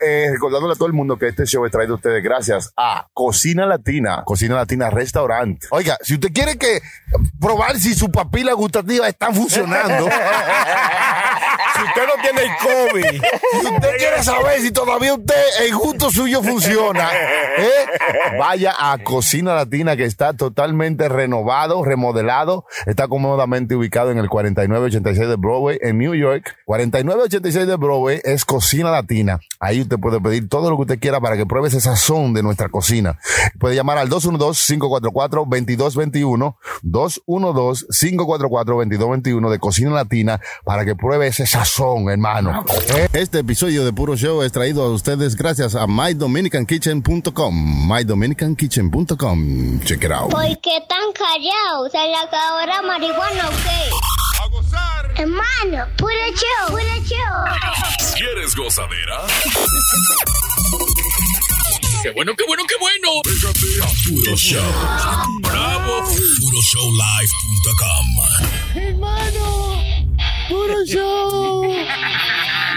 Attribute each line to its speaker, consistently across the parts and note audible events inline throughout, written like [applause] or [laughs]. Speaker 1: eh, recordándole a todo el mundo que este show es traído a ustedes gracias a Cocina Latina, Cocina Latina Restaurant.
Speaker 2: Oiga, si usted quiere que probar si su papila gustativa está funcionando.
Speaker 3: [laughs] Si usted no tiene el COVID,
Speaker 2: Si usted quiere saber si todavía usted, el gusto suyo funciona, ¿eh? vaya a Cocina Latina que está totalmente renovado, remodelado, está cómodamente ubicado en el 4986 de Broadway en New York. 4986 de Broadway es Cocina Latina. Ahí usted puede pedir todo lo que usted quiera para que pruebe ese sazón de nuestra cocina. Puede llamar al 212-544-2221, 212-544-2221 de Cocina Latina para que pruebe ese sazón, hermano.
Speaker 1: Este episodio de Puro Show es traído a ustedes gracias a mydominicankitchen.com. mydominicankitchen.com. Check it out.
Speaker 4: ¿Por Pues, qué tan callado? ¿Se le acabó la marihuana o qué? Hermano, puro show, puro show.
Speaker 5: ¿Quieres gozadera? ¡Qué bueno, qué bueno, qué bueno! Pégate a Puro Show. ¡Bravo! PuroShowLive.com
Speaker 1: [laughs]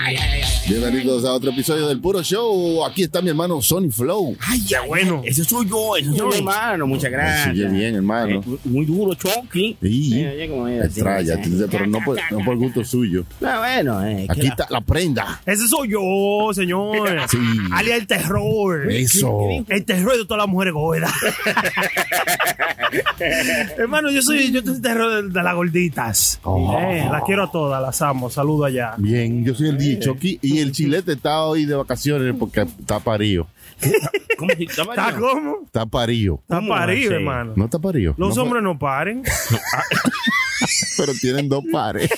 Speaker 1: Bienvenidos a otro episodio del Puro Show. Aquí está mi hermano Sony Flow.
Speaker 3: qué bueno. Eso soy yo, eso
Speaker 6: Yo,
Speaker 3: soy yo.
Speaker 6: hermano, muchas gracias.
Speaker 1: Sigue bien, hermano.
Speaker 6: Ah, Eh, muy duro, Chucky.
Speaker 1: Y
Speaker 6: Eh, oye, como es, así,
Speaker 1: extraña,
Speaker 6: así.
Speaker 1: pero no por, no por gusto suyo.
Speaker 6: No, bueno, eh, que
Speaker 1: Aquí
Speaker 6: la-
Speaker 1: está la prenda.
Speaker 3: Ese soy yo, señor.
Speaker 1: [laughs] Sí.
Speaker 3: Alia el terror.
Speaker 1: Eso.
Speaker 3: El terror de todas las mujeres
Speaker 1: [laughs]
Speaker 3: gordas. Hermano, yo soy, yo soy el terror de, de las gorditas.
Speaker 1: Oh.
Speaker 3: Eh, las quiero a todas, las amo. Saludo allá.
Speaker 1: Bien, yo soy el
Speaker 6: Eh.
Speaker 1: DJ Chucky y el chilete está hoy de vacaciones porque está parío.
Speaker 6: [laughs] ¿Cómo se llama?
Speaker 3: ¿Está cómo?
Speaker 1: Está parío.
Speaker 3: Está
Speaker 6: ¿Cómo
Speaker 3: parido,
Speaker 6: así?
Speaker 3: hermano.
Speaker 1: No está parío.
Speaker 3: Los
Speaker 1: No,
Speaker 3: hombres no paren.
Speaker 1: Pero tienen dos
Speaker 6: [laughs]
Speaker 1: pares.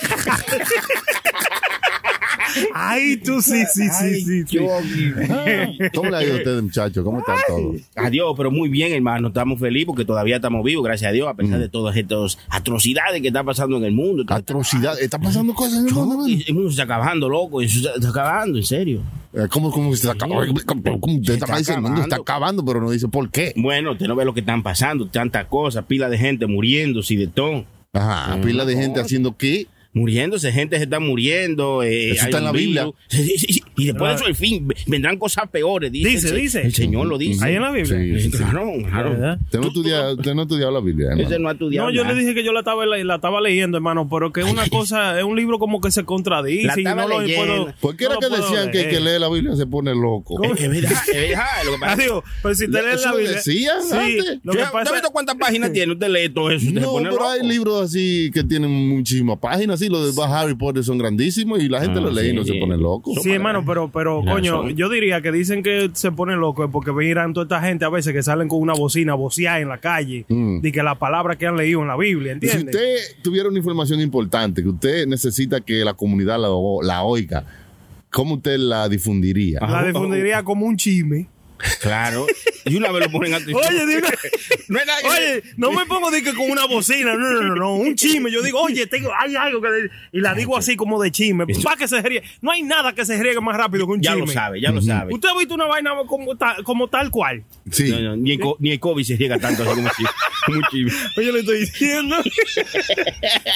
Speaker 3: Ay, tú sí, sí, sí, sí. sí. [laughs]
Speaker 1: ¿Cómo le ha ido a ustedes, muchachos? ¿Cómo están todos?
Speaker 6: Adiós, pero muy bien, hermano. Estamos felices porque todavía estamos vivos, gracias a Dios, a
Speaker 3: Mm.
Speaker 6: pesar de todas estas atrocidades que están pasando en el mundo.
Speaker 3: Ah,
Speaker 1: Atrocidad. Está pasando cosas en el mundo.
Speaker 6: Chucky, El mundo se está acabando, loco. Eso se está acabando, en serio.
Speaker 1: Eh, ¿Cómo, cómo se está acabando? ¿Cómo- cómo usted está dice, el mundo está acabando, pero no dice por qué.
Speaker 6: Bueno, usted no ve lo que están pasando, tantas cosas, pila de gente muriéndose y de todo.
Speaker 1: Ajá, pila de gente haciendo qué.
Speaker 6: Muriéndose, gente se está muriendo. eh,
Speaker 1: Eso
Speaker 6: hay
Speaker 1: está en
Speaker 6: un
Speaker 1: la Biblia.
Speaker 6: virus. [laughs] Sí, sí, sí. Y después de
Speaker 3: Ah.
Speaker 6: eso, el fin, ve- vendrán cosas peores. Dice,
Speaker 3: Dice,
Speaker 6: el, se-
Speaker 3: dice.
Speaker 6: El Señor lo dice.
Speaker 3: Ahí en la Biblia.
Speaker 1: Sí,
Speaker 6: Sí,
Speaker 1: sí, sí.
Speaker 6: Claro, claro.
Speaker 3: ¿Verdad?
Speaker 1: Usted no, estudia, usted no ha estudiado la Biblia,
Speaker 6: Ese
Speaker 1: hermano.
Speaker 6: no ha estudiado.
Speaker 3: No, yo le
Speaker 6: nada.
Speaker 3: dije que yo la estaba, la, la estaba leyendo, hermano, pero que es una cosa, es un libro como que se contradice.
Speaker 6: La
Speaker 3: y
Speaker 6: estaba
Speaker 3: no lo
Speaker 6: leyendo.
Speaker 3: puedo-
Speaker 1: ¿Por qué
Speaker 3: no
Speaker 1: era
Speaker 3: lo
Speaker 1: que
Speaker 3: puedo
Speaker 1: decían que el
Speaker 3: leer?
Speaker 1: que lee la Biblia se pone loco?
Speaker 6: Es es verdad, es verdad. Lo que pasa
Speaker 3: Adiós. Pero pues si te
Speaker 1: Le-
Speaker 3: lees
Speaker 1: eso
Speaker 3: la
Speaker 1: lo
Speaker 3: Biblia.
Speaker 1: decían
Speaker 3: sí,
Speaker 1: antes.
Speaker 3: lo que
Speaker 6: ¿Usted ha
Speaker 3: pasa
Speaker 6: visto cuántas páginas tiene? Usted lee todo eso. usted se
Speaker 1: No,
Speaker 6: pone
Speaker 1: pero hay
Speaker 6: loco.
Speaker 1: libros así que tienen muchísimas páginas, así los de Harry Potter son grandísimos y la gente
Speaker 6: Ah,
Speaker 1: los lee y
Speaker 6: sí,
Speaker 1: no se
Speaker 6: sí.
Speaker 1: pone loco.
Speaker 3: Sí, hermano, pero, pero
Speaker 6: Ya,
Speaker 3: coño,
Speaker 6: son-
Speaker 3: yo diría que dicen que se pone loco es porque miran toda esta gente a veces que salen con una bocina, bocear en la calle,
Speaker 1: Mm.
Speaker 3: de que la palabra que han leído en la Biblia,
Speaker 1: Si
Speaker 3: ¿entiendes?
Speaker 1: usted tuviera una información importante que usted necesita que la comunidad la, o- la oiga, ¿cómo usted la difundiría?
Speaker 3: La difundiría como un chisme.
Speaker 6: Claro. Y una vez lo ponen antes.
Speaker 3: Oye, de una-
Speaker 1: [laughs]
Speaker 6: no es nada que-
Speaker 3: oye, no me pongo de que con una bocina, no, no, no, no, un chisme. Yo digo, oye, tengo, hay algo que. de- Y la digo así como de chisme. Pa' que se riegue. No hay nada que se riegue más rápido que un
Speaker 6: Ya
Speaker 3: chisme.
Speaker 6: lo sabe, ya lo sabe.
Speaker 3: Usted ha visto una vaina como, ta- como tal cual.
Speaker 1: Sí.
Speaker 6: No, no, ni, el co- ni el COVID se riega tanto así como si. como un chisme.
Speaker 3: Yo le estoy diciendo.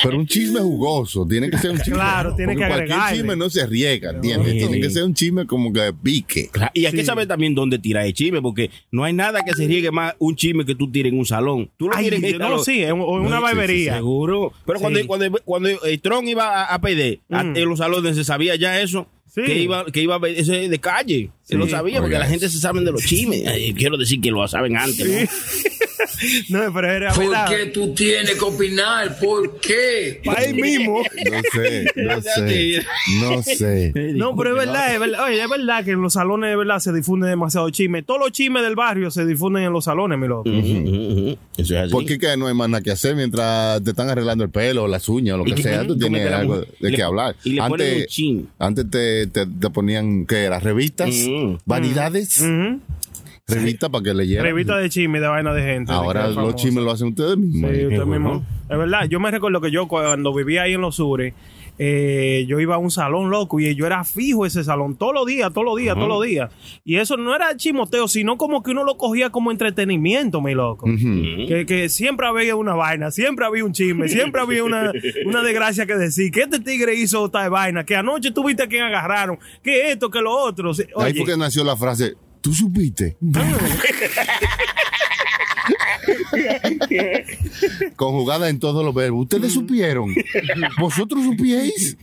Speaker 1: Pero un chisme jugoso, tiene que ser un chisme.
Speaker 3: Claro,
Speaker 1: jugoso,
Speaker 3: tiene
Speaker 1: porque
Speaker 3: que
Speaker 1: Cualquier
Speaker 3: agregarle.
Speaker 1: chisme no se riega, ¿entiendes?
Speaker 6: Sí,
Speaker 1: Tiene
Speaker 6: sí.
Speaker 1: que ser un chisme como que pique.
Speaker 6: Claro, Y hay que
Speaker 3: Sí.
Speaker 6: saber también dónde tirar el chisme, porque no hay nada que se riegue más un chisme que tú tires en un salón. Tú lo
Speaker 3: Ay,
Speaker 6: tiras en el
Speaker 3: no lo
Speaker 6: salón.
Speaker 3: sí, en, o en una
Speaker 6: Sí, sí, sí,
Speaker 3: barbería.
Speaker 6: Seguro. Pero
Speaker 3: Sí.
Speaker 6: cuando, cuando, cuando eh, Trump iba a, a PD, a-
Speaker 3: Mm.
Speaker 6: en los salones se sabía ya eso.
Speaker 3: Sí.
Speaker 6: Que iba, que iba a ver ese de calle. Se lo sabía, porque
Speaker 1: Oiga.
Speaker 6: la gente se sabe de los chismes. Ay, quiero decir que lo saben antes. ¿no?
Speaker 3: No, pero era verdad.
Speaker 7: ¿Por qué tú tienes que opinar? ¿Por qué?
Speaker 3: Pa' ahí mismo.
Speaker 1: No sé, no sé. No sé.
Speaker 3: No, pero es verdad, es verdad. Oye, es verdad que en los salones es verdad se difunde demasiado chisme. Todos los chismes del barrio se difunden en los salones, mi
Speaker 6: Mm,
Speaker 3: loco.
Speaker 6: Eso es así.
Speaker 1: ¿Por qué que no hay más nada que hacer mientras te están arreglando el pelo, las uñas o lo
Speaker 6: Y
Speaker 1: que
Speaker 6: que-
Speaker 1: sea? Tú
Speaker 6: y
Speaker 1: tienes
Speaker 6: mete la
Speaker 1: algo
Speaker 6: mujer.
Speaker 1: de
Speaker 6: Y le-
Speaker 1: qué hablar.
Speaker 6: y le ponen un
Speaker 1: Antes,
Speaker 6: chin.
Speaker 1: antes te, te- te ponían, ¿qué era? ¿Revistas?
Speaker 6: Mm. Mm-hmm.
Speaker 1: ¿Vanidades?
Speaker 3: Ujú.
Speaker 1: Revistas para que leyeran.
Speaker 3: Revista de chisme, de vaina de gente. de que
Speaker 1: Ahora
Speaker 3: es
Speaker 1: los
Speaker 3: famoso.
Speaker 1: chismes lo hacen ustedes mismos.
Speaker 3: Sí,
Speaker 1: Ahí.
Speaker 3: usted mismo. Es verdad, yo me recuerdo que yo cuando vivía ahí en los sures, eh, yo iba a un salón loco y yo era fijo ese salón todos los días, todos los días, todos los días. Y eso no era chimoteo, sino como que uno lo cogía como entretenimiento, mi loco. que, que siempre había una vaina, siempre había un chisme, siempre había
Speaker 2: [laughs]
Speaker 3: una, una desgracia que decir. Que este tigre hizo tal vaina, que anoche tuviste a quien agarraron, que esto, que lo otro. Sí,
Speaker 2: Ahí
Speaker 3: oye.
Speaker 2: fue que nació la frase, ¿tú
Speaker 3: [laughs]
Speaker 2: supiste? Conjugada en todos los verbos. ¿Ustedes supieron? ¿Vosotros supíais?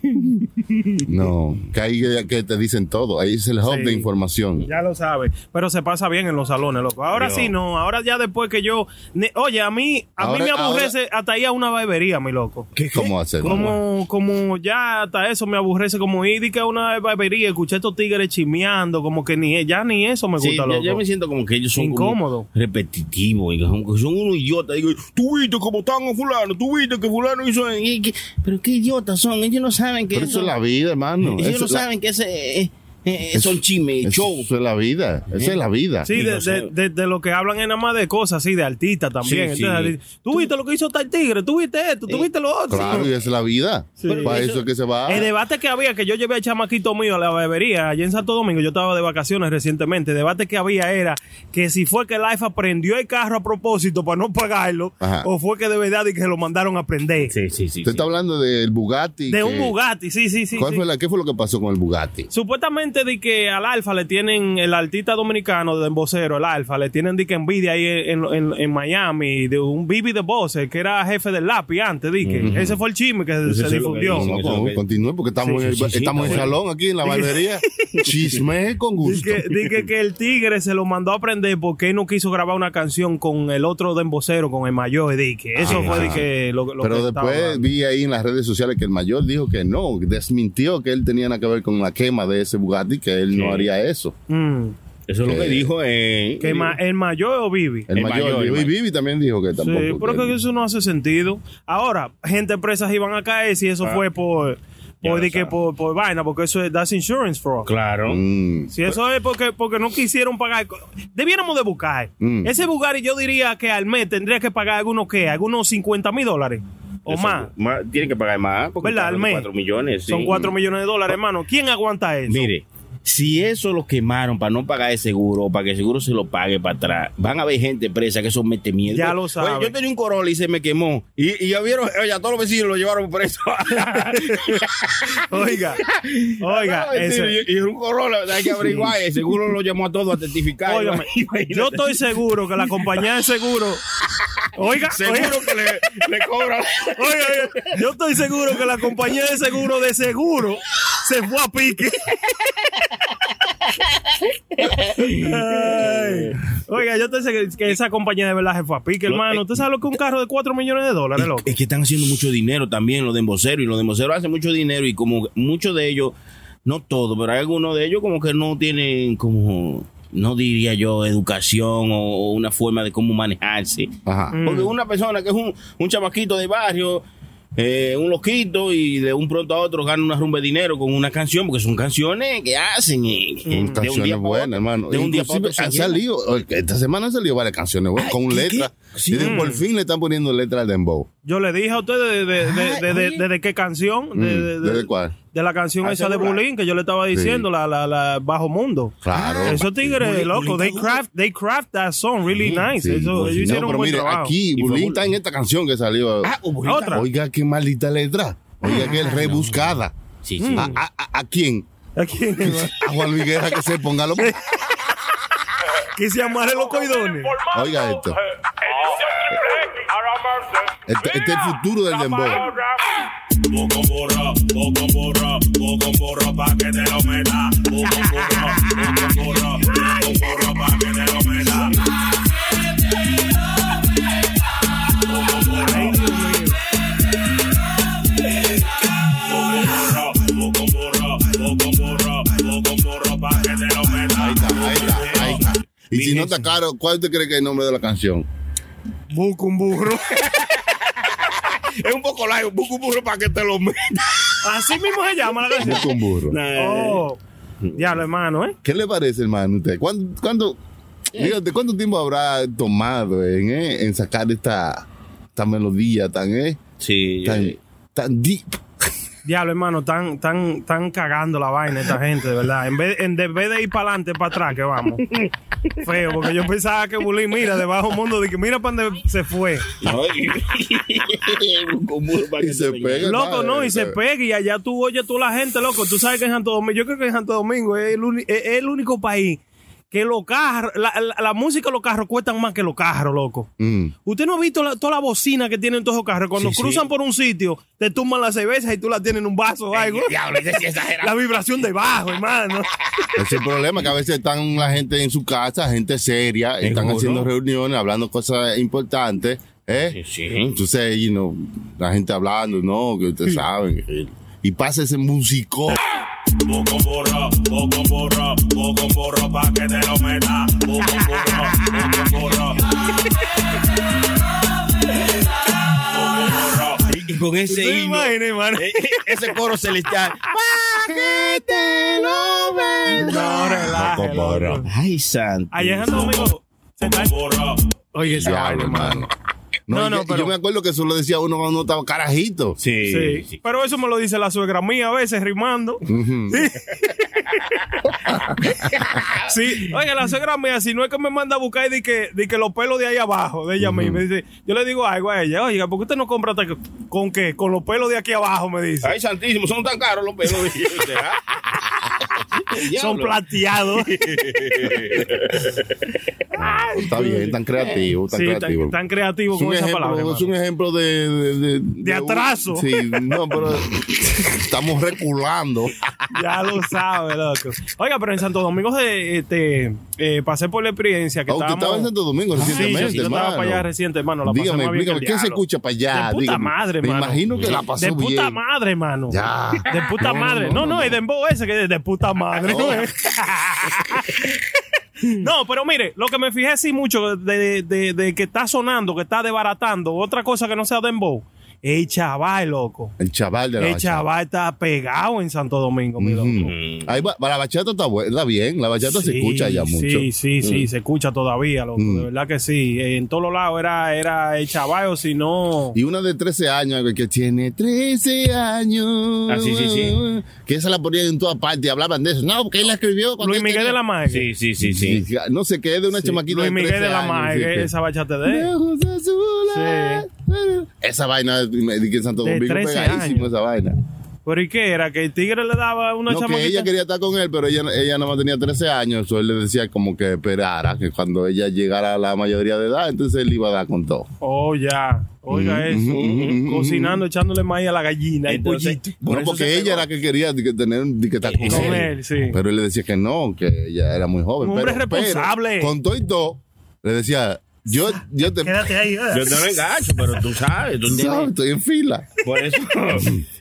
Speaker 2: No, que ahí que- que te dicen todo. Ahí es el hub
Speaker 3: Sí.
Speaker 2: de información.
Speaker 3: Ya lo sabes. Pero se pasa bien en los salones, loco. Ahora sí no. Ahora ya después que yo. ne- Oye, a mí, a
Speaker 2: Ahora-
Speaker 3: mí me
Speaker 2: ahora-
Speaker 3: aburrece hasta ir a una barbería, mi loco.
Speaker 2: ¿Cómo hacerlo?
Speaker 3: Como, como ya hasta eso me aburrece, como ir y que a una barbería, escuché a estos tigres chimeando, como que ni ya ni eso me
Speaker 6: Sí,
Speaker 3: gusta,
Speaker 6: yo,
Speaker 3: loco.
Speaker 6: yo me siento como que ellos son como
Speaker 3: Incómodo.
Speaker 6: repetitivos, y como que son unos idiotas. Digo, tú viste cómo están a fulano, tú viste que fulano hizo... y que- pero qué idiotas son, ellos no saben que
Speaker 2: Pero eso es la vida, hermano.
Speaker 6: ellos
Speaker 2: Eso
Speaker 6: no
Speaker 2: es la-
Speaker 6: saben que ese, eh, eh,
Speaker 2: eso-
Speaker 6: son chismes,
Speaker 2: eso-
Speaker 6: show.
Speaker 2: Eso es la vida. Esa es la vida.
Speaker 3: Sí, de, de, de- de lo que hablan es nada más de cosas así, de artistas también.
Speaker 6: Sí, sí.
Speaker 3: Entonces, Tú viste lo que hizo tal tigre, tú viste esto, tú
Speaker 6: Eh,
Speaker 3: viste lo otro.
Speaker 2: Claro, y es la vida. Para eso, es que se va.
Speaker 3: El debate que había, que yo llevé al chamaquito mío a la bebería allá en Santo Domingo, yo estaba de vacaciones recientemente. El debate que había era que si fue que Life aprendió el carro a propósito para no pagarlo,
Speaker 2: Ajá.
Speaker 3: o fue que de verdad y que lo mandaron a prender.
Speaker 6: Sí, sí, sí.
Speaker 2: Usted está hablando del Bugatti.
Speaker 3: De
Speaker 2: que-
Speaker 3: un Bugatti, sí, sí, sí.
Speaker 2: ¿Cuál
Speaker 3: sí.
Speaker 2: fue la, ¿Qué fue lo que pasó con el Bugatti?
Speaker 3: Supuestamente de que al Alfa le tienen, el artista dominicano de vocero, el Alfa, le tienen de que envidia ahí en, en- en Miami, de un Bibi de Bose, que era jefe del lápiz antes, de que ese fue el chisme que se,
Speaker 6: Ese
Speaker 3: se
Speaker 6: es lo que
Speaker 3: difundió.
Speaker 6: dicen,
Speaker 2: No,
Speaker 6: eso es lo que-
Speaker 2: continúe porque estamos
Speaker 6: Sí,
Speaker 2: en el,
Speaker 6: sí, sí, sí,
Speaker 2: estamos en el
Speaker 6: está bueno.
Speaker 2: salón aquí en la
Speaker 6: [laughs]
Speaker 2: barbería. Chisme con
Speaker 3: Dice
Speaker 2: gusto.
Speaker 3: que, di que- que el tigre se lo mandó a aprender porque él no quiso grabar una canción con el otro dembocero, con el mayor. di que eso fue di que lo, lo
Speaker 2: Pero
Speaker 3: que estaba
Speaker 2: después
Speaker 3: hablando.
Speaker 2: vi ahí en las redes sociales que el mayor dijo que no, desmintió que él tenía nada que ver con la quema de ese Bugatti, que él no
Speaker 6: Sí.
Speaker 2: haría eso.
Speaker 3: Mm,
Speaker 6: Eso es lo que
Speaker 2: Eh,
Speaker 6: dijo. Eh,
Speaker 3: que ma- el mayor o Bibi.
Speaker 2: El,
Speaker 6: El
Speaker 2: mayor,
Speaker 6: mayor, el
Speaker 2: dijo, y
Speaker 6: mayor.
Speaker 2: Vivi también dijo que
Speaker 3: Sí,
Speaker 2: tampoco.
Speaker 3: pero
Speaker 2: que-
Speaker 3: que eso no hace sentido. Ahora, gente presas iban a caer si eso fue por,
Speaker 6: ya
Speaker 3: por,
Speaker 6: lo
Speaker 3: di que
Speaker 6: sabes.
Speaker 3: por, por vaina, porque eso es that's insurance fraud.
Speaker 6: claro.
Speaker 2: Mm.
Speaker 3: Si eso es porque, porque no quisieron pagar, debiéramos de buscar.
Speaker 2: Mm.
Speaker 3: Ese Bugatti yo diría que al mes tendría que pagar algunos que, algunos 50 mil dólares o
Speaker 6: Eso-
Speaker 3: más.
Speaker 6: Tienen que pagar más. Porque
Speaker 3: ¿Verdad? Al
Speaker 6: están
Speaker 3: mes.
Speaker 6: 4 millones.
Speaker 3: Son
Speaker 6: sí.
Speaker 3: 4 millones de dólares, hermano. ¿Quién aguanta eso?
Speaker 6: Mire, si eso lo quemaron para no pagar el seguro, para que el seguro se lo pague para atrás, van a haber gente presa que eso mete miedo.
Speaker 3: Ya lo
Speaker 6: Oye,
Speaker 3: sabe.
Speaker 6: yo tenía un Corolla y se me quemó. Y, y ya vieron, oye, a todos los vecinos lo llevaron preso.
Speaker 3: [laughs]
Speaker 6: [laughs]
Speaker 3: Oiga, [laughs] oiga,
Speaker 6: No, sí,
Speaker 3: ese-
Speaker 6: y, y un Corolla, hay que averiguar. El seguro lo llamó a
Speaker 3: [laughs]
Speaker 6: todos a testificar.
Speaker 3: óigame,
Speaker 6: Imagínate.
Speaker 3: yo estoy seguro que la compañía de seguro. Oiga,
Speaker 6: seguro que le, le cobran.
Speaker 3: [laughs] oiga, oiga, oiga, yo estoy seguro que la compañía de seguro de seguro se fue a pique. Ay, Oiga, yo estoy seguro que esa compañía de verdad se fue a pique, hermano.
Speaker 6: eh,
Speaker 3: ¿Usted sabe lo que es un carro de 4 millones de dólares, loco?
Speaker 6: Es que están haciendo mucho dinero también los de emboceros y los de emboceros hacen mucho dinero y como muchos de ellos, no todos, pero hay algunos de ellos como que no tienen como, no diría yo, educación o, o una forma de cómo manejarse.
Speaker 2: Ajá.
Speaker 6: Porque una persona que es un, un chamaquito de barrio, eh, un loquito y de un pronto a otro gana una rumba de dinero con una canción, porque son canciones que hacen. eh, de un día
Speaker 2: Canciones
Speaker 6: pa'
Speaker 2: buenas,
Speaker 6: otro.
Speaker 2: hermano.
Speaker 6: De un día
Speaker 2: Inclusive
Speaker 6: para otro se
Speaker 2: han
Speaker 6: llena.
Speaker 2: salido, esta semana han salido varias canciones buenas, con
Speaker 6: ¿qué,
Speaker 2: letras.
Speaker 6: qué? Sí.
Speaker 2: Y digo, por fin le están poniendo letras al dembow.
Speaker 3: Yo le dije a ustedes de, de, de, de, de- de- de qué canción. De, de- de-
Speaker 2: Mm, ¿desde cuál?
Speaker 3: de la canción
Speaker 6: Mm. Ah,
Speaker 3: esa de
Speaker 6: celular.
Speaker 3: Bulín que yo le estaba diciendo, la, la, la Bajo Mundo.
Speaker 2: Claro.
Speaker 3: Esos tigres,
Speaker 6: Bulín-
Speaker 3: loco,
Speaker 6: Bulín
Speaker 3: they
Speaker 6: está
Speaker 3: craft, they craft that song really nice.
Speaker 2: Sí,
Speaker 3: Eso,
Speaker 2: pues,
Speaker 3: ellos
Speaker 2: no,
Speaker 3: hicieron
Speaker 2: pero
Speaker 3: un buen
Speaker 2: mire,
Speaker 3: trabajo.
Speaker 2: aquí
Speaker 6: Y fue
Speaker 2: Bulín
Speaker 6: Bulín.
Speaker 2: está en esta canción que salió.
Speaker 6: Ah, oh,
Speaker 3: ¿A otra?
Speaker 2: Oiga, qué maldita letra. Oiga, qué rebuscada.
Speaker 6: Sí, sí.
Speaker 2: ¿A, a, a- a quién?
Speaker 3: Aquí,
Speaker 2: A Juan Luis Guerra que se ponga lo
Speaker 3: [laughs] que se amarre los coidones.
Speaker 2: Oiga esto. Este, este es el futuro del dembow.
Speaker 8: Poco borra, poco borra, poco borra pa' que te lo meta. Poco borra, poco borra, poco borra pa' que te lo meta. Poco borra. Poco borra, poco borra, poco borra pa' que te lo meta.
Speaker 2: Ahí está, ahí está, ahí está. Y si no está claro, ¿cuál te cree que es el nombre de la canción?
Speaker 3: Busca un burro.
Speaker 6: Es un poco largo, un poco burro para que te lo metas.
Speaker 3: [laughs] Así mismo se llama la canción.
Speaker 2: Busca un burro.
Speaker 3: Oh, diablo, hermano, ¿eh?
Speaker 2: ¿Qué le parece, hermano? Usted? ¿Cuánto, cuánto, dígate, ¿cuánto tiempo habrá tomado en, eh, en sacar esta, esta melodía tan, eh,
Speaker 6: Sí,
Speaker 2: tan, tan deep?
Speaker 3: Diablo, hermano, están tan, tan cagando la vaina esta gente, de verdad. En vez, en de- vez de ir para adelante, para atrás, que vamos. Feo, porque yo pensaba que Bulín, mira, de bajo mundo, de que mira para dónde se fue.
Speaker 1: Y se pega.
Speaker 3: Loco,
Speaker 1: madre,
Speaker 3: no, y se pega y allá tú oyes tú la gente, loco. Tú sabes que en Santo Domingo, yo creo que en Santo Domingo es el, uni- es- es el único país que los carros, la, la- la música de los carros cuestan más que los carros, loco.
Speaker 2: Mm.
Speaker 3: Usted no ha visto la- toda la bocina que tienen todos los carros. Cuando cruzan por un sitio, te tumban la cerveza y tú la tienes en un vaso o algo.
Speaker 6: Diablo, ese sí es exagerado.
Speaker 3: La vibración de bajo, [laughs] hermano.
Speaker 1: Ese Es el problema, que a veces están la gente en su casa, gente seria, y están
Speaker 6: Seguro.
Speaker 1: haciendo reuniones, hablando cosas importantes. ¿eh?
Speaker 6: Sí, sí.
Speaker 1: Entonces, you know, la gente hablando, no, que ustedes saben. que- Y pasa ese músico.
Speaker 8: Poco burro, poco burro, poco burro pa' que te lo meta. Poco burro, poco burro.
Speaker 6: Y y con ese
Speaker 3: ¿Te
Speaker 6: himno,
Speaker 3: imaginas, hermano?
Speaker 6: eh, eh, ese coro celestial.
Speaker 3: No, relaje, loco.
Speaker 6: Ay, santo.
Speaker 3: Allá en Santo Domingo. se está-
Speaker 8: Burro,
Speaker 3: Oye, ese
Speaker 1: Diablo,
Speaker 3: baile, hermano.
Speaker 1: hermano. No,
Speaker 3: No,
Speaker 1: y-
Speaker 3: no,
Speaker 1: y yo,
Speaker 3: pero-
Speaker 1: me acuerdo que eso lo decía uno cuando estaba carajito.
Speaker 6: Sí,
Speaker 3: Sí.
Speaker 6: sí.
Speaker 3: Pero eso me lo dice la suegra mía a veces rimando. [laughs] sí. Oiga, la suegra mía, si no es que me manda a buscar y di que, di que los pelos de ahí abajo de ella misma. Dice, yo le digo algo a ella, oiga, ¿por qué usted no compra hasta que- con qué? Con los pelos de aquí abajo, me
Speaker 1: Ah,
Speaker 3: dice.
Speaker 6: Ay, santísimo, son tan caros los pelos.
Speaker 3: Son plateados.
Speaker 1: [laughs] Oh, Está bien, tan creativo, tan
Speaker 3: sí,
Speaker 1: creativo.
Speaker 3: tan, tan creativos
Speaker 1: es un
Speaker 3: con esa
Speaker 1: ejemplo,
Speaker 3: palabra.
Speaker 1: es un
Speaker 3: hermano.
Speaker 1: ejemplo de... De, de- de-
Speaker 3: atraso.
Speaker 1: Sí, no, pero estamos reculando.
Speaker 3: Ya lo sabe, loco. Oiga, pero en Santo Domingo se- este, eh, pasé por la experiencia que
Speaker 1: Aunque
Speaker 3: estábamos-
Speaker 1: Ah, estaba en Santo Domingo
Speaker 3: Sí,
Speaker 1: recientemente,
Speaker 3: yo estaba
Speaker 1: hermano.
Speaker 3: para allá reciente, hermano. La pasé
Speaker 1: Dígame,
Speaker 3: más bien que
Speaker 1: explícame,
Speaker 3: el
Speaker 1: ¿qué se
Speaker 3: diablo.
Speaker 1: escucha para allá?
Speaker 3: De puta
Speaker 1: Dígame.
Speaker 3: madre,
Speaker 1: Me
Speaker 3: hermano.
Speaker 1: imagino que la pasó
Speaker 3: De
Speaker 1: bien.
Speaker 3: puta madre, hermano.
Speaker 1: Ya.
Speaker 3: De puta
Speaker 1: No,
Speaker 3: madre.
Speaker 1: no,
Speaker 3: No,
Speaker 1: no,
Speaker 3: no,
Speaker 1: no.
Speaker 3: el dembow ese que es de puta madre.
Speaker 1: Oh. [laughs]
Speaker 3: no, pero mire, lo que me fijé sí mucho de, de- de que está sonando, que está desbaratando, otra cosa que no sea dembow, el chaval, loco.
Speaker 1: El chaval de la
Speaker 3: El
Speaker 1: bachata.
Speaker 3: chaval está pegado en Santo Domingo, mi loco.
Speaker 1: Mm. Ahí va- la bachata está buena, bien, la bachata se
Speaker 3: Sí,
Speaker 1: escucha ya mucho.
Speaker 3: Sí,
Speaker 1: Mm.
Speaker 3: sí, sí, se escucha todavía, loco. De verdad que sí. Eh, En todos los lados era, era el chaval, o si no.
Speaker 1: Y una de 13 años, güey, que tiene 13 años.
Speaker 6: Ah, sí, sí, sí.
Speaker 1: Que esa la ponían en todas partes y hablaban de eso. No, porque él la escribió. cuando
Speaker 3: Luis
Speaker 1: él
Speaker 3: Miguel
Speaker 1: tenía-
Speaker 3: de la Maga.
Speaker 6: Sí, sí, sí, [laughs] sí.
Speaker 1: Sí, No sé qué, de una
Speaker 3: Sí,
Speaker 1: chamaquita
Speaker 3: Luis
Speaker 1: de 13
Speaker 3: Miguel Este de la
Speaker 1: años,
Speaker 3: Maga,
Speaker 1: sí, que-
Speaker 3: esa bachata de él.
Speaker 1: Ojos azules. Esa vaina me di que en Santo
Speaker 3: De
Speaker 1: Domingo
Speaker 3: 13
Speaker 1: pegadísimo
Speaker 3: años.
Speaker 1: esa vaina.
Speaker 3: Pero ¿y qué era? ¿Que el tigre le daba una
Speaker 1: No, que
Speaker 3: chamaquita?
Speaker 1: ella quería estar con él, pero ella, ella nada más tenía 13 años. Eso él le decía como que esperara, que cuando ella llegara a la mayoría de edad, entonces él iba a dar con todo.
Speaker 3: Oh, ya. Oiga eso. Cocinando, echándole maíz a la gallina, el
Speaker 6: Entonces,
Speaker 3: pollito.
Speaker 6: por
Speaker 1: Bueno,
Speaker 6: eso
Speaker 1: porque
Speaker 6: se
Speaker 1: ella
Speaker 6: pegó.
Speaker 1: era que quería de que tener de que estar con,
Speaker 3: Con
Speaker 1: él.
Speaker 3: él, sí.
Speaker 1: Pero él le decía que no, que ella era muy joven.
Speaker 3: Un hombre
Speaker 1: pero-
Speaker 3: responsable.
Speaker 1: pero con todo y todo, le decía, yo, yo te...
Speaker 3: Quédate ahí. ah.
Speaker 6: Yo te lo engancho, pero tú sabes, tú entiendes.
Speaker 1: ¿sabes? Estoy en fila.
Speaker 6: Por
Speaker 1: [laughs]
Speaker 6: eso,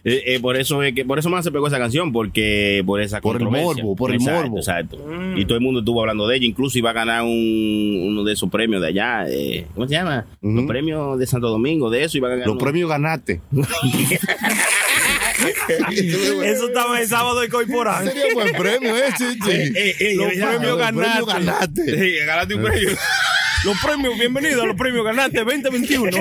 Speaker 6: eh, eh, por eso es que por eso más se pegó esa canción, porque por esa
Speaker 1: Por el
Speaker 6: controversia.
Speaker 1: morbo, por el
Speaker 6: Exacto,
Speaker 1: morbo.
Speaker 6: Exacto. Y todo el mundo estuvo hablando de ella, incluso iba a ganar un- uno de esos premios de allá, eh, ¿cómo se llama? Los premios de Santo Domingo, de eso iba a ganar.
Speaker 1: Los
Speaker 6: uno.
Speaker 1: premios [laughs] ganaste.
Speaker 3: [laughs] Eso estaba el sábado de Coiporán.
Speaker 1: Sería buen pues, premio ese,
Speaker 6: Eh, eh, eh,
Speaker 3: Los
Speaker 6: ya,
Speaker 3: premios
Speaker 6: ya,
Speaker 3: ganaste.
Speaker 1: premio ganaste.
Speaker 6: Sí, ganaste
Speaker 1: Eh.
Speaker 6: un premio. [laughs]
Speaker 3: Los premios, bienvenidos a los premios ganantes [laughs] 2021.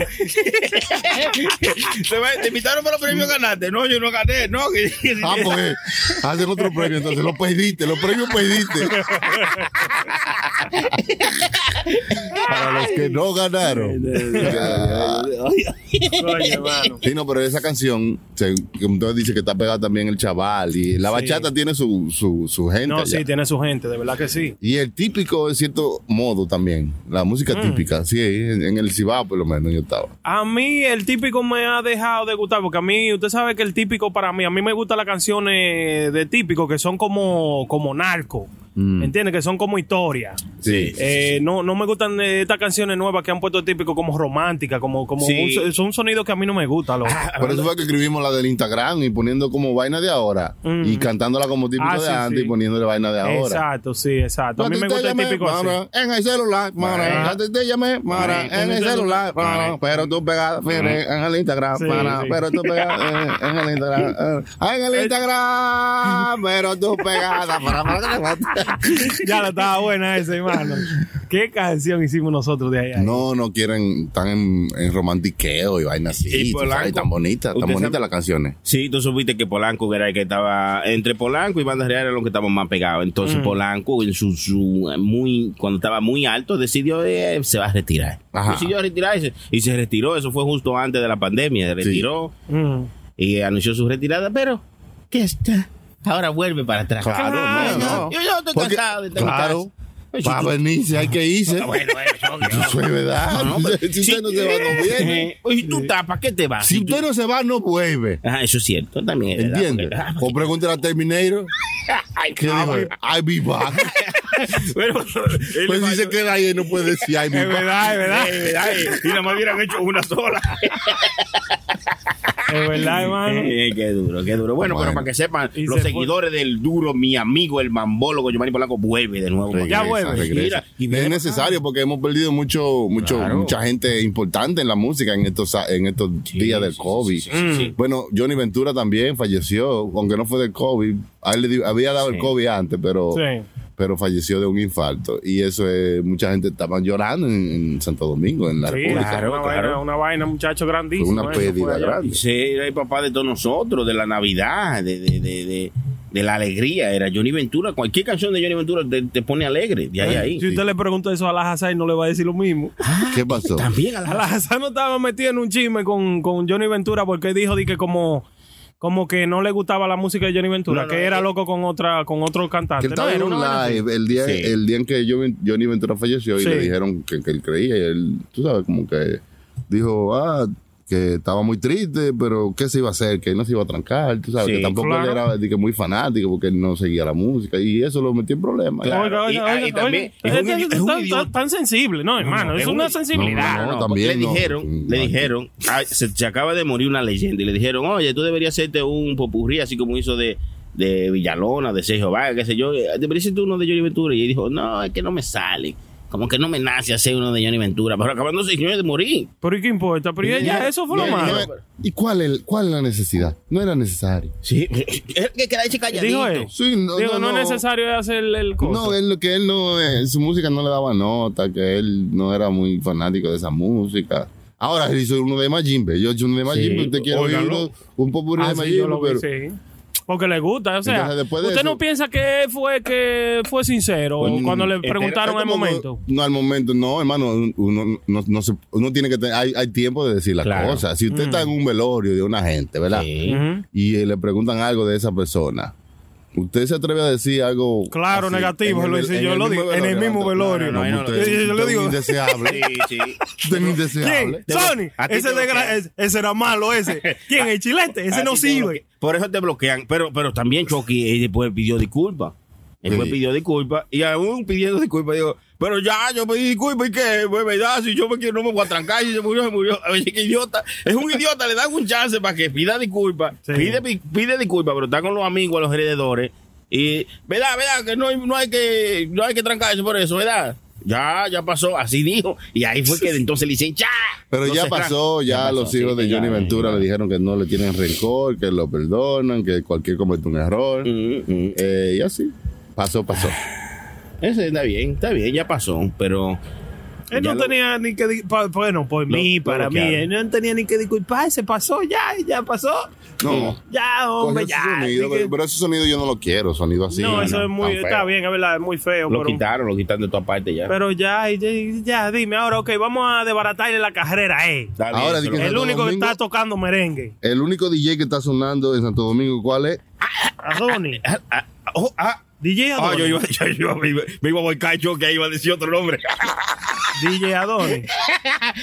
Speaker 6: te, va- te invitaron para los premios ganaste. No, yo no gané, no. que-
Speaker 1: Ah, pues, hacen otro premio, entonces lo pediste, los premios pediste. Para los que no ganaron.
Speaker 3: Oye, hermano.
Speaker 1: Sí, no, pero esa canción, se- como usted dice que está pegada también el chaval, y la bachata tiene su, su, su gente.
Speaker 3: No,
Speaker 1: allá.
Speaker 3: sí, tiene su gente, de verdad que sí.
Speaker 1: Y el típico, de cierto modo también, la música típica, sí, en, en el Cibao por lo menos yo estaba.
Speaker 3: A mí el típico me ha dejado de gustar, porque a mí, usted sabe que el típico para mí, a mí me gustan las canciones de típico que son como, como narco,
Speaker 1: Mm.
Speaker 3: ¿entiendes? Que son como historia.
Speaker 1: Sí.
Speaker 3: Eh, no, no me gustan eh, estas canciones nuevas que han puesto típico como romántica, como, como
Speaker 6: Sí.
Speaker 3: un- son sonidos que a mí no me gustan. loco.
Speaker 1: Por eso fue que escribimos la del Instagram y poniendo como vaina de ahora, y cantándola como típica
Speaker 3: Ah,
Speaker 1: de
Speaker 3: sí,
Speaker 1: antes
Speaker 3: sí.
Speaker 1: y poniéndole vaina de ahora.
Speaker 3: Exacto, sí, exacto. A mí me
Speaker 1: Cuando
Speaker 3: gusta
Speaker 1: te
Speaker 3: el
Speaker 1: llamé,
Speaker 3: típico así.
Speaker 1: Mara, En el celular, Mara.
Speaker 6: Mara.
Speaker 1: Cuando te llamé, Mara.
Speaker 6: Mara.
Speaker 1: En el celular, Mara. Pero tú pegada fíjate, en el Instagram,
Speaker 3: Sí,
Speaker 1: Mara.
Speaker 3: sí. Eh.
Speaker 1: Pero
Speaker 3: [laughs]
Speaker 1: tú pegada eh, en el Instagram. eh. Ah, En el Instagram, pero tú pegada. Mara, Mara, Mara.
Speaker 3: [laughs] ya la estaba buena esa, hermano. ¿Qué canción hicimos nosotros de allá?
Speaker 1: No, no quieren, están en, en romantiqueo y vainas así.
Speaker 6: Y
Speaker 1: tú sabes,
Speaker 6: Polanco.
Speaker 1: tan bonitas, tan
Speaker 6: Usted
Speaker 1: bonitas
Speaker 6: sabe-
Speaker 1: las canciones.
Speaker 6: Sí, tú supiste que Polanco era el que estaba entre Polanco y Banda Real era los que estaban más pegados. Entonces
Speaker 1: Mm.
Speaker 6: Polanco en su, su- muy cuando estaba muy alto decidió eh, se va a retirar.
Speaker 1: Ajá.
Speaker 6: Decidió retirarse y se retiró. Eso fue justo antes de la pandemia. Se retiró
Speaker 3: Mm.
Speaker 6: y anunció su retirada, pero que está. Ahora vuelve para atrás.
Speaker 1: Claro,
Speaker 6: Ay,
Speaker 1: no,
Speaker 6: no,
Speaker 1: no.
Speaker 6: Yo, yo estoy
Speaker 1: Porque-
Speaker 6: cansado de estar en mi
Speaker 1: Claro.
Speaker 6: casa. Ay,
Speaker 1: Va a
Speaker 6: si tú-
Speaker 1: venir, si hay que irse.
Speaker 6: Ah, Bueno, eso,
Speaker 1: Eso es verdad.
Speaker 6: No, no, pero-
Speaker 1: [laughs] si usted no se va, no viene.
Speaker 6: [laughs] Oye, si tú estás, ¿para qué te vas?
Speaker 1: Si
Speaker 6: Si tú-
Speaker 1: usted no se va, no vuelve.
Speaker 6: Ajá, eso es cierto, también es verdad,
Speaker 1: ¿Entiendes?
Speaker 6: porque- Ah,
Speaker 1: O pregúntale a Terminator.
Speaker 6: Ay,
Speaker 1: ¿Qué dijo? él? I'll be back.
Speaker 3: [laughs]
Speaker 6: Pero,
Speaker 1: Pues si se queda ahí, no puede decir I'll be
Speaker 3: Es
Speaker 1: back.
Speaker 3: verdad, es verdad.
Speaker 6: Ay, ay, y nada más hubieran hecho una sola.
Speaker 3: Es verdad, hermano.
Speaker 6: Eh, qué duro, qué duro. Bueno,
Speaker 1: Bueno.
Speaker 6: pero para que sepan,
Speaker 3: Y
Speaker 6: los
Speaker 3: se
Speaker 6: seguidores del duro, mi amigo, el mambólogo Giovanni Polanco, vuelve de nuevo.
Speaker 1: Regresa,
Speaker 3: vuelve.
Speaker 1: regresa.
Speaker 6: Mira, y
Speaker 1: es
Speaker 6: viene-
Speaker 1: necesario porque hemos perdido mucho, mucho, mucha gente importante en la música en estos, en estos
Speaker 6: Ah,
Speaker 1: días del COVID. Bueno, Johnny Ventura también falleció, aunque no fue del COVID. A él le di- había dado el COVID antes, pero,
Speaker 3: Sí.
Speaker 1: pero falleció de un infarto. Y eso es, mucha gente estaba llorando en, en Santo Domingo, en la
Speaker 3: Sí,
Speaker 1: República.
Speaker 6: claro,
Speaker 3: una, Vaina,
Speaker 6: claro.
Speaker 3: una vaina, muchacho grandísimo.
Speaker 1: Fue una
Speaker 3: eso
Speaker 1: pérdida
Speaker 3: allá.
Speaker 1: grande.
Speaker 6: Ese era el papá de todos nosotros, de la Navidad, de, de, de, de- de la alegría. Era Johnny Ventura. Cualquier canción de Johnny Ventura te, te pone alegre. De ahí a ahí.
Speaker 3: Si usted le pregunta eso a la Hazai, no le va a decir lo mismo.
Speaker 1: ¿Qué pasó?
Speaker 6: También a
Speaker 3: A
Speaker 6: la
Speaker 3: la Hazai no estaba metida en un chisme con, con Johnny Ventura porque dijo de que como, como que no le gustaba la música de Johnny Ventura,
Speaker 6: No, no,
Speaker 3: que era
Speaker 6: eh,
Speaker 3: loco con otra con otro
Speaker 1: Que
Speaker 3: cantante.
Speaker 1: él
Speaker 3: No,
Speaker 1: estaba en
Speaker 3: era
Speaker 1: un
Speaker 3: una vaina así.
Speaker 1: live el día,
Speaker 6: Sí.
Speaker 1: el día en que Johnny Johnny Ventura falleció y
Speaker 3: Sí.
Speaker 1: le dijeron que, que él creía y él, tú sabes, como que dijo, ah, que estaba muy triste, pero ¿qué se iba a hacer? Que él no se iba a trancar, tú sabes,
Speaker 6: Sí,
Speaker 1: que tampoco
Speaker 3: claro.
Speaker 1: él era de que muy fanático porque él no seguía la música y eso lo metió en problemas.
Speaker 6: Claro.
Speaker 3: Oiga, oiga,
Speaker 6: Y-
Speaker 3: oiga,
Speaker 6: ah, y
Speaker 3: oiga.
Speaker 6: también- es un
Speaker 3: Este
Speaker 6: idi-
Speaker 3: es
Speaker 6: es un
Speaker 3: tan-
Speaker 6: idiota.
Speaker 3: tan- tan sensible, no, hermano. Es
Speaker 6: un-
Speaker 3: una sensibilidad.
Speaker 1: No,
Speaker 6: No,
Speaker 1: no, no,
Speaker 6: porque
Speaker 1: también
Speaker 6: le
Speaker 1: no.
Speaker 6: dijeron, le dijeron, ah, se, se acaba de morir una leyenda y le dijeron, oye, tú deberías hacerte un popurrí así como hizo de, de Villalona, de Sergio Vargas, qué sé yo, eh, deberías hacerte uno de Johnny Ventura. Y él dijo, no, es que no me sale, como que no me nace hacer uno de Johnny Ventura, pero acabando señores de morir. [laughs]
Speaker 3: Pero ¿y qué importa? Pero ya, ya, eso fue lo
Speaker 1: No,
Speaker 3: malo.
Speaker 1: no era- ¿Y cuál es, cuál es la necesidad? No era necesario.
Speaker 6: Sí, es que quedarse calladito.
Speaker 3: Dijo él.
Speaker 1: Sí, no,
Speaker 3: Digo,
Speaker 1: no,
Speaker 3: no,
Speaker 1: no.
Speaker 3: es necesario hacer el coso.
Speaker 1: No, es lo que él no, eh, su música no le daba nota, que él no era muy fanático de esa música. Ahora él hizo uno de Majimbe, yo hice uno de Majimbe, usted quiere oír
Speaker 3: óigalo.
Speaker 1: uno- un popurrí
Speaker 3: Ah,
Speaker 1: de
Speaker 3: sí,
Speaker 1: Majimbe,
Speaker 3: yo lo vi,
Speaker 1: pero
Speaker 3: sí. Porque le gusta, o sea,
Speaker 1: Entonces, después de
Speaker 3: usted no
Speaker 1: eso-
Speaker 3: piensa que fue que fue sincero
Speaker 1: Pues,
Speaker 3: cuando le
Speaker 1: este,
Speaker 3: preguntaron
Speaker 1: es
Speaker 3: al
Speaker 1: como-
Speaker 3: momento.
Speaker 1: No, al momento no, hermano, uno, no, no se- uno tiene que tener, hay, hay tiempo de decir las
Speaker 6: Claro.
Speaker 1: cosas. Si usted
Speaker 3: Mm.
Speaker 1: está en un velorio de una gente, ¿verdad?
Speaker 6: Sí.
Speaker 3: Ujú.
Speaker 1: Y eh, le preguntan algo de esa persona. ¿Usted se atreve a decir algo?
Speaker 3: Claro,
Speaker 1: así,
Speaker 3: negativo,
Speaker 1: en el
Speaker 3: lo
Speaker 1: vel-
Speaker 3: hice,
Speaker 1: en
Speaker 3: yo
Speaker 1: el
Speaker 3: lo
Speaker 1: mismo
Speaker 3: digo, en el mismo velorio.
Speaker 1: No, no, no,
Speaker 6: No,
Speaker 1: no,
Speaker 6: no,
Speaker 1: usted-
Speaker 3: yo- [laughs] yo- yo le
Speaker 1: usted es
Speaker 3: digo.
Speaker 1: un indeseable.
Speaker 6: Sí, sí.
Speaker 1: Usted es un
Speaker 3: ¿Quién?
Speaker 1: indeseable.
Speaker 3: Sony,
Speaker 6: a ti
Speaker 3: ese,
Speaker 6: te
Speaker 3: desgra-
Speaker 6: bloquean.
Speaker 3: es- ese era
Speaker 6: [laughs]
Speaker 3: malo, ese. ¿Quién? El chilete, ese
Speaker 6: A
Speaker 3: no
Speaker 6: ti Ah, te
Speaker 3: sirve.
Speaker 6: bloque- Por eso te bloquean. Pero, pero también Chucky eh, después pidió disculpas. Después
Speaker 1: Sí.
Speaker 6: pidió disculpas. Y aún pidiendo disculpas, digo, pero ya, yo pedí disculpas. ¿Y qué? Pues, verdad, si yo me quiero, no me voy a trancar. Si se murió, se murió. A ver, qué idiota. Es un idiota, [laughs] le dan un chance para que pida disculpas.
Speaker 3: Sí.
Speaker 6: Pide, pi- pide disculpas, pero está con los amigos, a los alrededores. Y, ¿verdad, verdad? Que no, hay- no hay que no hay que trancarse por eso, ¿verdad? Ya, ya pasó, así dijo. Y ahí fue que entonces le dicen, ¡ya!
Speaker 1: Pero
Speaker 6: No
Speaker 1: ya
Speaker 6: se
Speaker 1: pasó,
Speaker 6: tranca.
Speaker 1: ya,
Speaker 6: pasó,
Speaker 1: los hijos
Speaker 6: sí,
Speaker 1: de
Speaker 6: ya,
Speaker 1: Johnny
Speaker 6: ya.
Speaker 1: Ventura le dijeron que no le tienen rencor, que lo perdonan, que cualquier comete un error.
Speaker 6: Mm, mm.
Speaker 1: Eh, y así. Pasó, pasó.
Speaker 6: Ah, Ese está bien, está bien, ya pasó, pero.
Speaker 3: Él
Speaker 6: ya
Speaker 3: no
Speaker 6: lo-
Speaker 3: tenía ni que. di- pa- bueno, por
Speaker 6: Lo-
Speaker 3: mí,
Speaker 6: lo
Speaker 3: para mí.
Speaker 6: bloquearon.
Speaker 3: Él no tenía ni que disculparse. Pasó ya, ya pasó.
Speaker 1: No.
Speaker 3: Ya, hombre, ya.
Speaker 1: Cogió ese sonido,
Speaker 3: Así que-
Speaker 1: pero, pero ese sonido yo no lo quiero, sonido así.
Speaker 3: no, eso es muy.
Speaker 1: tan
Speaker 3: Está
Speaker 1: feo.
Speaker 3: bien, es verdad, es muy feo.
Speaker 6: Lo
Speaker 3: pero-
Speaker 6: quitaron, lo quitaron de toda parte ya.
Speaker 3: Pero ya, ya, ya, dime ahora, ok, vamos a desbaratarle la carrera, eh.
Speaker 6: Está bien,
Speaker 1: Ahora di
Speaker 6: pero-
Speaker 1: que-
Speaker 3: El
Speaker 1: Santo
Speaker 3: único que
Speaker 1: Domingo.
Speaker 3: está tocando merengue,
Speaker 1: El único DJ que está sonando en Santo Domingo, ¿cuál es?
Speaker 3: Adonis.
Speaker 6: Ah, ah, oh, ah.
Speaker 3: DJ
Speaker 6: Ah, yo
Speaker 3: Adonis.
Speaker 6: iba, [laughs] yo
Speaker 3: [laughs]
Speaker 6: iba- me iba- me iba a volcar yo que iba a decir otro nombre. [laughs]
Speaker 3: DJ Adonis.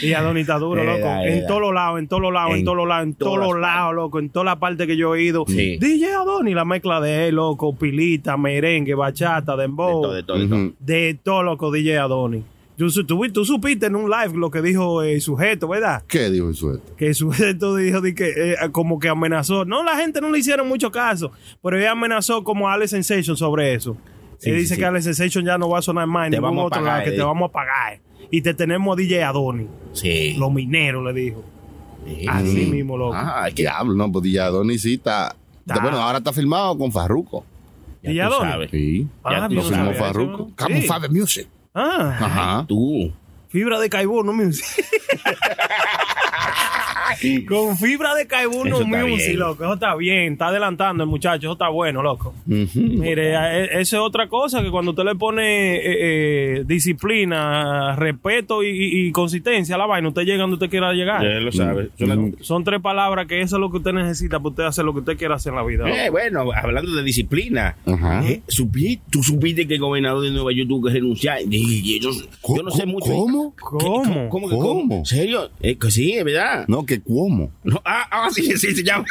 Speaker 3: Y Adonis está duro,
Speaker 6: Eh,
Speaker 3: loco.
Speaker 6: da, eh,
Speaker 3: En
Speaker 6: da.
Speaker 3: todos los lados, en todos los lados, en
Speaker 6: En
Speaker 3: todos los lados, en todos
Speaker 6: todas
Speaker 3: los lados, loco. En toda la parte que yo he ido.
Speaker 6: Sí.
Speaker 3: DJ Adonis, la mezcla de él, loco. Pilita, merengue, bachata,
Speaker 6: De
Speaker 3: dembow.
Speaker 6: todo, de todo, de
Speaker 1: Ujú.
Speaker 6: todo.
Speaker 3: De todo, loco, DJ Adonis. Yo su- Tú, tú supiste en un live lo que dijo eh, el sujeto, ¿verdad?
Speaker 1: ¿Qué dijo el suerte?
Speaker 3: que su [laughs] sujeto dijo de que eh, como que amenazó. No, la gente no le hicieron mucho caso, pero ella amenazó como a Alex Sensation sobre eso.
Speaker 6: Sí,
Speaker 3: Él
Speaker 6: sí,
Speaker 3: dice
Speaker 6: sí.
Speaker 3: que Alex Sensation ya no va a sonar más en
Speaker 6: Te
Speaker 3: ningún
Speaker 6: vamos a
Speaker 3: otro
Speaker 6: pagar,
Speaker 3: lado, que
Speaker 6: eh.
Speaker 3: te vamos a pagar. Y te tenemos a DJ Adoni,
Speaker 6: Sí.
Speaker 3: los mineros, le dijo.
Speaker 6: Sí. Ah,
Speaker 3: Así mismo, loco.
Speaker 1: Ah, diablo, no, pues DJ Adonis sí está.
Speaker 3: Está.
Speaker 1: Bueno, ahora está filmado con Farruco.
Speaker 6: Ya
Speaker 3: ¿Y ya
Speaker 6: tú
Speaker 3: dónde?
Speaker 6: sabes.
Speaker 1: Sí.
Speaker 3: Ah,
Speaker 1: Lo
Speaker 3: bien,
Speaker 1: firmó
Speaker 3: sabes,
Speaker 1: Farruko.
Speaker 3: sí.
Speaker 1: Camufa de Music.
Speaker 3: Ah,
Speaker 1: Ajá.
Speaker 6: Tú.
Speaker 3: fibra de Caibú, no
Speaker 6: [laughs]
Speaker 3: music. Con fibra de Caibú, no
Speaker 6: Eso está
Speaker 3: music,
Speaker 6: bien.
Speaker 3: loco. Eso está bien, está adelantando el muchacho, eso está bueno, loco. Mire, a- e- eso es otra cosa que cuando usted le pone eh, eh, disciplina, respeto y, y- y consistencia a la vaina, usted llega donde usted quiera llegar.
Speaker 6: Ya lo sabes. Son las-
Speaker 3: Son tres palabras que eso es lo que usted necesita para usted hacer lo que usted quiera hacer en la vida.
Speaker 6: Eh, bueno, hablando de disciplina,
Speaker 1: Ajá.
Speaker 6: eh, supi- tú supiste que el gobernador de Nueva York tuvo que renunciar. Y- y Yo, yo no sé mucho.
Speaker 1: ¿Cómo?
Speaker 3: ¿Cómo?
Speaker 6: que cómo?
Speaker 1: ¿Cómo?
Speaker 6: ¿En serio? Eh, que sí, es verdad.
Speaker 1: No, que cómo.
Speaker 6: No, ah, ah, sí, sí, se
Speaker 1: [laughs]
Speaker 6: llama.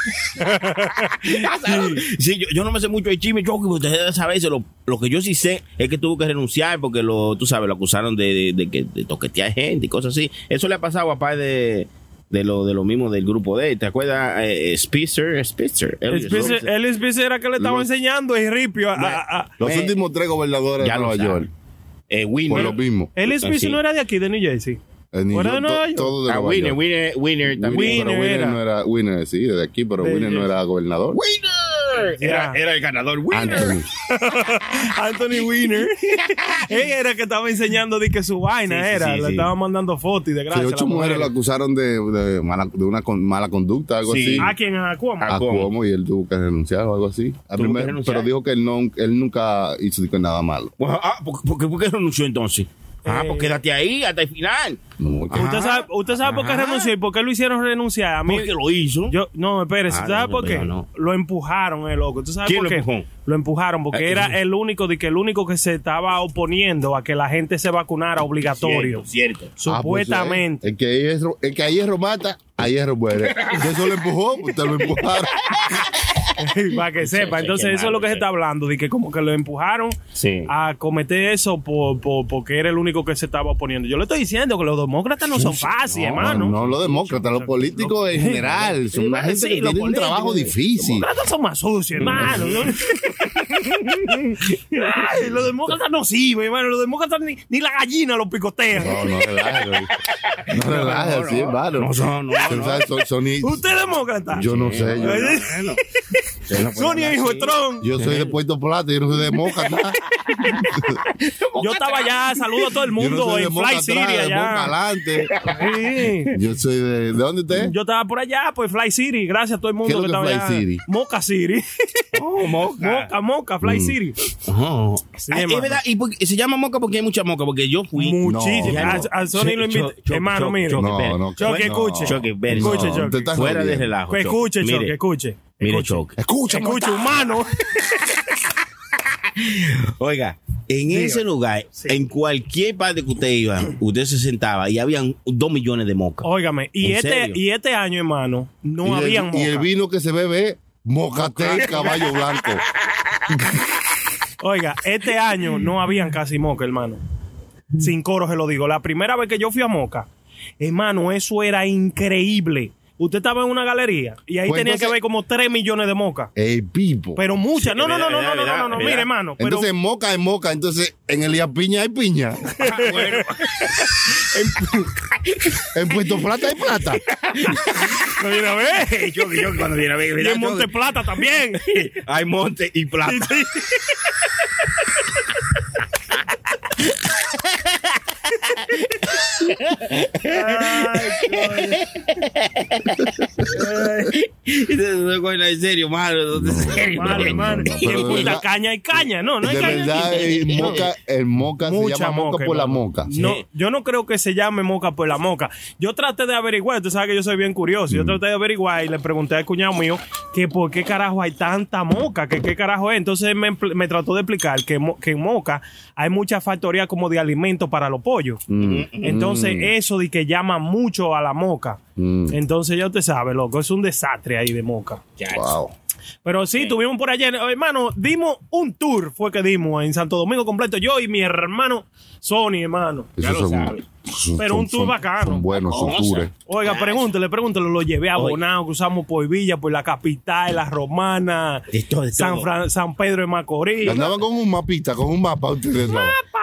Speaker 6: Ya sabes. sí, yo, yo no me sé mucho de chisme, yo, pero ustedes deben saberse. Lo, lo que yo sí sé es que tuvo que renunciar porque lo, tú sabes, lo acusaron de, de, de que- de toquetear gente y cosas así. Eso le ha pasado a par de, de lo, de lo mismo del grupo de, ¿te acuerdas? Eh, eh, Spitzer, Spitzer.
Speaker 3: El
Speaker 6: Elliot
Speaker 3: Spicer-
Speaker 6: Robinson.
Speaker 3: el ah, Spicer era que le estaba
Speaker 1: Lo-
Speaker 3: enseñando el ripio. a- a- a-
Speaker 1: Los
Speaker 6: Me-
Speaker 1: últimos tres gobernadores
Speaker 6: Ya
Speaker 1: de
Speaker 6: lo
Speaker 1: Nueva
Speaker 6: sabe.
Speaker 1: York.
Speaker 6: Eh,
Speaker 1: Por
Speaker 6: Winner.
Speaker 1: lo mismo.
Speaker 3: El Spicer
Speaker 6: sí.
Speaker 3: no era de aquí, de New Jersey.
Speaker 1: En New
Speaker 3: Fuera
Speaker 1: York,
Speaker 3: de Nueva
Speaker 1: to-
Speaker 3: York.
Speaker 1: todo de
Speaker 6: Ah,
Speaker 1: Nueva
Speaker 6: winner,
Speaker 1: York.
Speaker 6: winner, winner también.
Speaker 1: Winner, pero Winner
Speaker 3: era.
Speaker 1: no era Winner, sí, de aquí, pero
Speaker 3: De-
Speaker 1: Winner no era gobernador.
Speaker 6: Winner. [laughs] Era,
Speaker 3: Ya.
Speaker 6: era el ganador. Winner.
Speaker 1: Anthony.
Speaker 3: Anthony Winner. Ella era que estaba enseñando de que su vaina
Speaker 6: Sí, sí,
Speaker 3: era.
Speaker 6: sí,
Speaker 3: le
Speaker 6: sí.
Speaker 3: estaba mandando fotos y de
Speaker 1: Que
Speaker 3: gracia.
Speaker 1: ocho
Speaker 3: a la mujer.
Speaker 1: mujeres lo acusaron de, de mala, de una con- mala conducta, algo
Speaker 6: Sí. Ah,
Speaker 1: así.
Speaker 3: ¿A quién? ¿A Cuomo?
Speaker 1: a
Speaker 6: Cuomo.
Speaker 1: Cuomo y él tuvo que renunciar o algo así. A
Speaker 6: Tuvo
Speaker 1: primer-
Speaker 6: que renunciar.
Speaker 1: pero dijo que él, no, él nunca hizo dijo, nada malo.
Speaker 6: Bueno, ah, ¿por, por, qué- por qué renunció entonces? Ah, pues quédate ahí hasta el final. Ah,
Speaker 1: No, que-
Speaker 3: Eh. ¿Usted sabe, usted sabe por qué renunció y por qué lo hicieron renunciar? A mí,
Speaker 6: Porque lo hizo.
Speaker 3: Yo, no, espérese,
Speaker 6: Ah,
Speaker 3: ¿tú ¿sabes
Speaker 6: no,
Speaker 3: por qué?
Speaker 6: pero no.
Speaker 3: Lo empujaron, el loco. ¿Tú sabes
Speaker 6: ¿Quién
Speaker 3: por
Speaker 6: lo
Speaker 3: qué?
Speaker 6: empujó?
Speaker 3: Lo empujaron porque
Speaker 6: Ah,
Speaker 3: era
Speaker 6: sí.
Speaker 3: el único de que el único que se estaba oponiendo a que la gente se vacunara obligatorio.
Speaker 6: Cierto. cierto.
Speaker 1: Ah, pues,
Speaker 3: Supuestamente.
Speaker 1: eh, el, que ahí es, el que a hierro mata, a
Speaker 3: [laughs]
Speaker 1: hierro muere. Usted solo empujó, usted lo empujaron.
Speaker 3: para que sepa.
Speaker 6: sí,
Speaker 3: Entonces,
Speaker 6: qué
Speaker 3: eso es lo
Speaker 6: malo,
Speaker 3: que se
Speaker 6: sí.
Speaker 3: está hablando, de que como que lo empujaron
Speaker 6: Sí.
Speaker 3: a cometer eso por, por- porque era el único que se estaba oponiendo. Yo le estoy diciendo que los demócratas no son fáciles, hermano.
Speaker 1: No, los demócratas, los políticos en general. Son una gente
Speaker 3: Sí,
Speaker 1: que
Speaker 3: los
Speaker 1: tiene un
Speaker 3: políticos.
Speaker 1: trabajo difícil.
Speaker 3: Los
Speaker 1: Mm.
Speaker 3: demócratas son más sucios, hermano.
Speaker 1: [laughs]
Speaker 3: Ay, los demócratas no sirven, hermano. Los demócratas ni, ni la gallina los picotean.
Speaker 1: No, no relajes. güey. No relajes, sí, hermano.
Speaker 6: No, no, no,
Speaker 1: Tú
Speaker 6: no.
Speaker 1: sabes, son- son i-
Speaker 3: ¿Usted es demócrata?
Speaker 1: Yo no sé. Yo,
Speaker 6: Bueno, usted no puede
Speaker 3: Sonia,
Speaker 6: hablar
Speaker 3: hijo
Speaker 6: así.
Speaker 3: de Trump.
Speaker 1: yo soy de Puerto Plata, yo no soy demócrata.
Speaker 3: Yo estaba allá, saludo a todo el
Speaker 1: Yo no
Speaker 3: mundo
Speaker 1: soy
Speaker 3: en Fly
Speaker 1: demócrata,
Speaker 3: City
Speaker 1: de boca
Speaker 3: allá.
Speaker 1: adelante.
Speaker 3: Sí.
Speaker 1: Yo soy de. ¿De dónde usted?
Speaker 3: Yo estaba por allá, pues Fly City, gracias a todo el mundo
Speaker 1: ¿Qué es lo
Speaker 3: que estaba
Speaker 1: que es
Speaker 3: allá.
Speaker 1: Fly City?
Speaker 3: Moca
Speaker 1: [laughs]
Speaker 3: City.
Speaker 6: Oh, moca.
Speaker 3: Moca, Moca,
Speaker 1: Mm.
Speaker 3: Fly City.
Speaker 6: Oh.
Speaker 3: Sí,
Speaker 6: Ah, es
Speaker 3: mano.
Speaker 6: verdad, y por- se llama moca porque hay mucha moca, porque yo fui.
Speaker 3: Muchísimo.
Speaker 1: No,
Speaker 3: a,
Speaker 1: no.
Speaker 3: a Sony lo
Speaker 6: Cho-
Speaker 3: invité.
Speaker 6: cho-
Speaker 3: Hermano,
Speaker 6: cho-
Speaker 3: mire.
Speaker 6: choque,
Speaker 1: No,
Speaker 6: espera.
Speaker 1: no,
Speaker 3: Choque,
Speaker 1: no.
Speaker 3: escuche.
Speaker 6: Choque, espera.
Speaker 3: Escuche,
Speaker 1: No,
Speaker 3: choque.
Speaker 1: te estás
Speaker 6: Fuera de
Speaker 1: jodiendo.
Speaker 6: relajo.
Speaker 3: Que escuche,
Speaker 6: Mire,
Speaker 3: choque, escuche.
Speaker 6: Mire,
Speaker 3: Escuche.
Speaker 6: choque.
Speaker 1: Escucha,
Speaker 3: Escucha, humano.
Speaker 6: Oiga, en ese lugar, en cualquier parte que usted iba, usted se sentaba y habían dos millones de mocas.
Speaker 3: Óigame, y
Speaker 6: ¿En
Speaker 3: este,
Speaker 6: serio?
Speaker 3: y este año, hermano, [laughs] no
Speaker 1: y,
Speaker 3: habían
Speaker 1: el, y el
Speaker 3: moca.
Speaker 1: vino que se bebe es Mocatel Caballo Blanco.
Speaker 3: Oiga, este año no habían casi moca, hermano. Sin coro se lo digo. La primera vez que yo fui a moca, hermano, eso era increíble. Usted estaba en una galería y ahí
Speaker 1: Pues
Speaker 3: tenía
Speaker 1: entonces-
Speaker 3: que ver como 3 millones de moca.
Speaker 1: El pipo.
Speaker 3: Pero muchas. No,
Speaker 6: es
Speaker 3: no, no,
Speaker 6: verdad,
Speaker 3: no,
Speaker 6: es
Speaker 3: no, no,
Speaker 6: verdad,
Speaker 3: no, no,
Speaker 6: es
Speaker 3: mire,
Speaker 6: verdad.
Speaker 3: hermano. Pero [laughs]
Speaker 1: entonces, en moca es moca. Entonces, en Elías Piña hay piña. En [laughs] Puerto Plata hay plata.
Speaker 3: Pero viene a
Speaker 1: [laughs]
Speaker 3: ver.
Speaker 6: Yo, yo cuando viene a ver,
Speaker 3: Y
Speaker 6: ¿verdad?
Speaker 3: en Monte Plata también.
Speaker 6: Hay monte y plata. en serio, malo. En serio.
Speaker 3: Mano, hermano.
Speaker 1: no,
Speaker 3: Y
Speaker 1: pero
Speaker 3: en
Speaker 1: de
Speaker 3: Punta
Speaker 1: verdad-
Speaker 3: Caña hay caña, no, no hay
Speaker 1: de
Speaker 3: caña.
Speaker 1: verdad, el moca, el moca
Speaker 3: Mucha
Speaker 1: se llama moca, por la
Speaker 3: hermano.
Speaker 1: moca.
Speaker 3: No, yo no creo que se llame moca por la moca. Yo traté de averiguar, tú sabes que yo soy bien curioso. Yo traté de averiguar y le pregunté al cuñado mío que por qué carajo hay tanta moca, que qué carajo es. Entonces me, empl- me trató de explicar que, mo- que en moca hay muchas factorías como de alimentos para los pollos. Entonces eso de que llama mucho a la moca. Entonces ya te sabe, loco, es un desastre ahí de moca.
Speaker 1: Wow.
Speaker 3: Pero sí, tuvimos por allá, eh, hermano, dimos un tour, fue que dimos en Santo Domingo completo, yo y mi hermano Sony, hermano.
Speaker 1: Esos
Speaker 6: lo
Speaker 1: son,
Speaker 6: sabes.
Speaker 1: son-
Speaker 3: Pero un
Speaker 1: son-
Speaker 3: tour
Speaker 1: son-
Speaker 3: bacano.
Speaker 1: Son buenos, son
Speaker 6: Cosa.
Speaker 1: tours.
Speaker 3: Oiga, pregúntele, pregúntele, lo llevé a
Speaker 6: Oye.
Speaker 3: Bonao, cruzamos por Villa, por la capital, la romana,
Speaker 6: De todo, de
Speaker 3: San,
Speaker 6: todo.
Speaker 3: Fran- San Pedro de Macorís.
Speaker 1: Andaban con un mapita, con un mapa. ustedes, ¿no?
Speaker 3: ¡Mapa,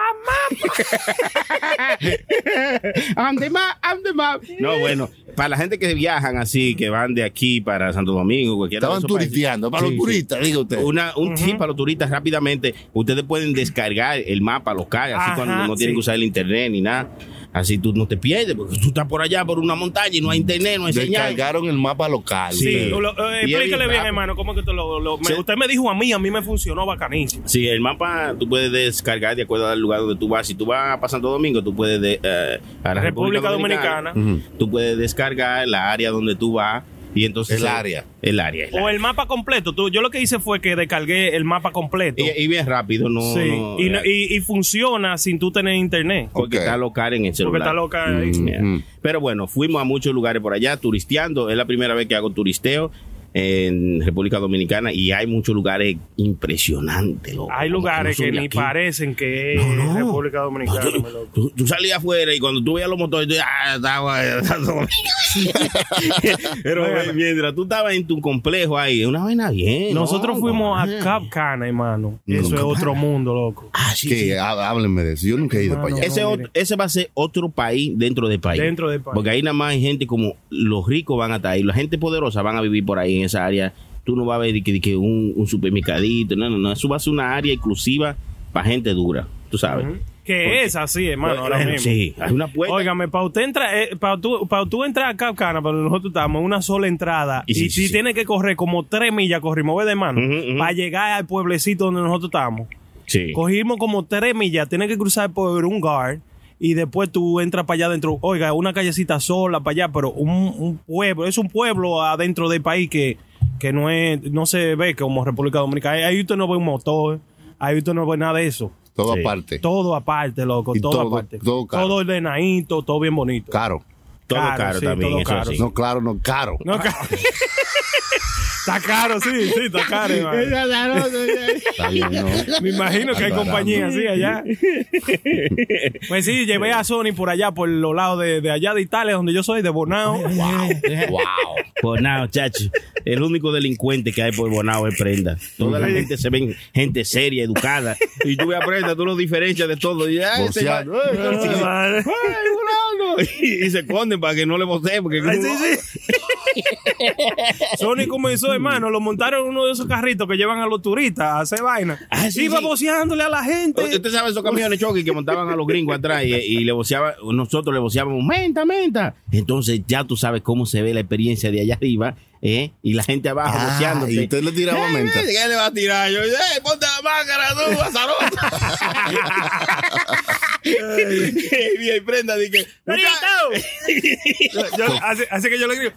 Speaker 6: I'm the man, I'm the man. No, bueno, para la gente que viajan así, que van de aquí para Santo Domingo, cualquiera
Speaker 1: Estaban
Speaker 6: de esos países,
Speaker 1: turisteando, para
Speaker 6: Sí,
Speaker 1: los
Speaker 6: sí.
Speaker 1: turistas, diga usted.
Speaker 6: Una, un tip para los turistas rápidamente. Ustedes pueden descargar el mapa local, así
Speaker 3: Ajá,
Speaker 6: cuando no tienen
Speaker 3: sí.
Speaker 6: que usar el internet ni nada. Así tú no te pierdes, porque tú estás por allá, por una montaña y no hay internet, no hay señal.
Speaker 1: Descargaron el mapa local.
Speaker 3: Sí,
Speaker 6: Sí.
Speaker 3: lo- eh,
Speaker 6: Y es
Speaker 3: explíquele
Speaker 6: bien
Speaker 3: bien,
Speaker 6: rápido.
Speaker 3: hermano, cómo es que te lo, lo- me-
Speaker 6: Sí.
Speaker 3: usted me dijo a mí, a mí me funcionó bacanísimo.
Speaker 6: Sí, el mapa tú puedes descargar de acuerdo al lugar donde tú vas. Si tú vas a Santo Domingo, tú puedes de- eh, a la
Speaker 3: República
Speaker 6: República,
Speaker 3: Dominicana.
Speaker 6: Dominicana, tú puedes descargar la área donde tú vas y entonces
Speaker 1: El área.
Speaker 6: el área. el
Speaker 3: O
Speaker 6: área.
Speaker 3: el mapa completo. Tú, yo lo que hice fue que descargué el mapa completo.
Speaker 6: Y, y bien rápido, no,
Speaker 3: Sí,
Speaker 6: no,
Speaker 3: y,
Speaker 6: eh,
Speaker 3: no- y- y funciona sin tú tener internet.
Speaker 6: porque
Speaker 1: Ok.
Speaker 6: está local en el
Speaker 3: Porque
Speaker 6: celular.
Speaker 3: está loca. ahí.
Speaker 6: Yeah. Pero bueno, fuimos a muchos lugares por allá turisteando. Es la primera vez que hago turisteo en República Dominicana y hay muchos lugares impresionantes. loco.
Speaker 3: Hay
Speaker 6: Como
Speaker 3: lugares
Speaker 6: no
Speaker 3: que
Speaker 6: son de
Speaker 3: ni
Speaker 6: aquí.
Speaker 3: parecen que
Speaker 6: No, no.
Speaker 3: es República Dominicana.
Speaker 6: Tú,
Speaker 3: me loco.
Speaker 6: tú- tú salías afuera y cuando tú veías los motores, tú dices, ah, estaba. [laughs]
Speaker 3: [laughs]
Speaker 6: estaba- Pero
Speaker 3: Bueno.
Speaker 6: mientras tú estabas en tu complejo ahí, es una vaina bien.
Speaker 3: Nosotros
Speaker 6: ¿no?
Speaker 3: fuimos a
Speaker 6: Ah.
Speaker 3: Cap Cana, hermano. Eso es
Speaker 6: Cap
Speaker 3: otro mundo, loco.
Speaker 6: Ah, sí, sí.
Speaker 1: Que há- háblenme de eso. Pues, Yo nunca he ido para
Speaker 3: Mano.
Speaker 1: allá.
Speaker 6: Ese,
Speaker 3: No,
Speaker 6: ot-
Speaker 3: mire.
Speaker 6: ese va a ser otro país dentro del país.
Speaker 3: Dentro del país.
Speaker 6: Porque ahí nada más hay gente como los ricos van a estar ahí, la gente poderosa van a vivir por ahí en esa área. Tú no vas a ver de que, de que un, un supermercadito, no, no, no. Eso va a ser una área exclusiva para gente dura, tú sabes.
Speaker 3: Que es así, hermano, ahora
Speaker 6: Bueno,
Speaker 3: mismo.
Speaker 6: pues, eh, Sí, hay una puerta.
Speaker 3: Óigame, para usted entrar, eh, para tú, para tú entrar a Capcana, pero nosotros estamos en una sola entrada y,
Speaker 6: Y sí,
Speaker 3: si
Speaker 6: sí, sí.
Speaker 3: tiene que correr como tres millas, corrimos, ¿ves de mano?
Speaker 6: Ujú, ujú.
Speaker 3: Para llegar al pueblecito donde nosotros estamos.
Speaker 6: Sí.
Speaker 3: Cogimos como tres millas, tienes que cruzar por un guard y después tú entras para allá adentro. Oiga, una callecita sola para allá, pero un, un pueblo, es un pueblo adentro del país que, que no es, no se ve como República Dominicana. Ahí- Ahí usted no ve un motor, ahí usted no ve nada de eso.
Speaker 1: Todo
Speaker 6: Sí.
Speaker 1: aparte.
Speaker 3: Todo aparte, loco,
Speaker 1: Y
Speaker 3: todo,
Speaker 1: todo-
Speaker 3: aparte.
Speaker 1: todo caro.
Speaker 3: ordenadito, todo bien bonito.
Speaker 1: Caro.
Speaker 6: Todo
Speaker 3: Caro,
Speaker 6: caro,
Speaker 3: sí,
Speaker 6: también.
Speaker 3: todo
Speaker 6: eso
Speaker 3: caro.
Speaker 6: sí.
Speaker 1: No, claro, no, caro.
Speaker 3: No, ca- [laughs] está caro, sí, sí, está caro. hermano.
Speaker 1: Está bien, no.
Speaker 3: [laughs] Me imagino que hay
Speaker 1: Alvarado.
Speaker 3: compañía así
Speaker 6: [laughs]
Speaker 3: allá. Pues sí, llevé a Sony por allá, por los lados de, de allá de Italia, donde yo soy, de Bonao.
Speaker 1: Wow.
Speaker 6: Bonao, chacho. Pues El único delincuente que hay por Bonao es Prenda. Toda la gente se ven gente seria,
Speaker 3: [laughs]
Speaker 6: educada. Y tú ves a Prenda, tú lo diferencias de todo. Y, ah, ese
Speaker 1: Bocear.
Speaker 6: va- eh, sí, sí. Ay, Bonao, no. [laughs] y, y se esconden para que no le voceen. Porque
Speaker 3: Ay, sí, Sony comenzó, hermano, lo montaron en uno de esos carritos que llevan a los turistas a hacer vaina.
Speaker 6: Ah, sí,
Speaker 3: Iba
Speaker 6: sí.
Speaker 3: voceándole a la gente.
Speaker 6: Usted sabe esos camiones choque que montaban a los gringos atrás y, y le voceaban, nosotros le voceábamos, menta, menta. Entonces ya tú sabes cómo se ve la experiencia de allá arriba, ¿eh? Y la gente abajo
Speaker 1: Ah,
Speaker 6: voceándote.
Speaker 1: y usted le tiraba
Speaker 6: "Eh,
Speaker 1: menta".
Speaker 6: ¿Qué le va a tirar? Yo, "Eh, ponte la máscara, tú, azarosa. y ahí prenda, dije,
Speaker 3: [laughs] Yo- así, así que yo le grito.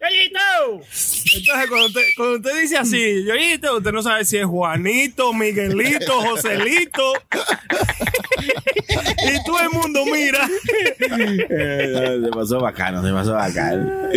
Speaker 3: ¡Yoyito! Entonces, cuando usted, cuando usted dice así, Yoyito, usted no sabe si es Juanito, Miguelito, Joselito. y todo el mundo mira.
Speaker 6: se pasó bacano, se pasó bacano.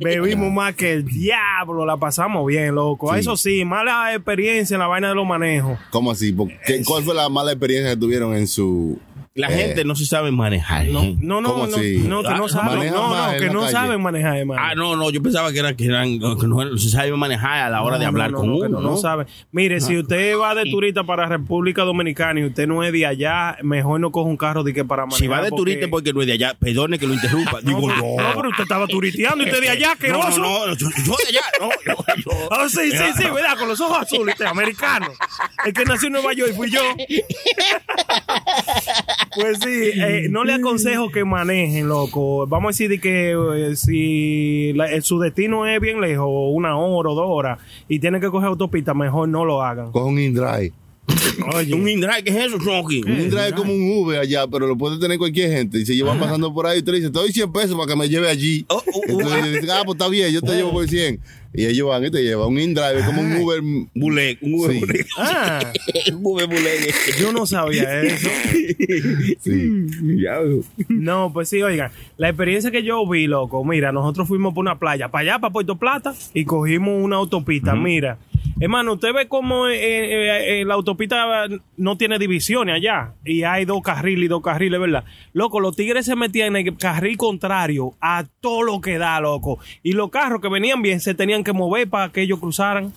Speaker 3: Bebimos más que el diablo, la pasamos bien, loco. Eso sí, mala experiencia en la vaina de los manejos.
Speaker 1: ¿Cómo así? ¿Por qué- ¿Cuál fue la mala experiencia que tuvieron en su.
Speaker 6: La
Speaker 1: Eh,
Speaker 6: gente no se sabe manejar. ¿eh?
Speaker 3: No, no,
Speaker 1: ¿Cómo
Speaker 3: no,
Speaker 1: así?
Speaker 3: no, que no
Speaker 1: Ah,
Speaker 3: saben,
Speaker 1: manejan
Speaker 3: no,
Speaker 1: más
Speaker 3: no,
Speaker 1: en
Speaker 3: que
Speaker 1: la
Speaker 3: no
Speaker 1: calle.
Speaker 3: saben manejar, hermano.
Speaker 6: Ah, no, no, yo pensaba que, era, que, eran, que no se sabe manejar a la hora de
Speaker 3: No,
Speaker 6: hablar
Speaker 3: no, no,
Speaker 6: con
Speaker 3: no, que
Speaker 6: uno.
Speaker 3: no, no sabe. Mire, si usted va de turista para República Dominicana y usted no es de allá, mejor no coja un carro de que para manejar.
Speaker 6: Si va de turista es porque no es de allá, perdone que lo interrumpa.
Speaker 3: Ah, No,
Speaker 6: Digo,
Speaker 3: pero-
Speaker 6: no.
Speaker 3: no, pero usted estaba turisteando y usted de allá,
Speaker 6: [laughs] No,
Speaker 3: asqueroso.
Speaker 6: no, no, yo, yo de allá, no, yo-
Speaker 3: [laughs]
Speaker 6: yo-
Speaker 3: Ah, sí, sí, sí, ¿verdad? Con los ojos azules, usted, americano. El que nació en Nueva York fui
Speaker 6: [laughs]
Speaker 3: yo. Pues sí, eh, no le aconsejo que manejen, loco. Vamos a decir de que eh, si la- eh, su destino es bien lejos, una hora o dos horas, y tiene que coger autopista, mejor no lo hagan.
Speaker 1: Coge un InDrive.
Speaker 3: Oye.
Speaker 6: Un indrive, ¿qué es eso, Rocky?
Speaker 1: Un InDrive es como un Uber allá, pero lo puede tener cualquier gente. Y si llevan pasando por ahí, usted le dice, te doy 100 pesos para que me lleve allí.
Speaker 6: Oh, oh, oh.
Speaker 1: Entonces le dicen, ah, pues está bien, yo te llevo por 100. Y ellos van y te llevan. Un InDrive es como un Uber.
Speaker 6: Bulé, un Uber
Speaker 1: Sí.
Speaker 6: bulé.
Speaker 3: Ah,
Speaker 6: [laughs] Un Uber bulé.
Speaker 3: yo no sabía eso.
Speaker 1: Sí.
Speaker 3: No, pues sí, oigan, la experiencia que yo vi, loco, mira, nosotros fuimos por una playa, para allá, para Puerto Plata, y cogimos una autopista, mira. Hermano, usted ve cómo eh, eh, eh, la autopista no tiene divisiones allá, y hay dos carriles y dos carriles, ¿verdad? Loco, los tigres se metían en el carril contrario a todo lo que da, loco. Y los carros que venían bien se tenían que mover para que ellos cruzaran.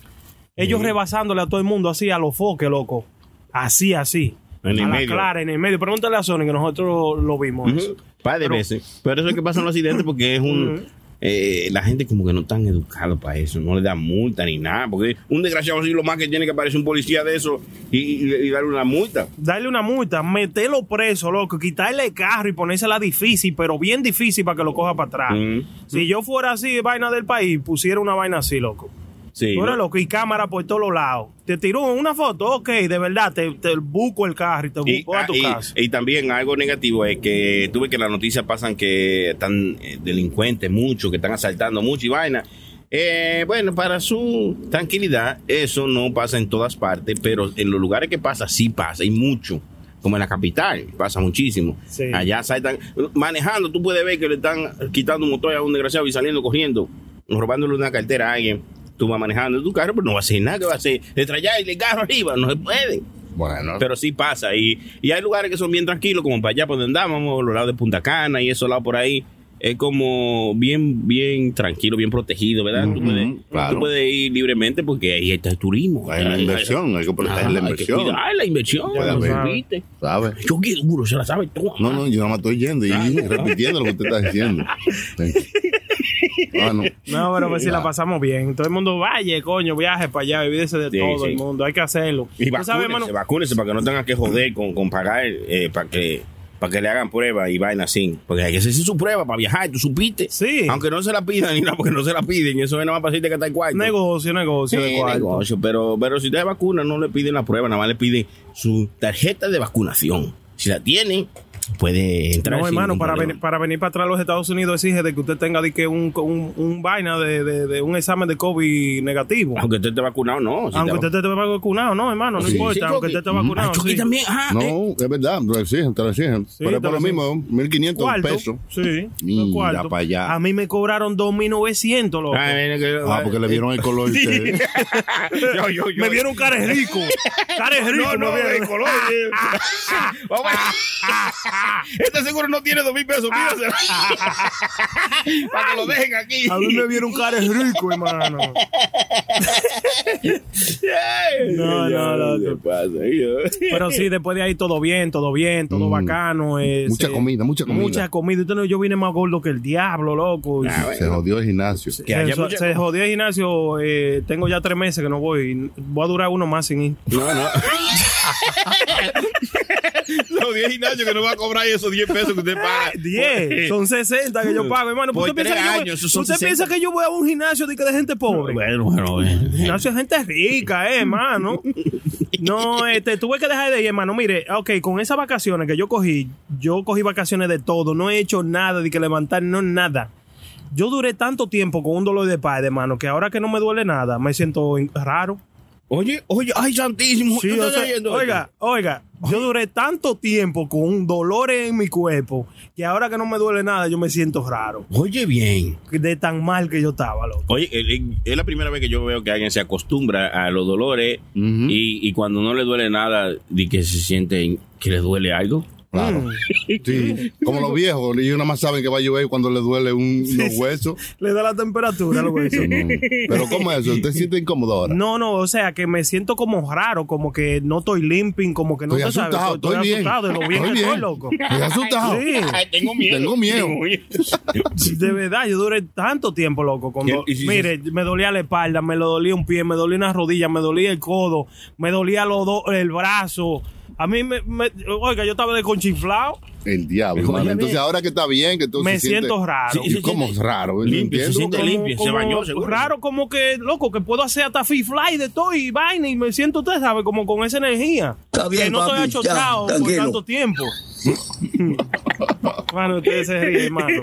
Speaker 3: Ellos rebasándole a todo el mundo así, a los foques, loco. Así, así.
Speaker 6: En
Speaker 3: a
Speaker 6: el
Speaker 3: la
Speaker 6: medio.
Speaker 3: clara, en el medio. Pregúntale a Sony que nosotros lo vimos. eso.
Speaker 6: Ujú. Par de
Speaker 3: Pero-
Speaker 6: veces. Pero eso es que pasa en los accidentes porque es un. eh, la gente como que no están educada para eso, no le da multa ni nada, porque un desgraciado así lo más que tiene que aparecer un policía de eso y, y- y darle una multa.
Speaker 3: Darle una multa, meterlo preso, loco, quitarle el carro y ponérsela difícil, pero bien difícil para que lo coja para atrás.
Speaker 6: Mm.
Speaker 3: Si yo fuera así, vaina del país, pusiera una vaina así, loco.
Speaker 6: Sí,
Speaker 3: Tú eres
Speaker 6: ¿no?
Speaker 3: loco y cámara por todos los lados. Te tiró una foto, ok, de verdad, te, te busco el carro y te
Speaker 6: Y,
Speaker 3: busco a tu
Speaker 6: ah, y-
Speaker 3: casa.
Speaker 6: y también algo negativo es que tuve que las noticias pasan que están eh, delincuentes mucho, que están asaltando mucho y vaina. Eh, bueno, para su tranquilidad, eso no pasa en todas partes, pero en los lugares que pasa, sí pasa, y mucho. Como en la capital, pasa muchísimo.
Speaker 3: Sí.
Speaker 6: Allá asaltan, manejando, tú puedes ver que le están quitando un motor a un desgraciado y saliendo corriendo, robándole una cartera a alguien. Tú vas manejando tu carro, pero no va a hacer nada, que va a hacer? Destrayarle el carro arriba, no se puede.
Speaker 1: Ah.
Speaker 2: Bueno,
Speaker 6: Pero sí pasa. Y, y hay lugares que son bien tranquilos, como para allá por donde andábamos, los lados de Punta Cana y esos lados por ahí. Es como bien, bien tranquilo, bien protegido, ¿verdad? tú, puedes,
Speaker 1: claro.
Speaker 6: tú puedes ir libremente porque ahí está el turismo.
Speaker 1: Hay una
Speaker 6: Ahí-
Speaker 1: inversión, hay que proteger la
Speaker 6: Ajá, hay que
Speaker 1: inversión.
Speaker 6: cuidar la inversión.
Speaker 1: Puede haber.
Speaker 6: ¿viste?
Speaker 1: ¿Sabes?
Speaker 6: Yo quiero, seguro, se la sabe todo.
Speaker 1: No, no, yo nada más estoy yendo y [laughs] repitiendo lo que usted está diciendo. Sí. Ah, no.
Speaker 3: No, pero pues
Speaker 6: [laughs]
Speaker 3: si la pasamos bien. Todo el mundo vaya, coño, viaje para allá, olvídese de
Speaker 6: Sí,
Speaker 3: todo
Speaker 6: sí.
Speaker 3: el mundo. Hay que hacerlo.
Speaker 6: Y
Speaker 3: Tú sabes,
Speaker 6: vacúnense,
Speaker 3: hermano,
Speaker 6: vacúnense para que no tengan que joder con, con pagar, eh, para que para que le hagan pruebas y vaina así. Porque hay que hacer su prueba para viajar, tú supiste.
Speaker 3: Sí.
Speaker 6: Aunque no se la pidan, ni nada, porque no se la piden. Eso es nada más para decirte que está el cuarto.
Speaker 3: negocio,
Speaker 6: Sí,
Speaker 3: negocio. de cuarto.
Speaker 6: negocio, pero, pero si usted vacuna, no le piden la prueba, nada más le piden su tarjeta de vacunación. Si la tienen, puede entrar.
Speaker 3: No,
Speaker 6: sin
Speaker 3: hermano,
Speaker 6: ningún
Speaker 3: para,
Speaker 6: problema.
Speaker 3: venir- para venir para atrás los Estados Unidos exige de que usted tenga de que un, un, un vaina de, de- de un examen de COVID negativo.
Speaker 6: Aunque usted esté vacunado, no. Si
Speaker 3: aunque
Speaker 6: está-
Speaker 3: usted esté vacunado, no, hermano, no
Speaker 6: pues Sí,
Speaker 3: importa.
Speaker 6: sí,
Speaker 3: aunque
Speaker 6: Chucky.
Speaker 3: usted esté
Speaker 6: Ujú.
Speaker 3: vacunado.
Speaker 6: Ah, Chucky
Speaker 3: sí.
Speaker 6: también. Ah, eh.
Speaker 1: No, es verdad, te lo exigen, te lo exigen. pero es
Speaker 3: te
Speaker 1: por
Speaker 3: lo
Speaker 1: lo mismo, 1.500
Speaker 3: Cuarto,
Speaker 1: pesos.
Speaker 3: Sí,
Speaker 1: Mira
Speaker 3: los cuartos.
Speaker 1: pa' allá.
Speaker 3: A mí me cobraron 2.900, loco.
Speaker 6: Ah, viene que-
Speaker 1: Ah, porque le vieron el
Speaker 5: [laughs]
Speaker 1: color. te-
Speaker 6: [laughs] Yo, yo, yo.
Speaker 3: Me vieron cares rico. Cares rico.
Speaker 6: No, no,
Speaker 3: me vieron.
Speaker 6: de color.
Speaker 3: [laughs]
Speaker 6: eh. Vamos a ver. este seguro no tiene dos mil pesos,
Speaker 3: [laughs]
Speaker 6: míraselo. Para que lo dejen aquí.
Speaker 3: A mí me vieron cares rico,
Speaker 6: [laughs]
Speaker 3: hermano. No, no, loco. Pero sí, después de ahí todo bien, todo bien, todo bacano. eh,
Speaker 1: Mm. Mucha
Speaker 3: sí.
Speaker 1: comida, mucha comida.
Speaker 3: Mucha comida. Usted no- Yo vine más gordo que el diablo, loco.
Speaker 1: Se jodió el gimnasio.
Speaker 6: Ah, Que haya
Speaker 3: se,
Speaker 6: mucha-
Speaker 3: se jodió el gimnasio. eh, tengo ya tres meses que no voy. Voy a durar uno más sin ir.
Speaker 6: No, [laughs] no. Los 10 gimnasios que no va a cobrar esos 10 pesos que usted paga.
Speaker 3: Diez. Son 60 que yo pago, hermano.
Speaker 6: Por
Speaker 3: ¿Usted, piensa,
Speaker 6: tres
Speaker 3: que
Speaker 6: años,
Speaker 3: yo
Speaker 6: esos
Speaker 3: Pues, uh, voy,
Speaker 6: son
Speaker 3: usted
Speaker 6: 60.
Speaker 3: piensa que yo voy a un gimnasio de, que de gente pobre?
Speaker 6: Bueno, bueno, bueno.
Speaker 3: Gimnasio es gente rica, eh, hermano. No, este, tuve que dejar de ir, hermano. Mire, ok, con esas vacaciones que yo cogí, yo cogí vacaciones de todo, no he hecho nada, de que levantar, no nada. Yo duré tanto tiempo con un dolor de espalda, hermano, que ahora que no me duele nada, me siento in- raro.
Speaker 6: Oye, oye, ay, santísimo.
Speaker 3: Sí,
Speaker 6: ¿tú
Speaker 3: o
Speaker 6: estás
Speaker 3: sea,
Speaker 6: oyendo esto?
Speaker 3: oiga, oiga, yo duré tanto tiempo con un dolor en mi cuerpo que ahora que no me duele nada, yo me siento raro.
Speaker 6: Oye, bien.
Speaker 3: De tan mal que yo estaba, loco.
Speaker 6: Oye, el- el- es la primera vez que yo veo que alguien se acostumbra a los dolores y, y cuando no le duele nada, di que se siente que le duele algo.
Speaker 1: Claro. Sí. Como los viejos, ellos nada más saben que va a llover cuando le duele un, unos huesos.
Speaker 3: Le da la temperatura, loco.
Speaker 1: [laughs]
Speaker 3: eso. Mm.
Speaker 1: Pero ¿cómo es eso? ¿Usted se siente incómodo ahora?
Speaker 3: No, no, o sea que me siento como raro, como que no estoy limping, como que no
Speaker 1: Estoy
Speaker 3: te sabes,
Speaker 1: asustado,
Speaker 3: estoy,
Speaker 1: estoy bien.
Speaker 3: asustado de lo bien
Speaker 1: Estoy
Speaker 3: que estoy,
Speaker 1: bien.
Speaker 3: loco.
Speaker 1: Estoy asustado.
Speaker 3: Sí,
Speaker 6: tengo
Speaker 1: miedo. Tengo miedo. Tengo
Speaker 3: de verdad, yo duré tanto tiempo, loco. con
Speaker 6: ¿Y-
Speaker 3: do-
Speaker 6: y si-
Speaker 3: mire, me dolía la espalda, me lo dolía un pie, me dolía una rodilla, me dolía el codo, me dolía los do- el brazo. A mí, me, me- oiga, yo estaba desconchinflado,
Speaker 1: El diablo, hermano. Entonces ahora que está bien, que entonces
Speaker 3: me
Speaker 1: se siente-
Speaker 3: siento raro.
Speaker 6: Sí, sí,
Speaker 1: ¿Y cómo es raro? No
Speaker 6: Limpio, se
Speaker 1: entiendo.
Speaker 6: siente
Speaker 3: Como-
Speaker 6: limpio, se
Speaker 3: como
Speaker 6: bañó seguro.
Speaker 3: Raro, como que, loco, que puedo hacer hasta free fly de todo y vaina y me siento, usted sabe, como con esa energía.
Speaker 9: Está bien,
Speaker 3: que no estoy
Speaker 9: papi,
Speaker 3: achotado
Speaker 9: ya,
Speaker 3: por
Speaker 9: tranquilo. [laughs]
Speaker 3: tanto tiempo. Mano, ustedes se ríen, hermano.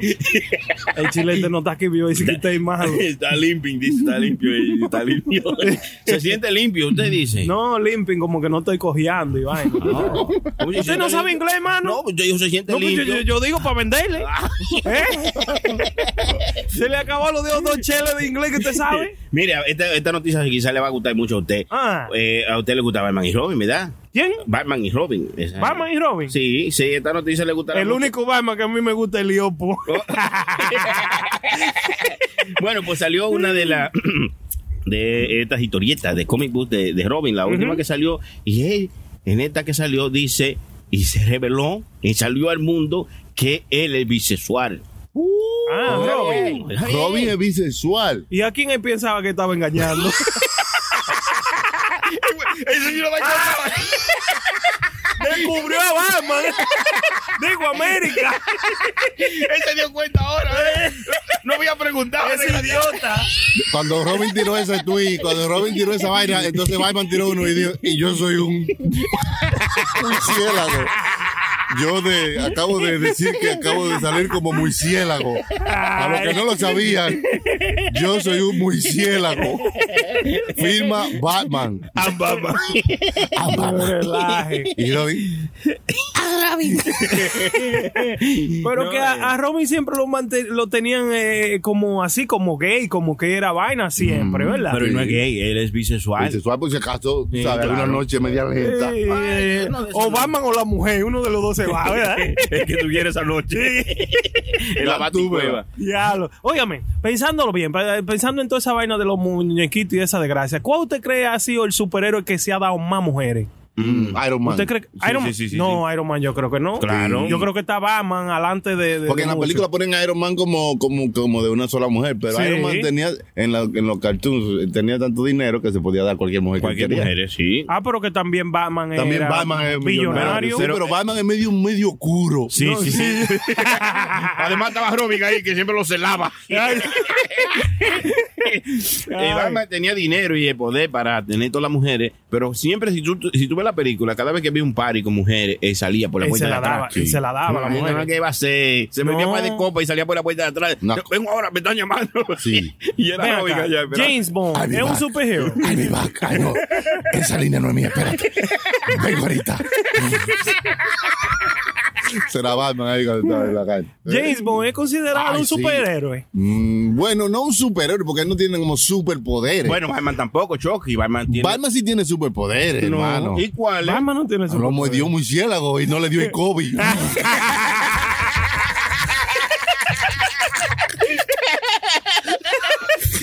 Speaker 3: El chilete no está aquí vivo, dice que está ahí malo.
Speaker 6: [laughs] Está limpio, dice, está limpio, eh, está [laughs] limpio. Se siente limpio, usted dice.
Speaker 3: No, limping, como que no estoy cojeando y vaina.
Speaker 6: ¿Cómo se
Speaker 3: ¿Usted no
Speaker 6: siente
Speaker 3: sabe
Speaker 6: limpio?
Speaker 3: inglés, hermano?
Speaker 6: No, pues yo, yo se siente
Speaker 3: No, pues, yo,
Speaker 6: limpio. Ah.
Speaker 3: yo- yo digo para venderle. ¿Eh? Se le acabó a los dedos dos cheles de inglés que usted sabe.
Speaker 6: Mira, esta, esta noticia quizás le va a gustar mucho a usted.
Speaker 3: Ah.
Speaker 6: Eh, a usted le gusta Batman y Robin, ¿verdad?
Speaker 3: ¿Quién?
Speaker 6: Batman y Robin. esa-
Speaker 3: Batman y Robin.
Speaker 6: Sí, sí, esta noticia le gusta.
Speaker 3: El único Batman que a mí me gusta es Liopo.
Speaker 6: Bueno, pues salió una de [clears throat] las de estas historietas de comic book de, de Robin, la última que salió, y es, en esta que salió dice y se reveló y salió al mundo que él es bisexual.
Speaker 3: Ah, Robin.
Speaker 1: Robin es bisexual.
Speaker 3: [laughs] ¿Y a quién él pensaba que estaba engañando? [laughs]
Speaker 5: Eso yo no me acordaba.
Speaker 3: Descubrió a Batman. [laughs] Digo, América.
Speaker 5: Él se dio cuenta ahora. ¿eh? No había preguntado.
Speaker 3: Ese idiota.
Speaker 1: Cuando Robin tiró ese tweet, cuando Robin tiró esa vaina, entonces Batman tiró uno y dijo, y yo soy un, un ciélago. Yo de, acabo de decir que acabo de salir como murciélago. A los que no lo sabían, yo soy un murciélago. Firma Batman.
Speaker 3: Batman.
Speaker 1: Ah, Batman.
Speaker 3: Relaje.
Speaker 1: Y Robin,
Speaker 3: Pero que a, a Robin siempre lo, mante- lo tenían eh, como así, como gay, como que era vaina siempre, ¿verdad?
Speaker 6: Mm, Pero él no es gay, él es bisexual.
Speaker 1: bisexual por si acaso,
Speaker 6: Sí,
Speaker 1: ¿sabes?
Speaker 6: claro.
Speaker 1: Una noche media lenta.
Speaker 3: Eh,
Speaker 6: Ay, uno de esos
Speaker 3: o Batman o la mujer, uno de los dos se va, ¿verdad?
Speaker 6: [laughs] El que tuviera esa [laughs] noche. en la baticueva.
Speaker 3: Diablo. Óigame, pensándolo bien, pa- pensando en toda esa vaina de los muñequitos y esa desgracia, ¿cuál usted cree ha sido el superhéroe que se ha dado más mujeres?
Speaker 1: Mm, Iron Man.
Speaker 3: ¿Usted cree que
Speaker 6: Sí,
Speaker 3: Iron
Speaker 6: sí,
Speaker 3: Man?
Speaker 6: sí, sí,
Speaker 3: no, Iron Man yo creo que no.
Speaker 6: Claro.
Speaker 3: Yo creo que está Batman alante de, de-
Speaker 1: Porque
Speaker 3: de
Speaker 1: en la
Speaker 3: mucho.
Speaker 1: película ponen a Iron Man como, como, como de una sola mujer, pero
Speaker 3: Sí.
Speaker 1: Iron Man tenía, en, la- en los cartoons, eh, tenía tanto dinero que se podía dar cualquier mujer
Speaker 6: Cualquier
Speaker 1: que quería.
Speaker 6: mujer, sí.
Speaker 3: Ah, pero que también Batman
Speaker 1: También
Speaker 3: era
Speaker 1: Batman es millonario.
Speaker 3: billonario.
Speaker 1: Sí, pero Batman es medio, medio oscuro. Ah,
Speaker 6: Sí, sí, sí.
Speaker 5: Además estaba Robin ahí que siempre lo
Speaker 3: [laughs]
Speaker 5: celaba.
Speaker 6: [laughs] Eh, Batman tenía dinero y el poder para tener todas las mujeres, pero siempre si tú, si tú ves la película, cada vez que vi un party con mujeres, eh, salía por la
Speaker 3: Él
Speaker 6: puerta
Speaker 3: se
Speaker 6: de
Speaker 3: la
Speaker 6: atrás.
Speaker 3: daba, él se la daba a la
Speaker 6: No,
Speaker 3: mujer.
Speaker 6: no, ¿qué iba a hacer? Se metía
Speaker 3: No.
Speaker 6: más de copa y salía por la puerta de atrás.
Speaker 1: No.
Speaker 6: Yo, Vengo ahora, me están llamando.
Speaker 3: [laughs]
Speaker 1: Sí.
Speaker 6: [laughs] y era
Speaker 3: [laughs] Ven
Speaker 6: Robin
Speaker 3: acá,
Speaker 6: allá, espera.
Speaker 3: James
Speaker 5: Eh,
Speaker 3: Bond
Speaker 2: I'll be
Speaker 3: es un
Speaker 2: back.
Speaker 1: [laughs]
Speaker 3: superhéroe.
Speaker 2: I'll be back. Ay, no. Esa línea no es mía, espérate. Vengo ahorita.
Speaker 1: Será Batman ahí cuando estaba en la calle.
Speaker 3: James Bond es considerado
Speaker 1: Ay,
Speaker 3: un
Speaker 1: sí.
Speaker 3: superhéroe.
Speaker 1: Mm, bueno, no un superhéroe, porque él no tiene como superpoderes.
Speaker 6: Bueno, Batman tampoco, Chucky. Batman tiene.
Speaker 1: Batman sí tiene superpoderes, hermano.
Speaker 6: ¿Y cuál? [laughs] es?
Speaker 3: Batman no tiene
Speaker 1: Lo
Speaker 3: superpoder.
Speaker 1: mordió un murciélago y no le dio el COVID.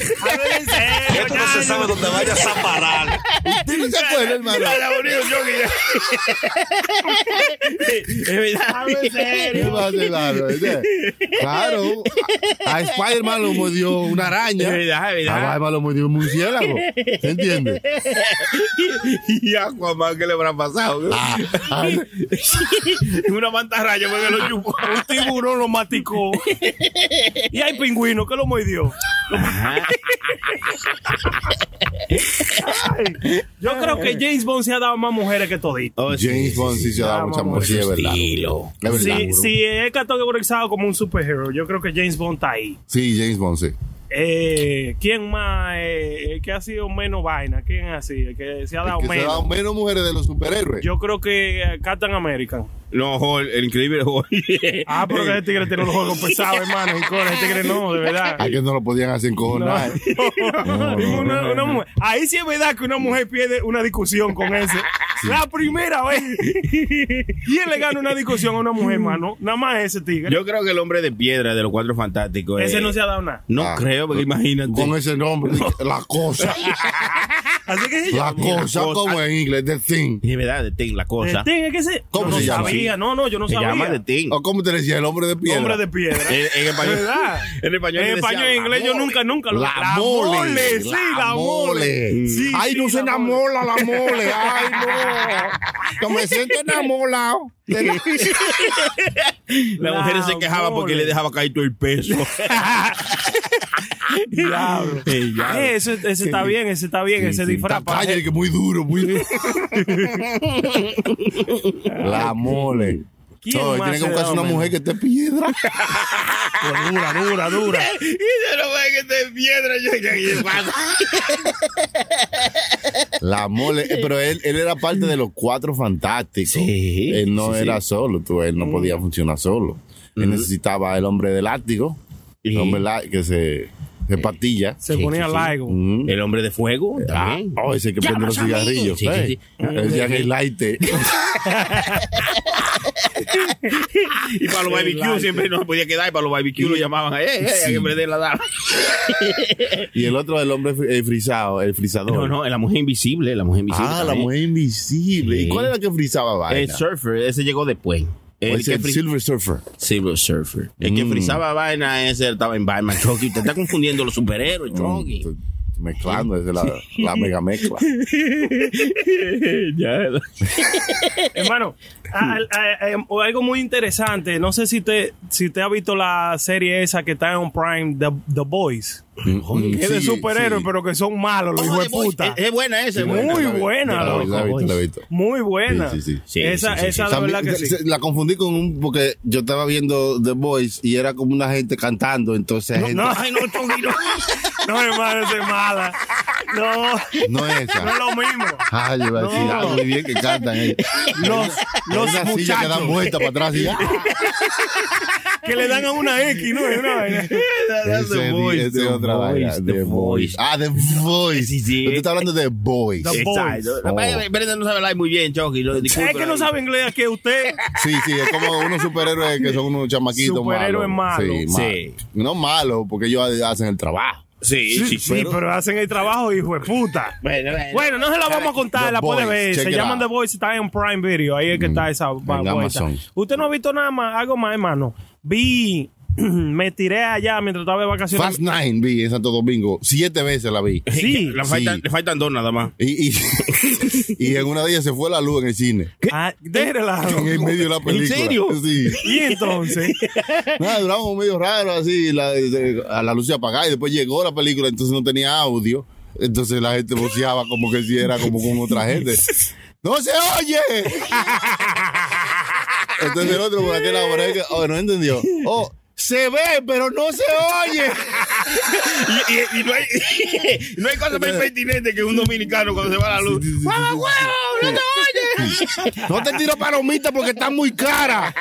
Speaker 8: Esto no se sabe dónde vayas a parar.
Speaker 1: ¿Tú no se acuerdas, hermano?
Speaker 6: [laughs] Es
Speaker 3: Ah,
Speaker 6: verdad.
Speaker 1: ¿Qué va a hacer, claro? Claro. A a Spider-Man lo mordió una
Speaker 6: Es
Speaker 1: araña.
Speaker 6: verdad, es
Speaker 1: A
Speaker 6: verdad.
Speaker 1: Batman lo mordió un murciélago. ¿Se entiende?
Speaker 6: Y Aquaman, ¿qué le habrá pasado?
Speaker 1: Ah, ah,
Speaker 6: [laughs] Una mantarraya porque lo chupó.
Speaker 3: Un tiburón lo maticó. y hay pingüino que lo
Speaker 1: [laughs]
Speaker 3: mordió. Ay, yo creo que James Bond se ha dado más mujeres que todito.
Speaker 6: Oh, sí.
Speaker 1: James Bond sí se ha dado mucha
Speaker 3: Ah, Vamos,
Speaker 1: sí, es verdad.
Speaker 6: Estilo.
Speaker 1: Es verdad,
Speaker 3: Si,
Speaker 1: bro.
Speaker 3: si es categorizado como un superhéroe, yo creo que James Bond está ahí.
Speaker 1: Sí, James Bond, sí.
Speaker 3: Eh, ¿Quién más? eh, eh, que ha sido menos vaina? ¿Quién así? El que se ha dado
Speaker 1: Que se
Speaker 3: menos.
Speaker 1: ha dado menos mujeres de los superhéroes.
Speaker 3: Ah, Yo creo que eh, Captain American.
Speaker 6: No, Hulk, el increíble
Speaker 1: [laughs]
Speaker 6: Hulk.
Speaker 3: Ah, pero que el tigre tiene los juegos pesados, hermano. Y con el tigre no, de
Speaker 1: [laughs]
Speaker 3: verdad.
Speaker 1: A que no lo podían hacer encojonar.
Speaker 3: [laughs] Una- una mujer- Ahí sí es verdad que una mujer pierde una discusión con
Speaker 1: [laughs]
Speaker 3: ese. La primera vez. ¿Quién le gana una discusión a una mujer, mano? Nada más ese tigre.
Speaker 6: Yo creo que el hombre de piedra de los cuatro fantásticos.
Speaker 3: ese
Speaker 6: eh,
Speaker 3: no se ha dado nada.
Speaker 6: No
Speaker 1: Ah.
Speaker 6: creo, porque imagínate.
Speaker 1: Con ese nombre, la cosa.
Speaker 3: Así que
Speaker 1: La
Speaker 6: la
Speaker 1: cosa,
Speaker 6: cosa.
Speaker 1: como en inglés, the thing.
Speaker 6: Es verdad, de Ting, la cosa.
Speaker 3: El tigre que se.
Speaker 1: ¿Cómo
Speaker 3: yo no
Speaker 1: se llama?
Speaker 3: sabía, no, no, yo no
Speaker 6: se
Speaker 3: sabía.
Speaker 6: llama de Ting.
Speaker 1: O como te decía, el hombre de piedra. Eh,
Speaker 3: Hombre de piedra.
Speaker 6: En, en español.
Speaker 3: ¿Verdad?
Speaker 6: [laughs] En español.
Speaker 3: En
Speaker 6: le decía,
Speaker 3: español y en inglés yo
Speaker 6: "Amor".
Speaker 3: nunca, nunca lo
Speaker 1: La,
Speaker 3: mole,
Speaker 1: mole,
Speaker 3: sí, la, mole.
Speaker 1: mole.
Speaker 3: Sí,
Speaker 1: Ay,
Speaker 3: sí,
Speaker 1: no se
Speaker 3: la
Speaker 1: enamora la mole. Ay, no. Yo me siento enamorado. de la- [laughs]
Speaker 6: La mujer se quejaba porque
Speaker 3: mole.
Speaker 6: le dejaba caer todo el [laughs] peso.
Speaker 3: [laughs]
Speaker 1: [laughs]
Speaker 3: Diablo.
Speaker 6: Eh, ya.
Speaker 3: Eh, ese, ese está bien, ese está bien, ese disfraz. para-
Speaker 1: Cállate, que muy duro, muy duro. la mole.
Speaker 3: ¿Quién
Speaker 1: No,
Speaker 3: más
Speaker 1: tiene que
Speaker 3: se
Speaker 1: buscarse
Speaker 3: da
Speaker 1: una
Speaker 3: menos?
Speaker 1: mujer que esté piedra.
Speaker 3: Pues dura, dura, dura.
Speaker 6: Y yo no voy a que te piedra. Yo, yo, ¿qué pasa?
Speaker 1: La mole, eh, pero él, él era parte de los cuatro fantásticos.
Speaker 6: Sí,
Speaker 1: él no
Speaker 6: sí,
Speaker 1: era solo, tú, él no podía funcionar solo. Él necesitaba el hombre del látigo, el
Speaker 6: Ujú.
Speaker 1: hombre lá- que se,
Speaker 6: Mm.
Speaker 1: se patilla.
Speaker 3: Se ponía laigo.
Speaker 1: Ujú.
Speaker 6: El hombre de fuego.
Speaker 1: Ah,
Speaker 6: también.
Speaker 1: oh, ese que prende los cigarrillos.
Speaker 6: ¿Eh? Sí, sí,
Speaker 1: eh.
Speaker 6: sí.
Speaker 1: Él decía que el lighter.
Speaker 6: Y para los barbecue siempre no se podía quedar. Y para los barbecue lo llamaban. Eh, eh, hay que prender la dama.
Speaker 1: Y el otro, el hombre fri- eh, frisado, el frisador.
Speaker 6: No, no, la mujer invisible. La mujer invisible.
Speaker 1: Ah, la
Speaker 6: también.
Speaker 1: mujer invisible.
Speaker 6: Sí.
Speaker 1: ¿Y cuál era la que frisaba vaina?
Speaker 6: El surfer, ese llegó después.
Speaker 1: ¿O
Speaker 6: El
Speaker 1: es
Speaker 6: que
Speaker 1: el
Speaker 6: fri-
Speaker 1: Silver Surfer.
Speaker 6: Silver Surfer. El que
Speaker 1: Mm.
Speaker 6: frizaba vaina, ese estaba en Batman Chucky. Usted está confundiendo los superhéroes, Chucky.
Speaker 1: Estoy Mezclando, esa es la, la mega [laughs] mezcla.
Speaker 6: Ya.
Speaker 3: [laughs] Hermano, a- a- a- o algo muy interesante. No sé si te, si te ha visto la serie esa que está en Prime, The, The Boys. Que [laughs] es de
Speaker 1: Sí,
Speaker 3: superhéroes,
Speaker 1: sí.
Speaker 3: pero que son malos, los hijos de puta.
Speaker 6: Es, es buena esa, es
Speaker 1: Sí,
Speaker 6: buena.
Speaker 3: Muy
Speaker 1: la vi-
Speaker 3: buena,
Speaker 1: la vi-
Speaker 3: loco.
Speaker 1: La he visto, la he visto.
Speaker 3: Muy buena.
Speaker 1: Sí, sí, sí.
Speaker 6: Sí,
Speaker 3: esa,
Speaker 6: sí, sí,
Speaker 3: esa
Speaker 1: O sea,
Speaker 3: la verdad
Speaker 1: mi-
Speaker 3: que sí.
Speaker 1: se- la confundí con un porque yo estaba viendo The Voice y era como una gente cantando, entonces gente-
Speaker 3: No, ay, no, Chucky, no. No, hermano, esa es mala. No,
Speaker 1: no es esa.
Speaker 3: no es lo mismo.
Speaker 1: Ay, yo iba a decir
Speaker 3: No.
Speaker 1: algo muy bien que cantan. [laughs] eh.
Speaker 3: Los,
Speaker 1: Hay
Speaker 3: los
Speaker 1: una silla que dan
Speaker 3: muchachos
Speaker 1: vuelta para atrás [laughs] y ah,
Speaker 3: que le dan a una X, ¿no? Es una vaina.
Speaker 1: ese di- ese es otra vaina, The Voice. Ah, [laughs] The Voice.
Speaker 6: Sí, sí.
Speaker 1: Tú estás hablando de Voice.
Speaker 3: The
Speaker 6: Exacto.
Speaker 1: Boys.
Speaker 6: Pero- Pero no sabe hablar muy bien, Chucky. lo disculpo.
Speaker 3: Es que no sabe inglés, que usted.
Speaker 1: Sí, sí, es como unos superhéroes que son unos chamaquitos
Speaker 3: Superhéroes
Speaker 1: malos. Sí,
Speaker 6: malos.
Speaker 1: mal- No malos, porque ellos hacen el trabajo.
Speaker 6: Sí, sí,
Speaker 3: Sí, pero, hacen el trabajo, hijo de puta.
Speaker 6: Bueno, bueno.
Speaker 3: Bueno, no se la vamos
Speaker 6: [laughs]
Speaker 3: a contar,
Speaker 1: The
Speaker 3: la puede
Speaker 1: Boys,
Speaker 3: ver.
Speaker 1: check
Speaker 3: Se
Speaker 1: it
Speaker 3: llaman
Speaker 1: out. Mm,
Speaker 3: The Voice, está en Prime Video. Ahí es que está esa va- vuelta.
Speaker 1: Amazon.
Speaker 3: Usted no ha visto nada más, algo más, hermano. Vi, [clears throat] me tiré allá mientras estaba de vacaciones.
Speaker 1: Fast Nine vi en Santo Domingo. Siete veces la vi.
Speaker 3: Sí.
Speaker 6: Le faltan,
Speaker 1: Sí.
Speaker 6: le faltan dos nada más.
Speaker 1: Y, [laughs] y, y en una de ellas se fue la luz en el cine.
Speaker 3: Ah, de relajo.
Speaker 1: En el medio de la película.
Speaker 6: serio?
Speaker 1: Sí.
Speaker 3: Y
Speaker 1: [laughs]
Speaker 3: entonces,
Speaker 1: Nada, duramos medio raro así, la, de- a la luz se apagaba y después llegó la película, entonces no tenía audio. Entonces la gente voceaba como que si era como con otra gente. ¡No se oye! Entonces el otro por aquel lado, por ahí, que- oh, no entendió. Oh, se ve, pero no se oye.
Speaker 6: Y, y- y
Speaker 3: [laughs]
Speaker 6: no, hay, no hay cosa más impertinente que un dominicano cuando se va la luz. ¡Mamá huevo! ¡No te oyes!
Speaker 1: No te tiro palomita porque está muy cara.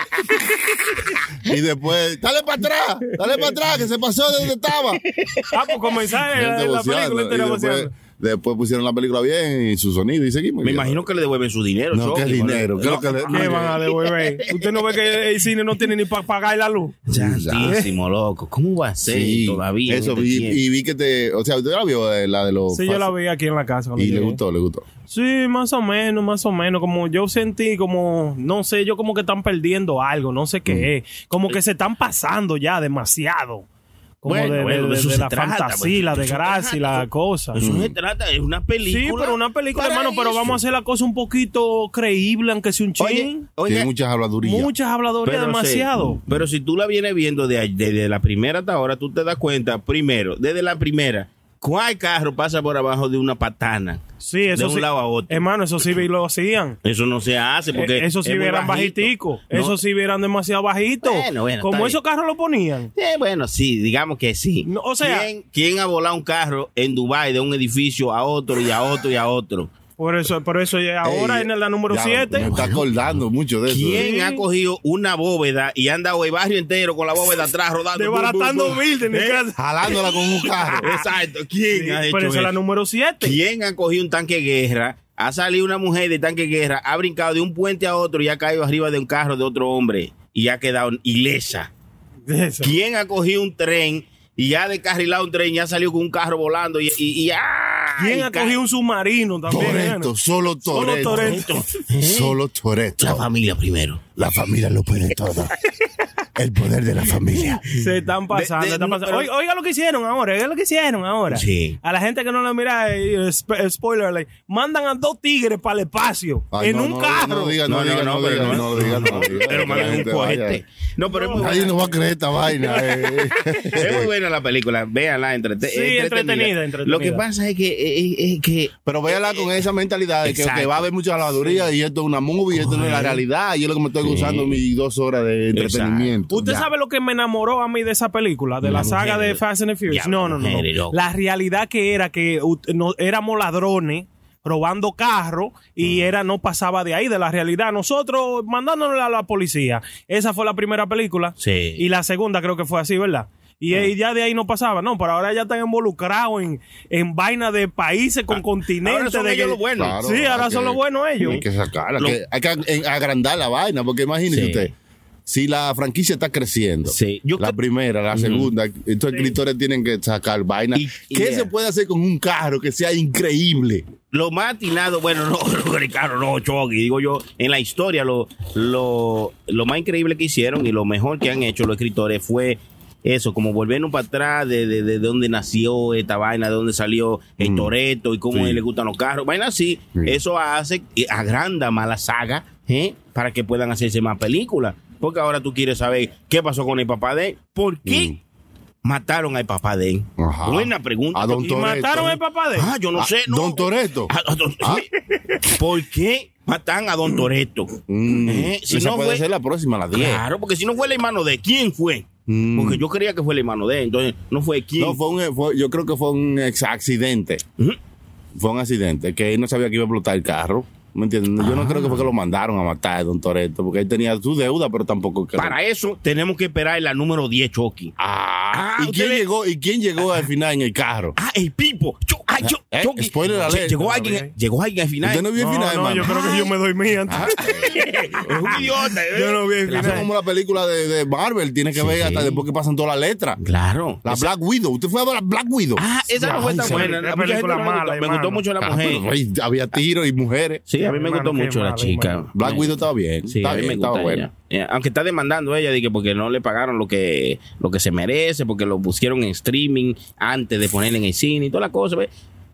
Speaker 1: Y después, dale para atrás, dale para atrás, que se pasó de donde estaba.
Speaker 3: ah, pues comenzar
Speaker 1: Gente
Speaker 3: la, la
Speaker 1: voceando,
Speaker 3: película
Speaker 1: y
Speaker 3: entera
Speaker 1: después,
Speaker 3: voceando.
Speaker 1: después pusieron la película bien y su sonido y seguimos.
Speaker 6: Me imagino que le devuelven su dinero.
Speaker 1: No,
Speaker 6: Chucky,
Speaker 1: qué
Speaker 6: ¿vale?
Speaker 1: dinero. ¿Qué es lo que le-
Speaker 3: ¿Qué van a devolver? ¿Usted no ve que el cine no tiene ni para pagar la luz?
Speaker 6: Santísimo, loco. ¿Cómo va a ser
Speaker 1: Sí,
Speaker 6: todavía? en
Speaker 1: Eso
Speaker 6: este
Speaker 1: vi,
Speaker 6: tiempo?
Speaker 1: y vi que te. O sea, usted la vio eh, la de los.
Speaker 3: Sí, yo la
Speaker 1: fast-
Speaker 3: vi aquí en la casa. cuando
Speaker 1: Y le
Speaker 3: llegué.
Speaker 1: gustó, le gustó.
Speaker 3: Sí, más o menos, más o menos. Como yo sentí, como, no sé, yo como que están perdiendo algo, no sé
Speaker 1: Mm.
Speaker 3: qué es. Como que se están pasando ya demasiado. Como
Speaker 6: Bueno,
Speaker 3: de, de-
Speaker 6: bueno, de
Speaker 3: de-
Speaker 6: eso
Speaker 3: de
Speaker 6: se
Speaker 3: la
Speaker 6: trata,
Speaker 3: fantasía,
Speaker 6: pues,
Speaker 3: la
Speaker 6: de eso se
Speaker 3: desgracia y la
Speaker 6: trata.
Speaker 3: cosa.
Speaker 6: Eso se trata, es una película.
Speaker 3: Sí, pero una película,
Speaker 6: para
Speaker 3: hermano, pero
Speaker 6: eso.
Speaker 3: vamos a hacer la cosa un poquito creíble, aunque sea un
Speaker 6: Oye,
Speaker 3: ching.
Speaker 6: oye,
Speaker 1: Tiene muchas habladurías.
Speaker 3: Muchas habladorías
Speaker 6: pero
Speaker 3: demasiado.
Speaker 6: sí, pero si tú la vienes viendo de ahí- desde la primera hasta ahora, tú te das cuenta, primero, desde la primera, ¿cuál carro pasa por abajo de una patana?
Speaker 3: Sí, eso
Speaker 6: de un
Speaker 3: sí.
Speaker 6: lado a otro.
Speaker 3: Hermano, eso sí vi- lo hacían.
Speaker 6: Eso no se hace porque.
Speaker 3: Eh, eso sí
Speaker 6: es muy
Speaker 3: vieran
Speaker 6: bajito.
Speaker 3: bajiticos.
Speaker 6: No.
Speaker 3: Eso sí vieran demasiado bajito.
Speaker 6: Bueno, bueno, está
Speaker 3: Como
Speaker 6: bien.
Speaker 3: esos carros lo ponían.
Speaker 6: Eh, bueno, sí, digamos que sí.
Speaker 3: No, o sea-
Speaker 6: ¿Quién, quién ha volado un carro en Dubai de un edificio a otro y a otro y a otro?
Speaker 3: Por eso, por eso ya ahora
Speaker 1: Ey,
Speaker 3: en la número
Speaker 1: ya,
Speaker 3: 7.
Speaker 1: Me está acordando mucho de eso.
Speaker 6: ¿Quién
Speaker 3: Sí.
Speaker 6: ha cogido una bóveda y anda el barrio entero con la bóveda atrás rodando? bum, bum,
Speaker 3: Desbaratando
Speaker 6: bum?
Speaker 3: building.
Speaker 6: Eh,
Speaker 1: Jalándola con un carro.
Speaker 6: Exacto. ¿Quién
Speaker 3: Sí,
Speaker 6: ha hecho
Speaker 3: pero esa
Speaker 6: eso?
Speaker 3: es la número [laughs] 7.
Speaker 6: ¿Quién ha cogido un tanque de guerra? Ha salido una mujer de tanque de guerra, ha brincado de un puente a otro y ha caído arriba de un carro de otro hombre y ha quedado ilesa. ¿Quién ha cogido un tren y ha descarrilado un tren y ha salido con un carro volando y, y, y- ¡ah!
Speaker 3: ¿Quién
Speaker 6: Y
Speaker 3: ha
Speaker 6: ca-
Speaker 3: cogido un submarino también? hermano?
Speaker 1: Toreto, solo
Speaker 3: Solo
Speaker 1: Toreto.
Speaker 3: Toretto.
Speaker 6: [laughs] ¿Eh?
Speaker 1: Solo Toreto.
Speaker 6: La familia primero.
Speaker 1: La familia lo puede todo. El poder de la familia.
Speaker 3: Se están pasando,
Speaker 6: De- de-
Speaker 3: se están pasando.
Speaker 6: no,
Speaker 3: Oiga, oiga lo que hicieron ahora, oiga lo que hicieron ahora.
Speaker 6: Sí.
Speaker 3: A la gente que no la mira, eh, sp- spoiler, alert, mandan a dos tigres para el espacio
Speaker 1: Ay,
Speaker 3: en
Speaker 1: no,
Speaker 3: un
Speaker 1: no,
Speaker 3: carro.
Speaker 1: No diga, no diga, no diga,
Speaker 6: pero
Speaker 1: no diga, no diga.
Speaker 6: Pero más
Speaker 1: Que
Speaker 6: bien
Speaker 1: la
Speaker 6: un
Speaker 1: gente vaya.
Speaker 6: cohete. No, pero es muy
Speaker 1: Nadie
Speaker 6: buena.
Speaker 1: nos va a creer esta vaina. eh.
Speaker 6: Es muy buena la película, véanla, entrete-
Speaker 3: Sí,
Speaker 6: entretenida.
Speaker 3: entretenida, entretenida.
Speaker 6: Lo que pasa es que, es- es que
Speaker 1: Pero véala con esa mentalidad de que
Speaker 6: Eh, Exacto.
Speaker 1: ok, va a haber mucha habladuría y esto es una movie, esto no es la realidad. Y es lo que me estoy gozando mis dos horas de entretenimiento.
Speaker 3: Usted
Speaker 1: Ya.
Speaker 3: sabe lo que me enamoró a mí de esa película, de la, saga de
Speaker 6: mujer,
Speaker 3: Fast and the Furious.
Speaker 6: ya,
Speaker 3: No, no, no,
Speaker 6: mujer,
Speaker 3: no.
Speaker 6: loco.
Speaker 3: La realidad que era que ut- no, éramos ladrones robando carros y
Speaker 6: Mm.
Speaker 3: era no pasaba de ahí de la realidad nosotros mandándonos a la policía esa fue la primera película
Speaker 6: Sí. Ah.
Speaker 3: y la segunda creo que fue así verdad y, y ya de ahí no pasaba no pero ahora ya están involucrados en en vaina de países con continentes
Speaker 6: Ah, ahora son
Speaker 3: de
Speaker 6: ellos
Speaker 3: que-
Speaker 6: los buenos.
Speaker 1: Claro,
Speaker 3: sí ahora
Speaker 1: hay
Speaker 3: son
Speaker 1: Ah, que-
Speaker 3: los buenos ellos
Speaker 1: Hay que sacarla,
Speaker 6: Lo-
Speaker 1: que hay que ag- en- agrandar la vaina, porque imagínese
Speaker 6: Sí.
Speaker 1: usted. si la franquicia está creciendo,
Speaker 6: Sí, yo
Speaker 1: la
Speaker 6: cre-
Speaker 1: primera, la segunda, estos escritores tienen que sacar vaina.
Speaker 6: Y- y
Speaker 1: ¿Qué
Speaker 6: yeah.
Speaker 1: se puede hacer con un carro que sea increíble?
Speaker 6: Lo más atinado, bueno, no, [laughs] no, Ricardo, no, Chucky, digo yo, en la historia, lo, lo, lo más increíble que hicieron y lo mejor que han hecho los escritores fue eso, como volvernos para atrás de, de, de dónde nació esta vaina, de dónde salió el Toreto y cómo a él le gustan los carros. Vaina así, eso hace, y agranda más la saga, ¿eh? para que puedan hacerse más películas. Porque ahora tú quieres saber qué pasó con el papá de él, por qué Mm. mataron al papá de él.
Speaker 1: Ajá.
Speaker 6: Buena pregunta.
Speaker 1: A don
Speaker 6: Y
Speaker 1: Toretto.
Speaker 3: ¿Mataron al papá de él?
Speaker 6: Ah, yo no
Speaker 1: Ah,
Speaker 6: sé. No.
Speaker 1: Don Toretto.
Speaker 6: Ah, a don-
Speaker 1: Ah.
Speaker 6: ¿Por qué matan a Don Toreto?
Speaker 1: Mm,
Speaker 6: Eh, si
Speaker 1: esa
Speaker 6: no
Speaker 1: puede
Speaker 6: fue-
Speaker 1: ser la próxima, la 10.
Speaker 6: Claro, porque si no fue el hermano de quién fue.
Speaker 1: Mm.
Speaker 6: Porque yo creía que fue el hermano de él, entonces no fue quién.
Speaker 1: No, fue un, e, fue- yo creo que fue un ex- accidente.
Speaker 6: Ujú.
Speaker 1: Fue un accidente, que él no sabía que iba a explotar el carro. ¿Me entiendes? Yo no creo que fue que lo mandaron a matar a Don Toreto, porque él tenía su deuda, pero tampoco... creo-
Speaker 6: Para eso tenemos que esperar la número 10, Chucky.
Speaker 1: Ah,
Speaker 6: Ah,
Speaker 1: ¿y, quién
Speaker 6: ustedes-
Speaker 1: llegó, ¿Y quién llegó al final en el carro?
Speaker 6: Ah, el Pipo. Chu- ah, yo-
Speaker 1: Eh,
Speaker 6: Chucky.
Speaker 1: spoiler alert.
Speaker 6: Llegó
Speaker 3: Ah,
Speaker 6: alguien, llegó alguien al final.
Speaker 1: Usted no vio el final,
Speaker 3: no,
Speaker 1: hermano.
Speaker 3: yo creo que yo me doy mía. antes.
Speaker 6: Es Ah, un idiota. ¿eh?
Speaker 3: Yo no vi el
Speaker 1: [laughs] Eso es
Speaker 3: final.
Speaker 1: como la película de, de Marvel, tiene que ver hasta después que pasan todas las letras.
Speaker 6: Claro.
Speaker 1: La
Speaker 6: Esa-
Speaker 1: Black Widow, usted fue a ver la Black Widow.
Speaker 6: Ah, esa no fue tan
Speaker 3: Ay,
Speaker 6: buena.
Speaker 3: esa
Speaker 6: A mucha gente
Speaker 3: película
Speaker 6: no le gustó.
Speaker 3: mala,
Speaker 6: Me gustó
Speaker 3: hermano.
Speaker 6: mucho la
Speaker 1: Ah, pero,
Speaker 6: mujer.
Speaker 1: ey, había tiros y mujeres.
Speaker 6: Sí, a mí me
Speaker 3: Hermano,
Speaker 6: gustó
Speaker 3: qué
Speaker 6: mucho la
Speaker 3: mala,
Speaker 6: chica.
Speaker 3: hermano.
Speaker 1: Black
Speaker 6: Bueno.
Speaker 1: Widow estaba bien.
Speaker 6: Sí,
Speaker 1: está
Speaker 6: a mí
Speaker 1: bien,
Speaker 6: me
Speaker 1: estaba
Speaker 6: gusta
Speaker 1: buena.
Speaker 6: ella. Eh, Aunque está demandando ella de que porque no le pagaron lo que, lo que se merece, porque lo pusieron en streaming antes de poner en el cine y toda la cosa. ¿ves?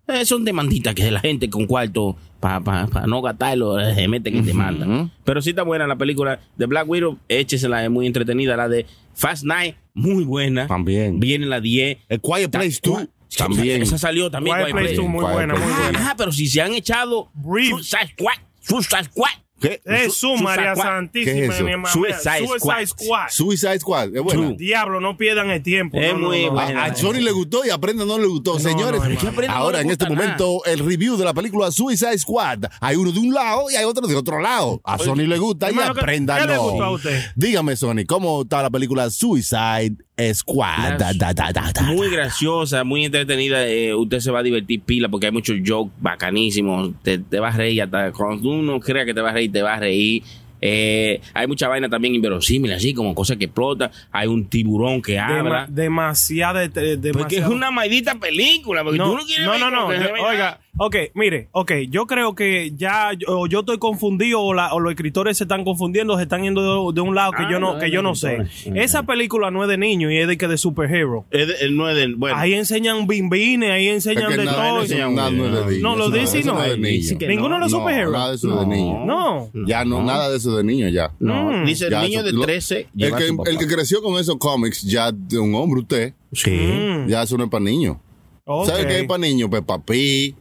Speaker 6: Eh, son demanditas que la gente con cuarto para no gastarlo eh, se meten en demanda. Pero sí está buena la película de Black Widow, échesela, es muy entretenida. La de Fast Night, muy buena.
Speaker 1: También.
Speaker 6: Viene la 10.
Speaker 1: El Quiet Place 2 también.
Speaker 6: Esa salió también.
Speaker 3: Quiet Place 2, muy
Speaker 1: Quiet
Speaker 3: buena,
Speaker 1: Place.
Speaker 3: muy
Speaker 6: Ah,
Speaker 3: buena.
Speaker 6: ah, pero si se han echado
Speaker 3: Breathe.
Speaker 6: Suicide Squad, Suicide Squad.
Speaker 1: ¿Qué?
Speaker 3: Es su
Speaker 6: Suicide
Speaker 3: María
Speaker 6: Squad.
Speaker 3: Santísima,
Speaker 1: ¿Qué es eso?
Speaker 3: mi hermano.
Speaker 6: Suicide Squad.
Speaker 3: Squad.
Speaker 1: Suicide Squad, es buena.
Speaker 6: True.
Speaker 3: Diablo, no pierdan el tiempo.
Speaker 6: Es
Speaker 3: No, no,
Speaker 6: muy
Speaker 3: no, no.
Speaker 6: buena.
Speaker 1: A, a Sony le gustó y a Prenda no le gustó. Señores,
Speaker 3: no, hermano.
Speaker 6: Prenda no
Speaker 1: ahora
Speaker 6: le
Speaker 1: en
Speaker 6: gusta
Speaker 1: este momento el review de la película Suicide Squad. Hay uno de un lado y hay otro de otro lado. A Sony le gusta y a
Speaker 3: hermano, ¿qué-
Speaker 1: Prenda
Speaker 3: qué
Speaker 1: no.
Speaker 3: le gustó a usted?
Speaker 1: Dígame, Sony, ¿cómo está la película Suicide Squad?
Speaker 6: La-
Speaker 1: Da, da, da, da, da.
Speaker 6: Muy graciosa, muy entretenida. eh, usted se va a divertir pila porque hay muchos jokes bacanísimos. Te, te vas a reír hasta cuando tú no creas que te vas a reír, te vas a reír. Eh, hay mucha vaina también inverosímil, así como cosas que explotan. Hay un tiburón que
Speaker 3: Dema-
Speaker 6: habla.
Speaker 3: demasiada. de- de-
Speaker 6: porque Ah, es
Speaker 3: demasiado.
Speaker 6: una maldita película. Porque tú
Speaker 3: No,
Speaker 6: no quieres
Speaker 3: no,
Speaker 6: ver
Speaker 3: no, no.
Speaker 6: como que se ve-
Speaker 3: Oiga, ok, mire, ok, yo creo que ya yo- o yo estoy confundido o, la- o los escritores se están confundiendo, se están yendo de, de un lado que
Speaker 6: Ah,
Speaker 3: yo no,
Speaker 6: no,
Speaker 3: que yo
Speaker 6: no,
Speaker 3: no sé.
Speaker 6: no.
Speaker 3: Esa película no es de niño y es de que de superhero.
Speaker 6: Es de- el no es del- bueno.
Speaker 3: Ahí enseñan bimbines, ahí enseñan
Speaker 1: Es que
Speaker 3: de
Speaker 1: nada,
Speaker 3: todo.
Speaker 1: no
Speaker 6: enseñan
Speaker 1: nada, no es de
Speaker 6: No,
Speaker 1: niño.
Speaker 3: lo
Speaker 1: Eso
Speaker 3: dice y
Speaker 1: eso
Speaker 3: no.
Speaker 1: es de
Speaker 6: Ahí
Speaker 1: niño.
Speaker 6: dice que
Speaker 3: Ninguno de los
Speaker 1: No,
Speaker 3: superhéroes.
Speaker 1: Nada de eso de niño.
Speaker 3: No.
Speaker 1: Ya no, nada de eso de niño ya.
Speaker 6: No, dice el
Speaker 1: Ya
Speaker 6: niño
Speaker 1: eso-
Speaker 6: de
Speaker 1: lo-
Speaker 6: 13.
Speaker 1: El
Speaker 6: lleva a
Speaker 1: que,
Speaker 6: su papá.
Speaker 1: el que creció con esos cómics, ya de un hombre usted,
Speaker 6: Sí.
Speaker 3: Mm,
Speaker 1: ya eso no es para niños.
Speaker 3: ok.
Speaker 1: ¿Sabe qué es para niños? Peppa Pig,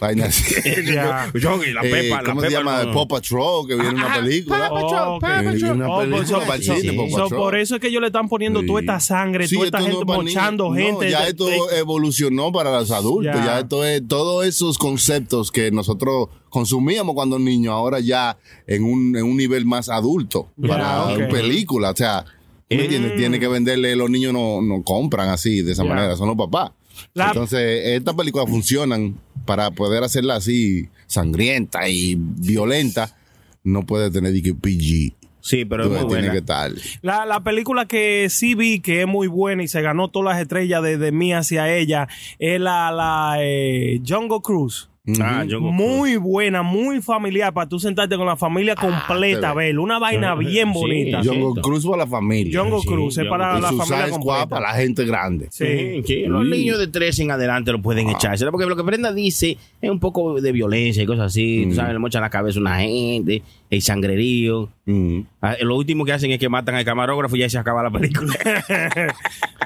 Speaker 1: vaina así.
Speaker 3: Ya.
Speaker 6: Yogi, la
Speaker 1: Eh,
Speaker 6: pepa, la
Speaker 1: ¿Cómo se
Speaker 6: Pepa,
Speaker 1: llama?
Speaker 6: no.
Speaker 1: Paw Patrol, que viene una película.
Speaker 3: Paw Patrol,
Speaker 1: Ok,
Speaker 3: Paw
Speaker 1: viene una
Speaker 3: Oh, pues,
Speaker 1: película
Speaker 3: so-
Speaker 1: para el cine,
Speaker 6: sí.
Speaker 1: Paw
Speaker 3: so,
Speaker 1: Patrol.
Speaker 3: por eso es que ellos le están poniendo toda esta sangre,
Speaker 1: Sí,
Speaker 3: toda esta
Speaker 1: esto no
Speaker 3: gente
Speaker 1: es para niños.
Speaker 3: mochando
Speaker 1: No,
Speaker 3: gente.
Speaker 1: ya
Speaker 3: de-
Speaker 1: esto
Speaker 3: de-
Speaker 1: evolucionó para los adultos.
Speaker 3: Ya.
Speaker 1: Ya. esto es todos esos conceptos que nosotros consumíamos cuando niños, ahora ya en un, en un nivel más adulto para
Speaker 3: ok. Mm.
Speaker 1: una película. O sea, ¿tú me entiendes? Tiene que venderle, los niños no, no compran así, de esa
Speaker 3: Ya.
Speaker 1: manera, son los papás.
Speaker 3: La-
Speaker 1: Entonces, estas películas funcionan para poder hacerla así sangrienta y violenta. No puede tener de que PG.
Speaker 6: Sí, pero es muy
Speaker 1: Tiene
Speaker 6: buena.
Speaker 1: que estar.
Speaker 3: La, la película que sí vi que es muy buena y se ganó todas las estrellas de, de mí hacia ella es la, la eh, Jungle Cruise.
Speaker 6: Ah, yo
Speaker 3: Muy buena, muy familiar para tú sentarte con la familia completa,
Speaker 1: Ah, te
Speaker 3: Bel. Una vaina bien
Speaker 6: sí.
Speaker 3: bonita.
Speaker 6: Yo-
Speaker 1: Jungle
Speaker 6: Cierto.
Speaker 1: Cruise para la familia.
Speaker 3: Jungle
Speaker 6: sí,
Speaker 3: Cruise es
Speaker 6: Jungle
Speaker 3: para
Speaker 1: Y
Speaker 3: la
Speaker 1: Suicide
Speaker 3: familia
Speaker 1: Squad
Speaker 3: completa.
Speaker 1: para la gente grande.
Speaker 3: Sí.
Speaker 6: Sí, Eh, los niños de 13 en adelante lo
Speaker 1: Ah.
Speaker 6: pueden echarse. Porque lo que Brenda dice es un poco de violencia y cosas así. Tú sabes, le mochan la cabeza a una gente, el sangrerío.
Speaker 1: Mm.
Speaker 6: Ah, Lo último que hacen es que matan al camarógrafo y ya se acaba la película.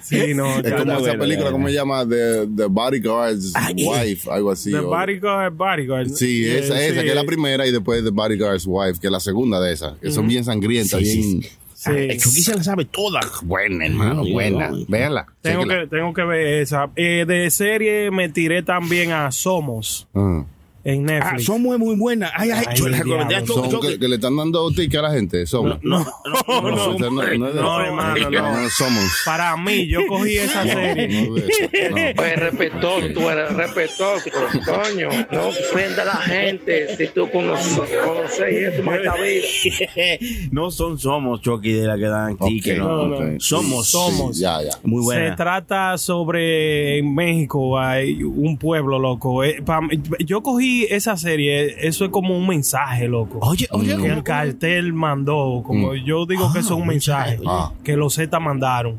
Speaker 3: Sí, no.
Speaker 1: Es
Speaker 3: ya.
Speaker 1: como
Speaker 6: está
Speaker 1: esa
Speaker 6: bueno,
Speaker 1: película,
Speaker 6: ya,
Speaker 1: ¿cómo se llama? The, The Bodyguard's
Speaker 6: Ah, eh.
Speaker 1: Wife, algo así.
Speaker 3: The
Speaker 1: o-
Speaker 3: Bodyguard, Bodyguard.
Speaker 1: Sí, esa,
Speaker 3: Eh,
Speaker 1: esa,
Speaker 3: sí.
Speaker 1: que es la primera, y después The Bodyguard's Wife, que es la segunda de esas, que son bien sangrientas,
Speaker 6: Sí, sí,
Speaker 1: bien...
Speaker 3: Sí.
Speaker 6: El Ah, Chucky se la sabe toda.
Speaker 1: Ah,
Speaker 6: Buena,
Speaker 1: Hermano, buena, véanla.
Speaker 3: Tengo
Speaker 1: Chéquela.
Speaker 3: que, tengo que ver esa. Eh, de serie me tiré también a Somos.
Speaker 1: Ah.
Speaker 3: en
Speaker 6: Ah,
Speaker 3: Netflix.
Speaker 6: son muy, muy buenas. Ay, ay,
Speaker 3: Ay,
Speaker 6: yo la-
Speaker 3: diablo,
Speaker 6: ya, yo-
Speaker 1: Son
Speaker 6: yo-
Speaker 1: que, que le están dando ticket a la gente. Somos.
Speaker 6: No, no,
Speaker 1: No,
Speaker 6: no,
Speaker 1: o sea, no, no es de-
Speaker 3: No, hermano, no.
Speaker 1: somos.
Speaker 3: Para mí, yo cogí esa serie.
Speaker 1: No, de- no.
Speaker 9: Pues respetón, tú eres respetón, coño. No ofenda a la gente si tú conoces, conoces eso, más
Speaker 6: [laughs] no son somos Chucky de la que dan ticket.
Speaker 1: Ok,
Speaker 6: no.
Speaker 1: ok.
Speaker 6: Somos,
Speaker 1: Sí,
Speaker 6: somos.
Speaker 1: Ya, ya.
Speaker 6: Muy
Speaker 3: Se
Speaker 6: buena.
Speaker 3: trata sobre en México, hay un pueblo, loco. Eh, pa- yo cogí esa serie, eso es como un mensaje, loco.
Speaker 6: Oye, oye,
Speaker 3: que
Speaker 6: ¿cómo-
Speaker 3: el cartel mandó, como yo digo que eso es un mensaje
Speaker 1: Ah.
Speaker 3: que los Z mandaron.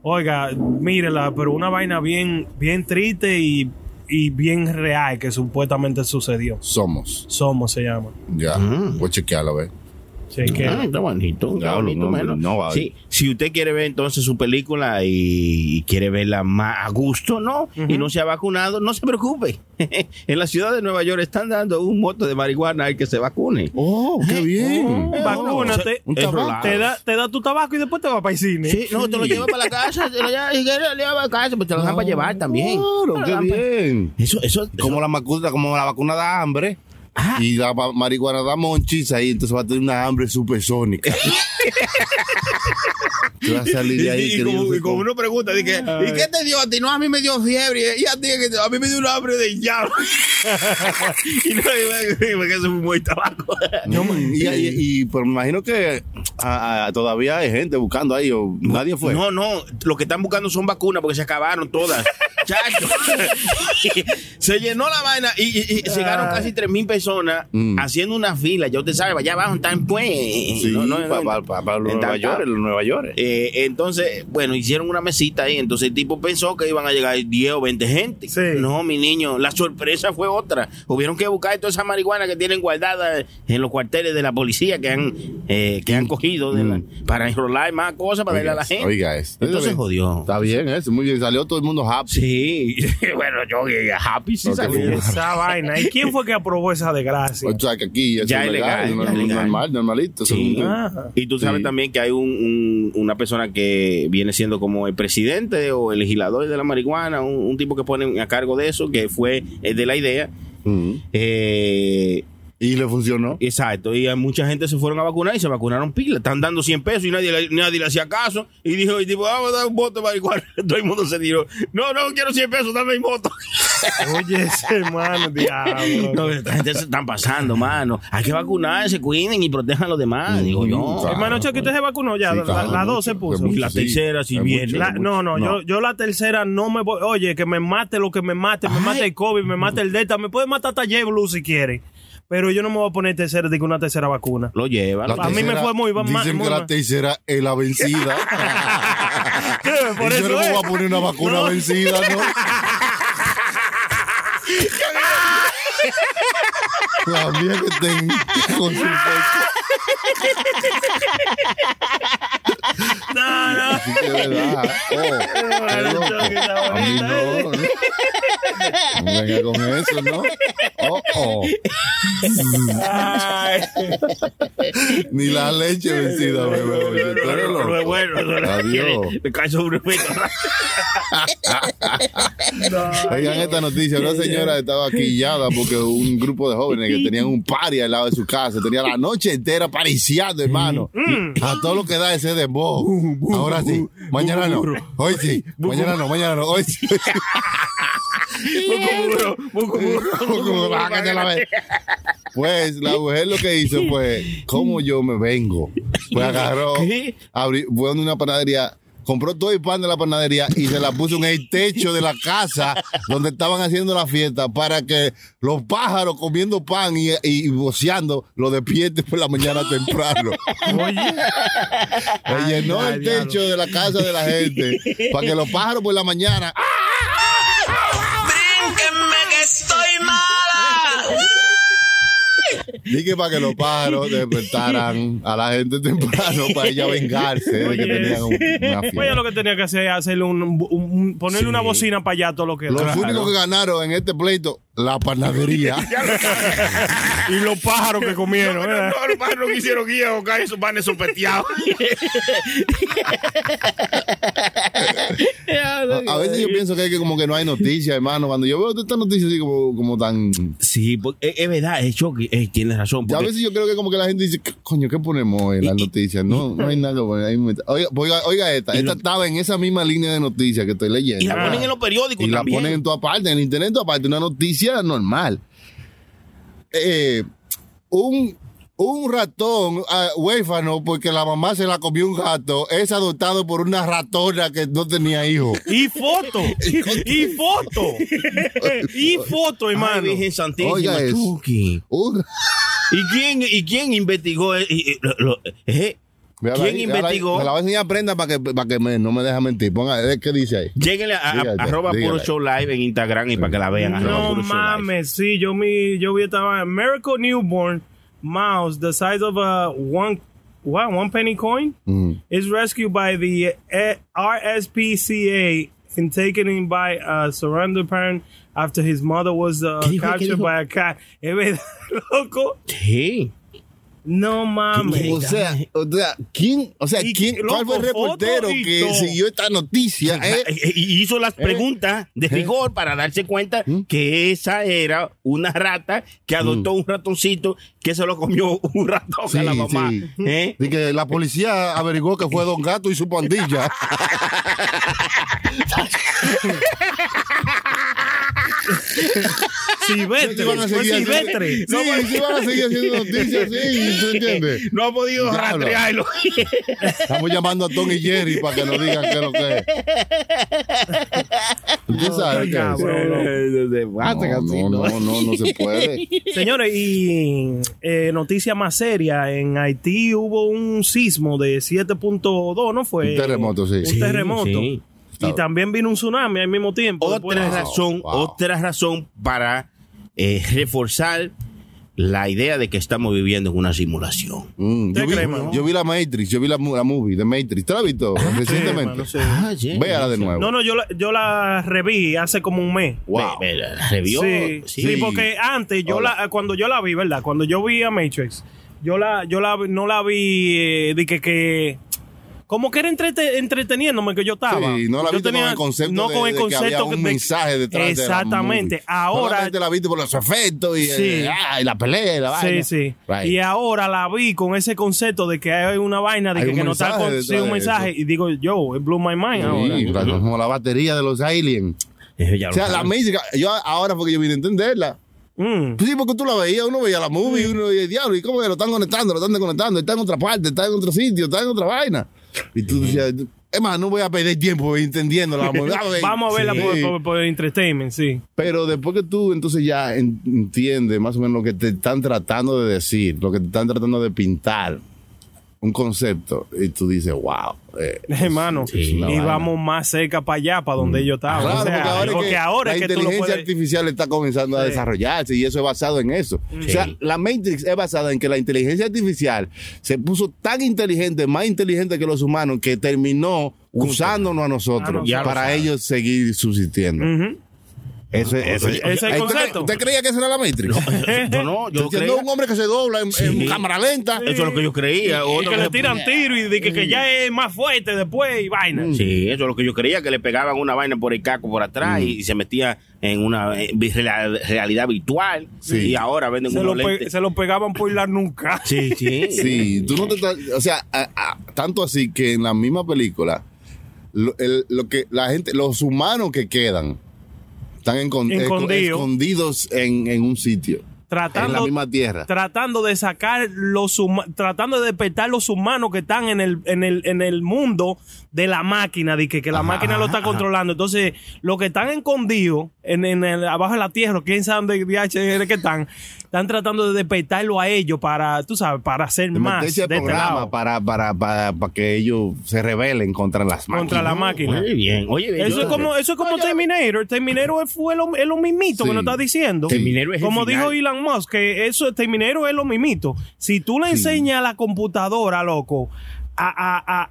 Speaker 3: Oiga, mírela, pero una vaina bien, bien triste y, y bien real que supuestamente sucedió.
Speaker 1: Somos.
Speaker 3: Somos se llama.
Speaker 1: Ya.
Speaker 2: Mm.
Speaker 1: Pues, Voy a chequearlo, a ver.
Speaker 3: Sí, que-
Speaker 6: Ah, está bonito. está
Speaker 1: Diablo,
Speaker 6: bonito,
Speaker 1: no,
Speaker 6: mano.
Speaker 1: no va.
Speaker 6: Sí, si usted quiere ver entonces su película y, y quiere verla más a gusto, ¿no? Y no se ha vacunado, no se preocupe. [laughs] en la ciudad de Nueva York están dando un moto de marihuana al que se vacune. Eh,
Speaker 1: Oh, qué bien.
Speaker 3: Vacúnate,
Speaker 6: Un tabaco.
Speaker 3: te da, te da tu tabaco y después te vas para el cine.
Speaker 6: Sí, no, te lo lleva para la casa, te lo lleva, y que lo lleva para la casa, pero te lo dan para llevar también.
Speaker 1: Claro, qué bien.
Speaker 6: Eso, eso,
Speaker 2: Como la, macuta, como la vacuna da hambre.
Speaker 6: Ah.
Speaker 1: Y la ma- marihuana da monchis ahí, entonces va a tener una
Speaker 6: [laughs]
Speaker 1: hambre supersónica. Tú vas a salir de ahí
Speaker 6: y, como,
Speaker 1: queriendo-
Speaker 6: y como uno pregunta, dije, ¿y qué te dio a ti? No, a mí me dio fiebre. Y a ti, que te- a mí me dio un hambre de diablo. y no, y- y- porque eso fumó el tabaco.
Speaker 1: No, man.
Speaker 6: eh.
Speaker 1: y, y- y- pero me imagino que ah, ah, todavía hay gente buscando ahí, o nadie fue.
Speaker 6: No, no, lo que están buscando son vacunas porque se acabaron todas. Chacho. se llenó la vaina y, y- y llegaron casi 3 mil personas
Speaker 1: Mm.
Speaker 6: haciendo una fila. Ya usted sabe, allá abajo están pues.
Speaker 1: Sí,
Speaker 6: no, no, no,
Speaker 1: pa- pa- pa- para los
Speaker 6: en
Speaker 1: Nueva
Speaker 6: Downtown.
Speaker 1: York, los Nueva York.
Speaker 6: Eh, entonces, bueno, hicieron una mesita ahí. Entonces el tipo pensó que iban a llegar 10 o 20 gente.
Speaker 3: Sí.
Speaker 6: No, mi niño, la sorpresa fue otra. Hubieron que buscar toda esa marihuana que tienen guardada en los cuarteles de la policía que han, eh, que han cogido de la- para enrolar más cosas para darle a la gente.
Speaker 1: Oiga este, eso.
Speaker 6: Entonces
Speaker 1: Está bien.
Speaker 6: jodió.
Speaker 1: Está bien eso, muy bien. Salió todo el mundo happy.
Speaker 6: Sí, [laughs] bueno, yo eh, happy sí
Speaker 1: Ok,
Speaker 6: salió.
Speaker 1: bien.
Speaker 3: [laughs] Esa vaina. ¿Y quién fue que aprobó esa desgracia?
Speaker 1: O sea Pues, que aquí eso
Speaker 6: Ya
Speaker 1: es
Speaker 6: es
Speaker 1: legal,
Speaker 6: legal,
Speaker 1: no-
Speaker 6: ya es
Speaker 1: no-
Speaker 6: legal.
Speaker 1: normal, normalito. eso
Speaker 6: Sí.
Speaker 1: es un-
Speaker 3: Ah.
Speaker 6: Y tú sabes
Speaker 1: Sí.
Speaker 6: también que hay un, un- una persona que viene siendo como el presidente o el legislador de la marihuana, un, un tipo que ponen a cargo de eso, que fue el de la idea.
Speaker 1: Ujú.
Speaker 6: Eh,
Speaker 1: Y le funcionó.
Speaker 6: exacto, y a mucha gente se fueron a vacunar y se vacunaron pila. Están dando 100 pesos y nadie, le- nadie le hacía caso. Y dijo, el tipo, vamos a dar un voto de marihuana. [laughs] Todo el mundo se tiró. No, no, quiero 100 pesos, dame mi
Speaker 1: [laughs]
Speaker 6: voto.
Speaker 3: Oye, ese hermano, diablo.
Speaker 6: No, esta gente se están pasando, mano. Hay que vacunarse, cuiden y protejan a los demás. Digo yo.
Speaker 1: Mm. Claro,
Speaker 3: hermano Chucky, usted se vacunó ya.
Speaker 1: Sí,
Speaker 3: la,
Speaker 1: claro,
Speaker 3: la dos
Speaker 1: mucho,
Speaker 3: se puso.
Speaker 1: mucho,
Speaker 6: Y la tercera, si
Speaker 1: es
Speaker 6: viene.
Speaker 1: mucho,
Speaker 6: sí,
Speaker 3: La-
Speaker 1: es mucho.
Speaker 3: no, no, Yo, yo la tercera no me voy. Oye, que me mate lo que me mate. Me mate el COVID, me mate el Delta. Me puede matar hasta J Blue si quiere. Pero yo no me voy a poner tercera, digo una tercera vacuna.
Speaker 6: Lo llevan.
Speaker 1: La
Speaker 6: lo
Speaker 3: A mí me
Speaker 1: tercera-
Speaker 3: fue muy ba- ma-
Speaker 1: Dicen
Speaker 3: muy
Speaker 1: que la
Speaker 3: mal.
Speaker 1: tercera es la
Speaker 3: [laughs]
Speaker 1: vencida.
Speaker 3: Por
Speaker 1: Y [laughs] yo
Speaker 3: eso
Speaker 1: no me
Speaker 3: es.
Speaker 1: voy a poner una vacuna
Speaker 3: No.
Speaker 1: vencida,
Speaker 6: [laughs]
Speaker 1: ¿no? La mía
Speaker 3: [laughs]
Speaker 1: que tengo con su pecho.
Speaker 3: [laughs] No, no.
Speaker 1: Así que, ¿verdad? Oh, qué
Speaker 3: Bueno, Chucky, está
Speaker 1: loco. A mí
Speaker 3: bonita, ¿eh?
Speaker 1: no. No venga con eso, ¿no? Oh, oh.
Speaker 6: [laughs]
Speaker 1: [laughs] Ni la leche vencida, bebé. Oye, tú eres loco.
Speaker 6: Pero bueno, no, no,
Speaker 1: Adiós.
Speaker 6: Me cae sobre un
Speaker 1: [laughs]
Speaker 6: pecho.
Speaker 1: Oigan esta noticia, una señora estaba quillada porque un grupo de jóvenes que tenían un party al lado de su casa, tenía la noche entera pariciando, hermano. A todo lo que da ese dembow. Ahora sí, mañana no, hoy sí, mañana no, mañana no, hoy sí. Bájate la vez. Pues la mujer lo que hizo fue, ¿cómo yo me vengo? Pues agarró,
Speaker 6: ¿Qué?
Speaker 1: abri- fue a una panadería, compró todo el pan de la panadería y se la puso en el techo de la casa donde estaban haciendo la fiesta para que los pájaros comiendo pan y, y boceando lo despierten por la mañana temprano. Le llenó el techo de la casa de la gente para que los pájaros por la mañana Dije para que los pájaros despertaran a la gente temprano para ella vengarse de que
Speaker 3: Oye.
Speaker 1: tenían un- una
Speaker 3: Pues ya
Speaker 1: fiesta.
Speaker 3: lo que tenía que hacer es hacerle un, un- un- ponerle una bocina para allá todo lo que
Speaker 1: Los
Speaker 3: da. [laughs]
Speaker 1: únicos que ganaron en este pleito, la panadería.
Speaker 3: Y los pájaros que
Speaker 1: [laughs]
Speaker 3: comieron. eh. ¿verdad?
Speaker 10: los pájaros que hicieron guía o caen esos panes sopeteados.
Speaker 1: A, a veces yo pienso que, es que como que no hay noticias, hermano. Cuando yo veo todas estas noticias así como, como tan...
Speaker 6: Sí, porque es, es verdad, es choque, eh, tienes razón.
Speaker 1: Ya a
Speaker 6: porque-
Speaker 1: veces yo creo que como que la gente dice, "¿Qué coño, ¿qué ponemos hoy en las noticias? No, no hay nada. bueno, ahí me- Oiga, oiga, oiga esta, esta estaba en esa misma línea de noticias que estoy leyendo. Ah,
Speaker 6: y la ponen en los periódicos
Speaker 1: Y la
Speaker 6: también.
Speaker 1: ponen en toda parte, en el internet en toda parte, una noticia normal. Eh, un, un ratón ah, huérfano, porque la mamá se la comió un gato, es adoptado por una ratona que no tenía hijos.
Speaker 3: Y
Speaker 1: [laughs]
Speaker 3: foto. y foto. y foto,
Speaker 6: Ay,
Speaker 3: hermano.
Speaker 6: Virgen Santísima,
Speaker 1: Oiga eso.
Speaker 6: Chucky.
Speaker 1: Un-
Speaker 6: ¿Y quién, ¿Y quién investigó? eh, y- y- lo- lo- eh?
Speaker 1: Véala
Speaker 6: ¿Quién
Speaker 1: ahí, véala ahí.
Speaker 6: investigó?
Speaker 1: Me la voy a enseñar prenda para que, para que me- no me deja mentir. Ponga, eh, ¿qué dice ahí?
Speaker 6: Lléguenle a, a-
Speaker 1: Dígate,
Speaker 6: arroba puro
Speaker 1: dígate.
Speaker 6: show live en Instagram y para que la vean. arroba
Speaker 3: No
Speaker 6: puro show live.
Speaker 3: mames, sí, yo mi, yo vi estaba Miracle Newborn mouse the size of a one what, one penny coin
Speaker 1: Mm.
Speaker 3: is rescued by the eh, RSPCA and taken in by a surrender parent after his mother was uh,
Speaker 6: ¿Qué dijo? ¿Qué
Speaker 3: captured
Speaker 6: dijo?
Speaker 3: by a cat. Es verdad, [laughs] loco.
Speaker 6: Sí.
Speaker 3: No mames.
Speaker 1: O sea, o sea, ¿quién, o sea,
Speaker 3: Y,
Speaker 1: ¿quién, cuál fue el
Speaker 3: loco,
Speaker 1: reportero
Speaker 3: foto y
Speaker 1: que
Speaker 3: todo.
Speaker 1: siguió esta noticia? eh? ¿Mm?
Speaker 6: Eh, eh, Y hizo las preguntas de rigor para darse cuenta que esa era una rata que adoptó un ratoncito que se lo comió un ratón
Speaker 1: Sí,
Speaker 6: a la mamá.
Speaker 1: sí.
Speaker 6: ¿Eh?
Speaker 1: Y que la policía averiguó que fue Don Gato y su
Speaker 3: [laughs]
Speaker 1: pandilla.
Speaker 10: Pues,
Speaker 3: Silvestre,
Speaker 1: Iban
Speaker 3: fue
Speaker 1: a seguir haciendo-
Speaker 3: Silvestre.
Speaker 1: Sí, sí van a seguir haciendo noticias, sí,
Speaker 3: [laughs]
Speaker 1: ¿tú entiendes?
Speaker 10: No ha podido
Speaker 1: Diablo.
Speaker 10: rastrearlo.
Speaker 1: Estamos llamando a Tom y Jerry para que nos digan qué es lo que es. ¿Tú sabes qué es?
Speaker 3: Cabrón. Ah,
Speaker 1: No, Ah, no, no, no, no
Speaker 3: [laughs]
Speaker 1: se puede.
Speaker 3: Señores, y eh, noticia más seria, en Haití hubo un sismo de 7.2, ¿no fue?
Speaker 1: Un terremoto, sí.
Speaker 3: Un
Speaker 1: Sí,
Speaker 3: terremoto.
Speaker 6: sí.
Speaker 3: Y también vino un tsunami al mismo tiempo.
Speaker 10: Pues,
Speaker 3: después de
Speaker 6: otra
Speaker 3: eso.
Speaker 6: razón,
Speaker 1: wow.
Speaker 6: otra razón para eh, reforzar la idea de que estamos viviendo en una simulación.
Speaker 1: Mm,
Speaker 3: ¿Te
Speaker 1: yo, vi,
Speaker 3: crees, mano?
Speaker 1: yo vi la Matrix, yo vi la, mu- la movie de Matrix. ¿Te la has visto recientemente?
Speaker 3: hermano, Ah, sí.
Speaker 6: Ah, sí.
Speaker 1: Véala de nuevo.
Speaker 3: No, no, yo la, yo la reví hace como un mes.
Speaker 1: Wow.
Speaker 6: Ve- ve- la revió.
Speaker 3: Sí,
Speaker 6: Sí.
Speaker 3: sí, porque antes, yo la, cuando yo la vi, ¿verdad? Cuando yo vi a Matrix, yo la, yo la, no la vi eh, de que, que como que era entrete- entreteniéndome que yo estaba.
Speaker 1: Sí, no la
Speaker 3: Yo
Speaker 1: viste con el concepto
Speaker 3: no
Speaker 1: de,
Speaker 3: con el
Speaker 1: de que había
Speaker 3: concepto
Speaker 1: un
Speaker 3: que- de-
Speaker 1: mensaje detrás de la
Speaker 3: Exactamente.
Speaker 1: movie.
Speaker 3: Ahora,
Speaker 1: Solamente la viste por los efectos y,
Speaker 3: Sí.
Speaker 1: eh, ah, y la pelea y la vaina.
Speaker 3: Sí, sí.
Speaker 1: Right.
Speaker 3: Y ahora la vi con ese concepto de que hay una vaina de
Speaker 1: Hay
Speaker 3: que,
Speaker 1: un
Speaker 3: que no está
Speaker 1: mensaje
Speaker 3: con,
Speaker 1: detrás
Speaker 3: sí, un
Speaker 1: de
Speaker 3: mensaje.
Speaker 1: eso.
Speaker 3: Y digo, yo, it blew my mind ahora.
Speaker 1: Sí, claro, como la batería de los aliens.
Speaker 6: Eh, ya
Speaker 1: O
Speaker 6: lo
Speaker 1: sea, la
Speaker 6: saben.
Speaker 1: música, yo ahora porque yo vine a entenderla.
Speaker 3: Mm.
Speaker 1: Pues sí, porque tú la veías, uno veía la movie, uno veía el diablo, y cómo que lo están conectando, lo están desconectando, está en otra parte, está en otro sitio, está en otra vaina. Y tú decías, es más, no voy a perder tiempo entendiendo la movie.
Speaker 3: [laughs] Vamos a verla
Speaker 1: Sí.
Speaker 3: por, por- por el entertainment, sí.
Speaker 1: Pero después que tú entonces ya en- entiendes más o menos lo que te están tratando de decir, lo que te están tratando de pintar, un concepto, y tú dices, wow. eh,
Speaker 3: [laughs] Hermano,
Speaker 1: es una
Speaker 3: y
Speaker 1: vaina. Mm.
Speaker 3: vamos más cerca para allá, para donde yo estaba.
Speaker 1: Claro,
Speaker 3: Ah, O sea,
Speaker 1: porque ahora, es
Speaker 3: porque
Speaker 1: que
Speaker 3: ahora
Speaker 1: la
Speaker 3: es que tú lo
Speaker 1: inteligencia
Speaker 3: puedes.
Speaker 1: artificial está comenzando a
Speaker 3: Sí.
Speaker 1: desarrollarse y eso es basado en eso. O sea, la Matrix es basada en que la inteligencia artificial se puso tan inteligente, más inteligente que los humanos, que terminó usándonos a nosotros
Speaker 3: Ya lo
Speaker 1: para ellos seguir subsistiendo.
Speaker 3: Ujú.
Speaker 1: Eso es- eso
Speaker 3: Ese es el
Speaker 1: ¿Usted cre-
Speaker 3: concepto.
Speaker 1: ¿Usted creía que esa era la Matrix?
Speaker 6: Yo [laughs] no, yo
Speaker 1: Siendo
Speaker 6: creía-
Speaker 1: un hombre que se dobla en, en
Speaker 6: Sí.
Speaker 1: cámara lenta.
Speaker 6: Eso es lo que yo creía.
Speaker 3: Y
Speaker 6: otro
Speaker 3: que
Speaker 6: que
Speaker 3: le
Speaker 6: se-
Speaker 3: tiran tiro y de que,
Speaker 1: Mm.
Speaker 3: que ya es más fuerte después y vaina.
Speaker 6: Sí, eso es lo que yo creía, que le pegaban una vaina por el caco por atrás
Speaker 1: Mm.
Speaker 6: y, se metía en una eh, vi- real- realidad virtual. Y ahora venden
Speaker 3: Se,
Speaker 6: unos
Speaker 3: lo pe-
Speaker 6: lentes.
Speaker 3: se lo pegaban por la nuca.
Speaker 6: Sí, sí.
Speaker 1: [laughs] Sí, tú no te estás- o sea, a- a- tanto así que en la misma película lo, el- lo que la gente, los humanos que quedan están encon- esco-
Speaker 3: Escondido.
Speaker 1: escondidos en, en un sitio,
Speaker 3: tratando,
Speaker 1: en la misma tierra.
Speaker 3: tratando de sacar los huma- tratando de despertar los humanos que están en el, en el, en el mundo de la máquina, de que, que la máquina lo está controlando. Entonces, los que están escondidos en, en el- abajo de la tierra, quién sabe dónde DH es que están, están tratando de despertarlo a ellos para, tú sabes, para hacer
Speaker 1: De
Speaker 3: más de
Speaker 1: meterse
Speaker 3: este
Speaker 1: al programa
Speaker 3: lado
Speaker 1: para, para, para, para que ellos se rebelen contra las
Speaker 3: contra la
Speaker 1: máquinas.
Speaker 3: máquina.
Speaker 6: Oye, bien. Oye, bien.
Speaker 3: Eso
Speaker 6: yo-
Speaker 3: es como, eso es como Terminator. Terminator fue lo, es lo mismito
Speaker 1: Sí.
Speaker 3: que nos está diciendo.
Speaker 6: Terminator es el
Speaker 3: como
Speaker 6: final.
Speaker 3: dijo Elon Musk, que eso Terminator es lo mismito. Si tú le enseñas a la computadora, loco, a, a, a,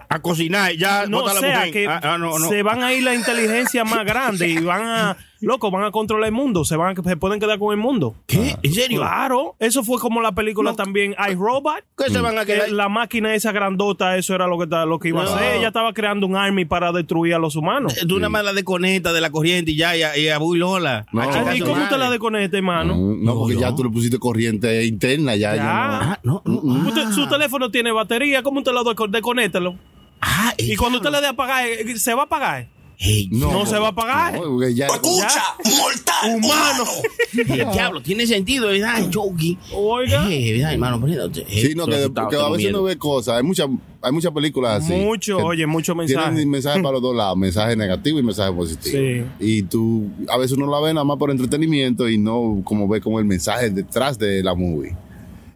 Speaker 3: a
Speaker 6: A cocinar, ya.
Speaker 3: no
Speaker 6: bota la
Speaker 3: sea
Speaker 6: mujer.
Speaker 3: que
Speaker 6: Ah, ah, no, no.
Speaker 3: se van a ir la inteligencia más grande y van a loco, van a controlar el mundo, se van a- se pueden quedar con el mundo.
Speaker 6: ¿Qué?
Speaker 1: Ah.
Speaker 6: ¿En serio?
Speaker 3: Claro, eso fue como la película también I Robot.
Speaker 6: ¿Qué se van a quedar?
Speaker 3: La máquina esa grandota, eso era lo que ta- lo que iba a
Speaker 6: No.
Speaker 3: hacer. Ella estaba creando un army para destruir a los humanos.
Speaker 6: Tú una mala desconecta de la corriente y ya, y a, y a Bu y Lola.
Speaker 1: No.
Speaker 6: A
Speaker 1: Ay,
Speaker 6: chingar
Speaker 3: ¿Y
Speaker 6: su
Speaker 3: cómo
Speaker 6: madre.
Speaker 3: te la desconecta, hermano?
Speaker 1: No, porque ya tú le pusiste corriente interna, ya. ya no.
Speaker 6: Ah,
Speaker 3: Ya.
Speaker 1: Mm.
Speaker 3: Usted- su teléfono tiene batería, ¿cómo usted lo desco- desconéctalo?
Speaker 6: Ah,
Speaker 3: y cuando usted le dé a apagar, eh, ¿se va a apagar?
Speaker 6: eh,
Speaker 3: no, se va a apagar.
Speaker 1: No, porque ya-
Speaker 3: Escucha,
Speaker 6: mortal, [laughs] humano. El diablo, tiene sentido, ¿verdad, Chucky?
Speaker 3: Oiga.
Speaker 6: Eh, ¿verdad, hermano? Prendete. Eh,
Speaker 1: Sí, no, que,
Speaker 6: tú
Speaker 1: de-
Speaker 6: estás-
Speaker 1: que a
Speaker 6: tengo
Speaker 1: veces
Speaker 6: miedo.
Speaker 1: uno ve cosas. Hay muchas hay muchas películas así.
Speaker 3: Mucho,
Speaker 1: que
Speaker 3: oye, mucho mensaje.
Speaker 1: Tienen mensajes para los dos lados, mensaje negativo y mensaje positivo.
Speaker 3: Sí.
Speaker 1: Y tú, a veces uno la ve nada más por entretenimiento y no como ve como el mensaje detrás de la movie.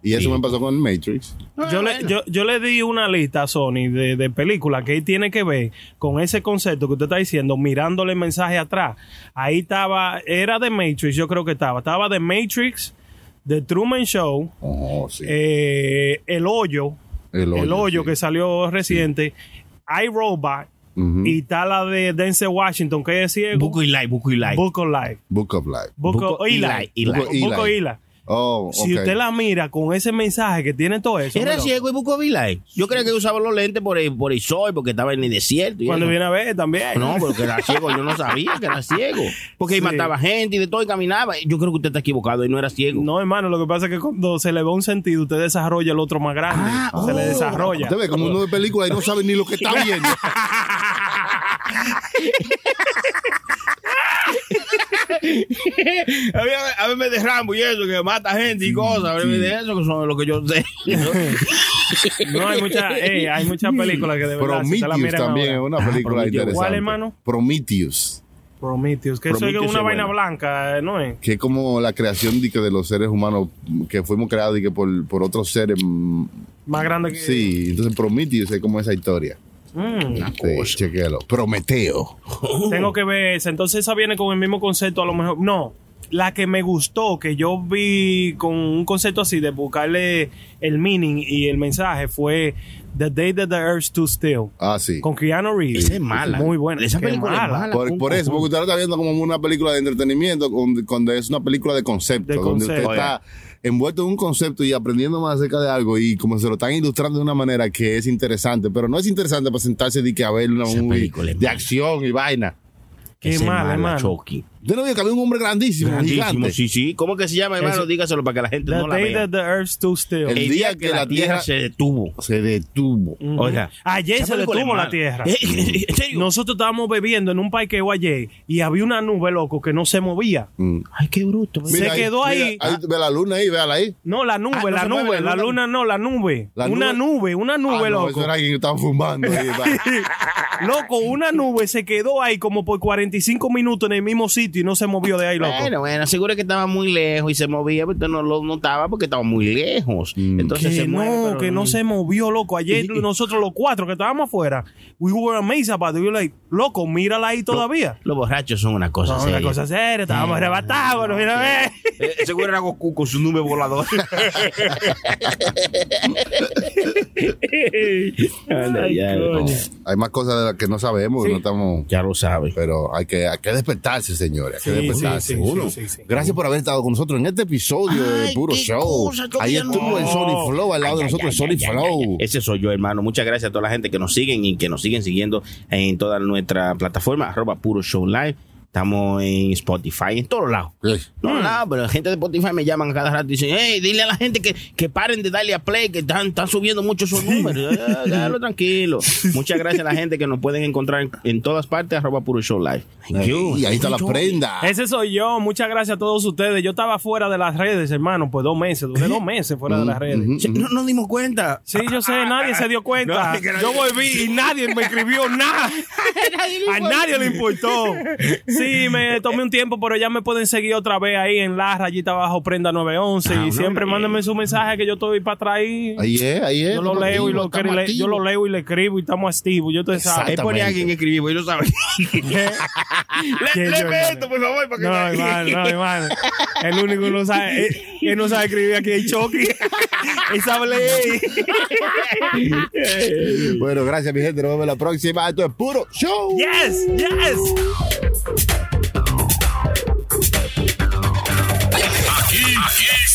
Speaker 1: Y eso me pasó con Matrix.
Speaker 3: Yo le, yo, yo le di una lista a Sony de, de películas que tiene que ver con ese concepto que usted está diciendo, mirándole el mensaje atrás. Ahí estaba, era de Matrix, yo creo que estaba. Estaba de Matrix, The Truman Show,
Speaker 1: Oh, sí.
Speaker 3: eh, El Hoyo,
Speaker 1: El
Speaker 3: El Hoyo,
Speaker 1: Hoyo,
Speaker 3: que salió reciente, I, Robot,
Speaker 1: Ujú.
Speaker 3: y está la de Denzel Washington, que es ciego.
Speaker 6: Buco y like, buco y like.
Speaker 3: Book of Life.
Speaker 1: Book of Life.
Speaker 3: Book of
Speaker 6: Buco y like, y
Speaker 3: Eli.
Speaker 6: like.
Speaker 3: Buco Buco of Eli.
Speaker 1: Oh,
Speaker 3: Si
Speaker 1: ok.
Speaker 3: usted la mira con ese mensaje que tiene todo eso.
Speaker 6: ¿Era
Speaker 3: mira,
Speaker 6: ciego y buco y like? Yo creía que usaba los lentes por el, por el sol, porque estaba en el desierto. y
Speaker 3: Cuando
Speaker 6: eso.
Speaker 3: viene a ver también.
Speaker 6: No, porque era ciego, yo no sabía que era ciego. Porque [laughs]
Speaker 3: Sí.
Speaker 6: mataba gente y de todo y caminaba. Yo creo que usted está equivocado y no era ciego.
Speaker 3: No, hermano, lo que pasa es que cuando se le va un sentido, usted desarrolla el otro más grande.
Speaker 6: Ah,
Speaker 3: se
Speaker 6: oh.
Speaker 3: le desarrolla.
Speaker 1: Ah. Usted ve como uno ve películas y no sabe ni lo
Speaker 3: [laughs]
Speaker 1: que está viendo.
Speaker 6: A mí, a mí me de Rambo y eso, que mata gente y cosas. A mí me de eso, que son lo que yo [laughs] sé.
Speaker 3: No, hay muchas eh, hay
Speaker 1: [laughs]
Speaker 3: muchas películas que de verdad. si usted la
Speaker 1: Prometheus
Speaker 3: miran
Speaker 1: también es
Speaker 3: ahora.
Speaker 1: una película
Speaker 6: Prometheus.
Speaker 1: interesante.
Speaker 3: ¿Cuál, hermano?
Speaker 1: Prometheus.
Speaker 3: Prometheus, que eso es
Speaker 6: Prometheus
Speaker 3: una
Speaker 6: es
Speaker 3: vaina
Speaker 6: buena.
Speaker 3: blanca, eh, ¿no es?
Speaker 1: que es como la creación de, que de los seres humanos que fuimos creados de que por, por otros seres. mm,
Speaker 3: Más grande que.
Speaker 1: Sí, entonces Prometheus es como esa historia.
Speaker 3: Mm,
Speaker 1: Sí, chequéalo. Prometeo.
Speaker 6: Oh.
Speaker 3: tengo que ver esa. Entonces, esa viene con el mismo concepto, a lo mejor. No. La que me gustó, que yo vi con un concepto así de buscarle el meaning y el mensaje, fue The Day That the Earth Stood Still.
Speaker 1: Ah, sí.
Speaker 3: Con Keanu Reeves.
Speaker 6: Esa es mala.
Speaker 3: Muy buena.
Speaker 6: Esa
Speaker 3: Qué
Speaker 6: película es mala.
Speaker 1: Por,
Speaker 6: Pum,
Speaker 1: por
Speaker 6: pum,
Speaker 1: eso,
Speaker 6: pum.
Speaker 1: porque usted la está viendo como una película de entretenimiento, con- cuando es una película de concepto,
Speaker 3: De
Speaker 1: donde usted
Speaker 3: concepto.
Speaker 1: está envuelto en un concepto y aprendiendo más acerca de algo y como se lo están ilustrando de una manera que es interesante, pero no es interesante para sentarse de que a ver una
Speaker 6: Esa
Speaker 1: movie
Speaker 6: película es
Speaker 1: de
Speaker 6: mala.
Speaker 1: acción y vaina.
Speaker 3: Qué
Speaker 6: Ese
Speaker 3: mala, hermano.
Speaker 6: Chucky.
Speaker 1: Usted no vio que había un hombre grandísimo,
Speaker 6: Grandísimo,
Speaker 1: gigante.
Speaker 6: sí, sí. ¿Cómo que se llama, hermano?
Speaker 3: Ese-
Speaker 6: Dígaselo para que la gente
Speaker 3: The
Speaker 6: no la
Speaker 3: Day
Speaker 6: vea.
Speaker 3: That the Earth Stood Still.
Speaker 1: El día que la Tierra-
Speaker 6: se detuvo.
Speaker 1: Se detuvo.
Speaker 3: Ujú.
Speaker 6: Oiga,
Speaker 3: Mm. ayer
Speaker 6: esa
Speaker 3: se
Speaker 6: película es
Speaker 3: detuvo la
Speaker 6: mala.
Speaker 3: tierra.
Speaker 6: Eh, eh, ¿En serio?
Speaker 3: Nosotros estábamos bebiendo en un parqueo ayer y había una nube, loco, que no se movía.
Speaker 1: Mm.
Speaker 6: Ay, qué bruto.
Speaker 3: Se
Speaker 1: Mira
Speaker 3: quedó ahí.
Speaker 1: mira, ve la luna ahí, véala ahí.
Speaker 3: No, la nube,
Speaker 6: Ah, no
Speaker 3: la
Speaker 6: se
Speaker 3: nube,
Speaker 6: mueve
Speaker 3: la
Speaker 6: la
Speaker 3: luna no, la nube.
Speaker 1: La
Speaker 3: una nube, una
Speaker 1: Ah,
Speaker 3: nube,
Speaker 1: no,
Speaker 3: loco.
Speaker 1: Eso era alguien que estaba fumando.
Speaker 3: [laughs]
Speaker 1: ahí, va.
Speaker 3: Loco, una nube se quedó ahí como por 45 minutos en el mismo sitio y no se movió de ahí, loco.
Speaker 6: Bueno, bueno, seguro que estaba muy lejos y se movía, pero usted no lo notaba porque estaba muy lejos.
Speaker 1: Mm.
Speaker 6: Entonces
Speaker 3: que
Speaker 6: se mueve.
Speaker 3: no,
Speaker 6: pero
Speaker 3: que no se movió, loco. Ayer
Speaker 6: Y- y-
Speaker 3: nosotros los cuatro que estábamos afuera, we were amazed about it. We were like, loco, mírala ahí todavía.
Speaker 6: Los borrachos son una cosa
Speaker 3: No,
Speaker 6: seria.
Speaker 3: una cosa seria, estábamos arrebatados, pero mira, ve. [laughs]
Speaker 6: Eh, seguro era Goku con su nube volador. Anda, ya,
Speaker 3: coño.
Speaker 1: Hay más cosas de las que no sabemos, que no estamos.
Speaker 6: ya lo sabe.
Speaker 1: Pero hay que, hay que despertarse, señores. Hay que
Speaker 3: Sí, sí,
Speaker 1: despertarse.
Speaker 3: sí,
Speaker 1: Uno.
Speaker 3: sí, sí, sí.
Speaker 1: Gracias por haber estado con nosotros en este episodio de
Speaker 6: Ay,
Speaker 1: Puro
Speaker 6: qué
Speaker 1: Show.
Speaker 6: cosa, yo
Speaker 1: Ahí
Speaker 6: ya no-
Speaker 1: estuvo el Sony Flow al lado de
Speaker 6: Ay,
Speaker 1: nosotros,
Speaker 6: ay,
Speaker 1: el
Speaker 6: ay,
Speaker 1: Sony
Speaker 6: ay,
Speaker 1: Flow.
Speaker 6: ay, ay. Ese soy yo, hermano. Muchas gracias a toda la gente que nos siguen y que nos siguen siguiendo en toda nuestra plataforma, arroba puro show live. Estamos en Spotify, en todos lados.
Speaker 1: Sí.
Speaker 6: No, no, pero la gente de Spotify me llaman a cada rato y dicen, hey, dile a la gente que, que paren de darle a play, que están, están subiendo mucho sus números. Eh, Déjalo tranquilo. Muchas gracias a la gente que nos pueden encontrar en, en todas partes, arroba puro show live. Thank you.
Speaker 1: Y ahí está la prenda.
Speaker 3: Ese soy yo, muchas gracias a todos ustedes. Yo estaba fuera de las redes, hermano, pues dos meses, duré dos meses fuera de las redes.
Speaker 6: Sí, No nos dimos cuenta.
Speaker 3: Sí, yo sé, nadie se dio cuenta.
Speaker 10: No, que nadie-
Speaker 3: Yo volví y nadie me escribió nada. A [laughs] nadie le importó. Sí, me tomé un tiempo, pero ya me pueden seguir otra vez ahí en la rayita abajo prenda 911
Speaker 6: Ah,
Speaker 3: y
Speaker 6: no,
Speaker 3: siempre
Speaker 6: eh.
Speaker 3: mándenme su mensaje que yo estoy para traer.
Speaker 1: Ahí es, ahí es.
Speaker 3: Yo lo leo y lo, que-
Speaker 1: eh, Estamos
Speaker 3: le-
Speaker 1: activos.
Speaker 3: yo lo leo y le escribo y estamos activos. Yo te
Speaker 1: Exacto.
Speaker 6: Ahí
Speaker 3: sabes.
Speaker 6: pone
Speaker 1: Exactamente.
Speaker 6: alguien que escribió y no sabe.
Speaker 3: [laughs] Que
Speaker 10: Le,
Speaker 3: yo-
Speaker 10: leme esto, por favor, para que
Speaker 3: No, hermano, no, hermano. El único que no sabe, eh, que no sabe escribir aquí es Chucky. [laughs] Él sabe [laughs] leer.
Speaker 1: Bueno, gracias, mi gente. Nos vemos la próxima. Esto es Puro Show.
Speaker 3: Yes, yes.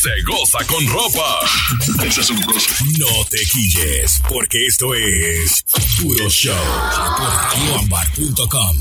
Speaker 11: Se goza con ropa. No te quilles, porque esto es Puro Show por radioambar.com.